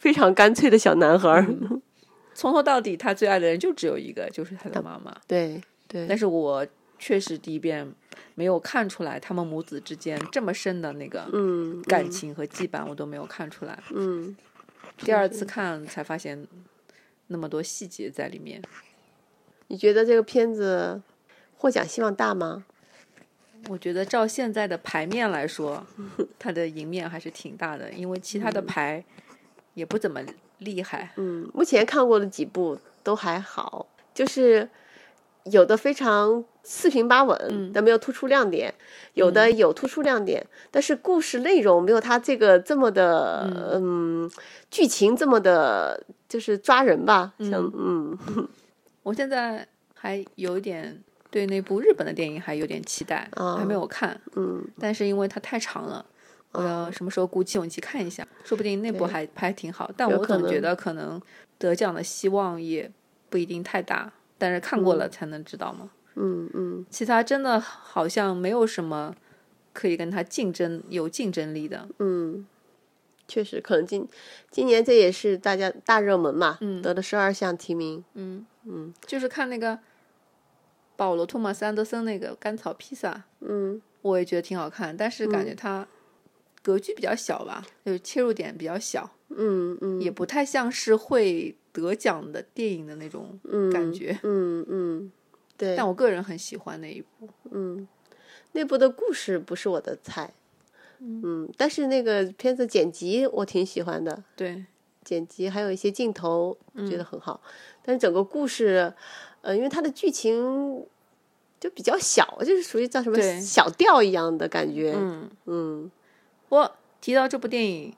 Speaker 1: 非常干脆的小男孩儿。
Speaker 2: 从头到底，他最爱的人就只有一个，就是他的妈妈。
Speaker 1: 对对，
Speaker 2: 但是我确实第一遍没有看出来他们母子之间这么深的那个
Speaker 1: 嗯，
Speaker 2: 感情和羁绊，我都没有看出来。
Speaker 1: 嗯，
Speaker 2: 第二次看才发现，那么多细节在里面。
Speaker 1: 你觉得这个片子获奖希望大吗？
Speaker 2: 我觉得照现在的牌面来说，它的赢面还是挺大的，因为其他的牌也不怎么厉害。
Speaker 1: 嗯，目前看过的几部都还好，就是有的非常四平八稳，但没有突出亮点；有的有突出亮点，但是故事内容没有它这个这么的，嗯，剧情这么的，就是抓人吧。像嗯
Speaker 2: 我现在还有一点对那部日本的电影还有点期待，
Speaker 1: 啊
Speaker 2: 还没有看，
Speaker 1: 嗯，哦
Speaker 2: 但是因为它太长了。我要什么时候鼓起勇气看一下？说不定那
Speaker 1: 对
Speaker 2: 部还拍挺好，但
Speaker 1: 有
Speaker 2: 我
Speaker 1: 可
Speaker 2: 总觉
Speaker 1: 能
Speaker 2: 得可能得奖的希望也不一定太大。但是看过了才能知道嘛。
Speaker 1: 嗯嗯，
Speaker 2: 其他真的好像没有什么可以跟它竞争、有竞争力的。
Speaker 1: 确实，可能今今年这也是大家大热门嘛，
Speaker 2: 嗯
Speaker 1: 得了十二项提名。
Speaker 2: 就是看那个保罗·托马斯·安德森那个《甘草披萨》，嗯，我也觉得挺好看，但是
Speaker 1: 嗯
Speaker 2: 感觉它格局比较小吧，就是切入点比较小，
Speaker 1: 嗯嗯
Speaker 2: 也不太像是会得奖的电影的那种感觉。
Speaker 1: 嗯嗯，对，
Speaker 2: 但我个人很喜欢那一部，
Speaker 1: 那部的故事不是我的菜，嗯，但是那个片子剪辑我挺喜欢的，
Speaker 2: 对，
Speaker 1: 剪辑还有一些镜头觉
Speaker 2: 嗯
Speaker 1: 得很好，但是整个故事，呃，因为它的剧情就比较小，就是属于叫什么
Speaker 2: 对
Speaker 1: 小调一样的感觉，
Speaker 2: 嗯。
Speaker 1: 嗯
Speaker 2: 我提到这部电影，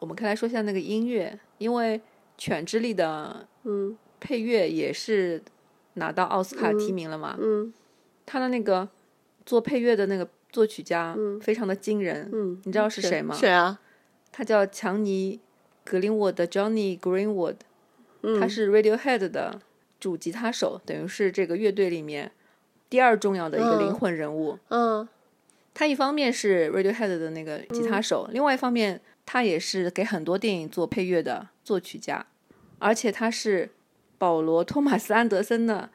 Speaker 2: 我们可以来说一下那个音乐，因为《犬之力》的
Speaker 1: 嗯
Speaker 2: 配乐也是拿到奥斯卡提名了嘛。
Speaker 1: 嗯
Speaker 2: 他的那个做配乐的那个作曲家，非常的惊人。
Speaker 1: 嗯，
Speaker 2: 你知道是谁吗？
Speaker 1: 谁啊？
Speaker 2: 他叫强尼·格林沃德 （Johnny Greenwood），、他
Speaker 1: 嗯
Speaker 2: 是 Radiohead 的主吉他手，等于是这个乐队里面第二重要的一个
Speaker 1: 嗯
Speaker 2: 灵魂人物。
Speaker 1: 嗯
Speaker 2: 他一方面是 Radiohead 的那个吉他手，另外一方面他也是给很多电影做配乐的作曲家，而且他是保罗·托马斯·安德森的，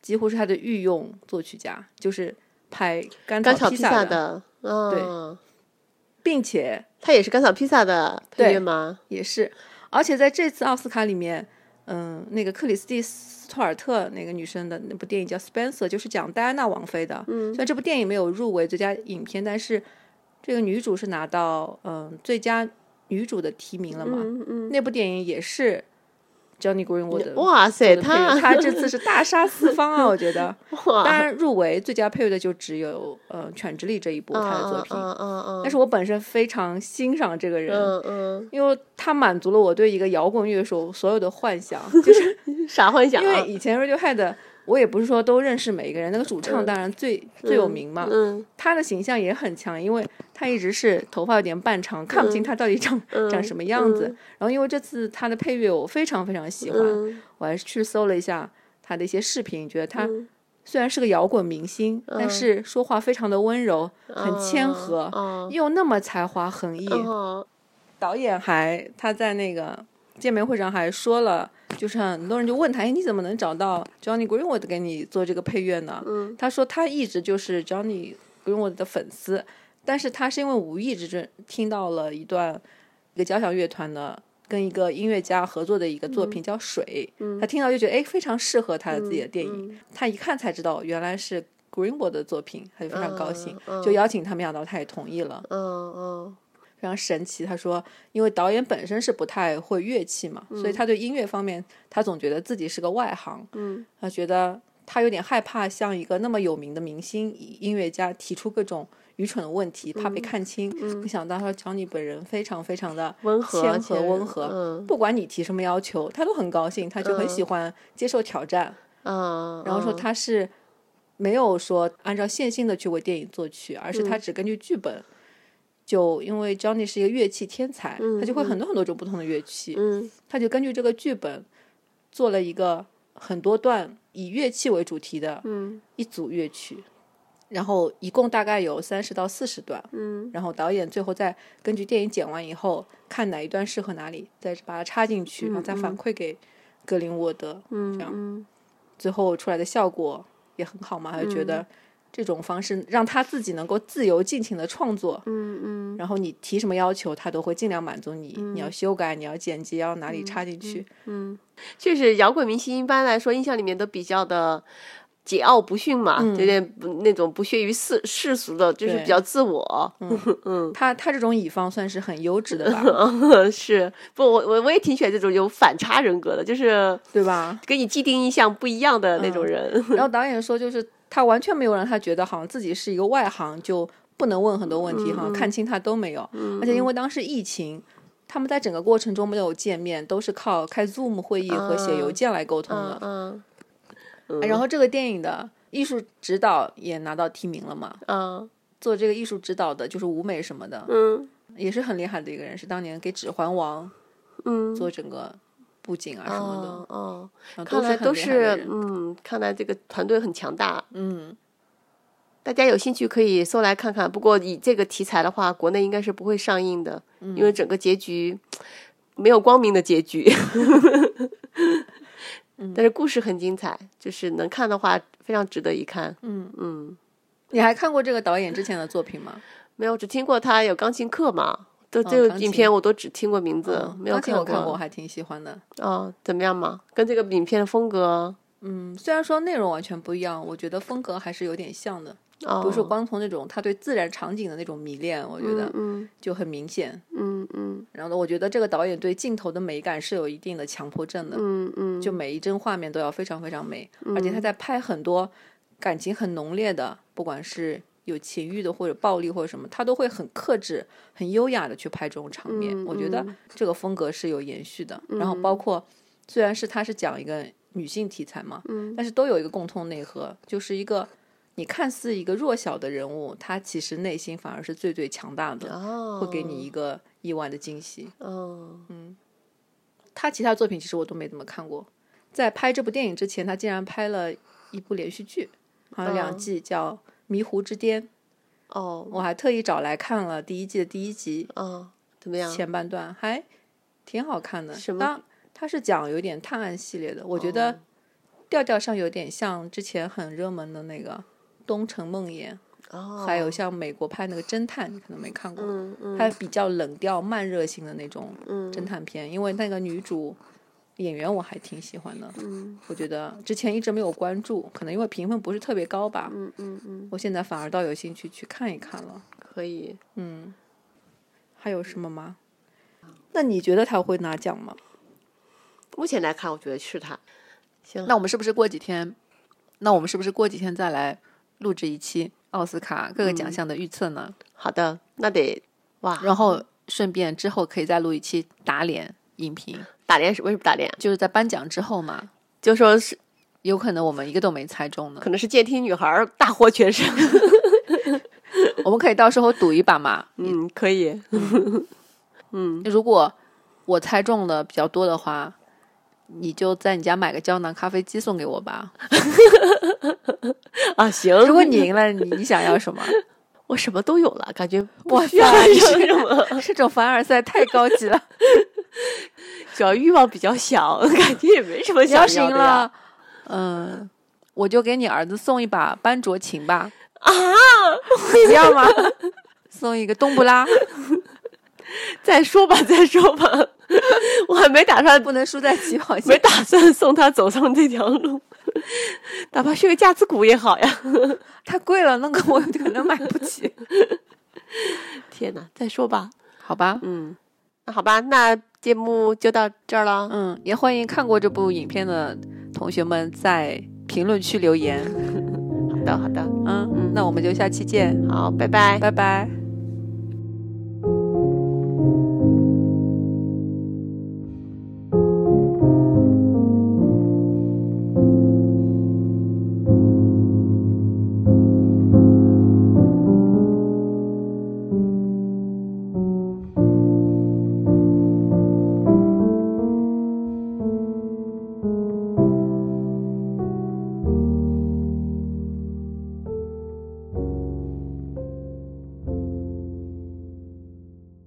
Speaker 2: 几乎是他的御用作曲家，就是拍《甘
Speaker 1: 甘草
Speaker 2: 披
Speaker 1: 披
Speaker 2: 萨》
Speaker 1: 萨的，嗯，
Speaker 2: 并且
Speaker 1: 它也是甘草披萨的配
Speaker 2: 对
Speaker 1: 乐吗？
Speaker 2: 也是，而且在这次奥斯卡里面，嗯，那个克里斯蒂·斯图尔特那个女生的那部电影叫《Spencer》，就是讲戴安娜王妃的。嗯，虽然这部电影没有入围最佳影片，但是这个女主是拿到嗯最佳女主的提名了嘛？
Speaker 1: 嗯嗯，
Speaker 2: 那部电影也是 Johnny Greenwood 的。
Speaker 1: 哇塞，
Speaker 2: 他
Speaker 1: 他
Speaker 2: 他这次是大杀四方啊！我觉得，当
Speaker 1: 哇，
Speaker 2: 然入围最佳配乐的就只有呃《犬之力》这一部他的作品，
Speaker 1: 嗯嗯嗯
Speaker 2: 但是我本身非常欣赏这个人，
Speaker 1: 嗯嗯
Speaker 2: 因为它满足了我对一个摇滚乐手所有的幻想， 就是
Speaker 1: 嗯， 啥幻想
Speaker 2: 因为
Speaker 1: 啊？
Speaker 2: 以前 Radiohead 我也不是说都认识每一个人，那个主唱当然最、最有名嘛，
Speaker 1: 嗯
Speaker 2: 他的形象也很强，因为他一直是头发有点半长，看
Speaker 1: 嗯
Speaker 2: 不清他到底长、长什么样子。然后因为这次他的配乐我非常非常喜欢，
Speaker 1: 嗯
Speaker 2: 我还是去搜了一下他的一些视频，觉得他
Speaker 1: 嗯
Speaker 2: 虽然是个摇滚明星，但是说话非常的温柔，很谦和，
Speaker 1: 嗯
Speaker 2: 又那么才华横溢。
Speaker 1: 哦，
Speaker 2: 导演还他在那个见面会上还说了，就是很多人就问他，哎，你怎么能找到 Johnny Greenwood 给你做这个配乐呢？嗯，他说他一直就是 Johnny Greenwood 的粉丝，但是他是因为无意之中听到了一段一个交响乐团的。跟一个音乐家合作的一个作品叫《水》，他听到就觉得哎非常适合他自己的电影，他一看才知道原来是 Greenwood 的作品，他就非常高兴，就邀请他，没想到他也同意了。
Speaker 1: 嗯嗯
Speaker 2: 非常神奇。他说，因为导演本身是不太会乐器嘛，所
Speaker 1: 嗯
Speaker 2: 以他对音乐方面，他总觉得自己是个外行。嗯，他觉得他有点害怕向一个那么有名的明星音乐家提出各种愚蠢的问题，怕被
Speaker 1: 嗯
Speaker 2: 看清。没想到他乔尼本人非常非常的
Speaker 1: 温和
Speaker 2: 谦
Speaker 1: 而
Speaker 2: 和
Speaker 1: 且
Speaker 2: 温和，
Speaker 1: 嗯
Speaker 2: 不管你提什么要求，他都很高兴，他就很喜欢接受挑战。
Speaker 1: 嗯，
Speaker 2: 然后说他是没有说按照线性的去为电影作曲，而
Speaker 1: 嗯
Speaker 2: 是他只根据剧本。就因为 Johnny 是一个乐器天才，他就会很多很多种不同的乐器，
Speaker 1: 嗯
Speaker 2: 他就根据这个剧本做了一个很多段以乐器为主题的
Speaker 1: 嗯
Speaker 2: 一组乐曲，然后一共大概有三十到四十段，嗯，然后导演最后再根据电影剪完以后，看哪一段适合哪里，再把它插进
Speaker 1: 嗯
Speaker 2: 去，然后再反馈给格林沃德，嗯，这样最后出来的效果也很好嘛，他就觉得这种方式让他自己能够自由尽情的创作，
Speaker 1: 嗯嗯
Speaker 2: 然后你提什么要求，他都会尽量满足你。你要修改，你要剪辑，要哪里插进去，
Speaker 1: 嗯，确实，摇滚明星一般来说印象里面都比较的桀骜不驯嘛，有点不那种不屑于世世俗的，就是
Speaker 2: 对
Speaker 1: 比较自我。嗯
Speaker 2: 他他这种乙方算是很优质的吧，
Speaker 1: 是不？我我我也挺喜欢这种有反差人格的，就是
Speaker 2: 对吧？
Speaker 1: 跟你既定印象不一样的那种人。
Speaker 2: 然后导演说，就是他完全没有让他觉得好像自己是一个外行，就不能问很多问
Speaker 1: 嗯
Speaker 2: 题，好像看清他都没有。而且因为当时疫情，他们在整个过程中没有见面，都是靠开 Zoom 会议和写邮件来沟通的。啊
Speaker 1: 嗯
Speaker 2: 然后这个电影的艺术指导也拿到提名了嘛，
Speaker 1: 嗯
Speaker 2: 做这个艺术指导的就是舞美什么的，
Speaker 1: 嗯
Speaker 2: 也是很厉害的一个人，是当年给《指环王》
Speaker 1: 嗯，
Speaker 2: 做整个布景啊什么的，
Speaker 1: 哦哦，
Speaker 2: 然后
Speaker 1: 看来都
Speaker 2: 是很厉害的
Speaker 1: 是
Speaker 2: 人
Speaker 1: 嗯，看来这个团队很强大。
Speaker 2: 嗯，
Speaker 1: 大家有兴趣可以搜来看看。不过以这个题材的话，国内应该是不会上映的，因
Speaker 2: 嗯
Speaker 1: 为整个结局没有光明的结局。
Speaker 2: 嗯
Speaker 1: 但是故事很精彩，就是能看的话非常值得一看。
Speaker 2: 嗯你还看过这个导演之前的作品吗？
Speaker 1: 没有，只听过他有钢琴课嘛。对
Speaker 2: 哦
Speaker 1: 这个
Speaker 2: 钢琴
Speaker 1: 影片我都只听过名字，
Speaker 2: 嗯
Speaker 1: 没有
Speaker 2: 钢琴我看过，我
Speaker 1: 过。
Speaker 2: 还挺喜欢的。
Speaker 1: 哦，怎么样嘛？跟这个影片的风格，
Speaker 2: 嗯，虽然说内容完全不一样，我觉得风格还是有点像的。
Speaker 1: 哦，
Speaker 2: 比如说，光从那种他对自然场景的那种迷恋，我觉得
Speaker 1: 嗯
Speaker 2: 就很明显。
Speaker 1: 嗯嗯
Speaker 2: 然后呢，我觉得这个导演对镜头的美感是有一定的强迫症的，
Speaker 1: 嗯嗯，
Speaker 2: 就每一帧画面都要非常非常美，而且他在拍很多感情很浓烈的，不管是有情欲的或者暴力或者什么，他都会很克制、很优雅的去拍这种场面。
Speaker 1: 嗯
Speaker 2: 我觉得
Speaker 1: 嗯
Speaker 2: 这个风格是有延续的。然后包括虽然是他是讲一个女性题材嘛，
Speaker 1: 嗯
Speaker 2: 但是都有一个共通内核，就是一个。你看似一个弱小的人物，他其实内心反而是最最强大的，
Speaker 1: 哦，
Speaker 2: 会给你一个意外的惊喜。嗯
Speaker 1: 哦，
Speaker 2: 他其他作品其实我都没怎么看过。在拍这部电影之前，他竟然拍了一部连续剧，好像两季，叫《迷糊之巅》。
Speaker 1: 哦，
Speaker 2: 我还特意找来看了第一季的第一集
Speaker 1: 哦，怎么样？
Speaker 2: 前半段，还挺好看的。
Speaker 1: 什么
Speaker 2: 当？它是讲有点探案系列的，我觉
Speaker 1: 哦
Speaker 2: 得调调上有点像之前很热门的那个《东城梦魇》
Speaker 1: 哦，
Speaker 2: 还有像美国拍那个侦探，你可能没看过。
Speaker 1: 嗯嗯
Speaker 2: 它比较冷调、慢热型的那种
Speaker 1: 嗯
Speaker 2: 侦探片，因为那个女主演员我还挺喜欢的，
Speaker 1: 嗯
Speaker 2: 我觉得之前一直没有关注，可能因为评分不是特别高吧，
Speaker 1: 嗯嗯嗯，
Speaker 2: 我现在反而倒有兴趣去看一看了。
Speaker 1: 可以。
Speaker 2: 嗯，还有什么吗？那你觉得他会拿奖吗？
Speaker 1: 目前来看，我觉得是他。行，
Speaker 2: 那我们是不是过几天？那我们是不是过几天再来录制一期奥斯卡各个奖项的预测呢？
Speaker 1: 好的，那得哇，
Speaker 2: 然后顺便之后可以再录一期打脸影评，
Speaker 1: 打脸是为什么打脸？
Speaker 2: 就是在颁奖之后嘛。
Speaker 1: 就说是
Speaker 2: 有可能我们一个都没猜中呢。
Speaker 1: 可能是监听女孩儿大获全胜。
Speaker 2: 我们可以到时候赌一把嘛。
Speaker 1: 嗯，可以。
Speaker 2: 如果我猜中了比较多的话，你就在你家买个胶囊咖啡机送给我吧。
Speaker 1: 啊，行。
Speaker 2: 如果你赢了，你你想要什么？
Speaker 1: 我什么都有了，感觉不
Speaker 2: 哇
Speaker 1: 需要
Speaker 2: 塞
Speaker 1: 是什 么，
Speaker 2: 这种凡尔赛太高级了。
Speaker 1: 主要欲望比较小，感觉也没什么
Speaker 2: 你
Speaker 1: 想
Speaker 2: 要是
Speaker 1: 要
Speaker 2: 赢
Speaker 1: 的呀。
Speaker 2: 了，嗯，我就给你儿子送一把班卓琴吧。啊，你不要吗？送一个冬不拉，
Speaker 1: 再说吧，再说吧， 我还没打算
Speaker 2: 不能输在起跑
Speaker 1: 没
Speaker 2: 线。
Speaker 1: 打算送他走上这条路， 哪怕是个架子鼓也好呀。
Speaker 2: 太贵了，那个我可能买不起。
Speaker 1: 天哪，再说吧。
Speaker 2: 好吧，
Speaker 1: 嗯，那好吧，那节目就到这儿了。
Speaker 2: 嗯，也欢迎看过这部影片的同学们在评论区留言。嗯
Speaker 1: 好的，好的，
Speaker 2: 嗯，那我们就下期见，
Speaker 1: 好，拜拜。
Speaker 2: 拜拜。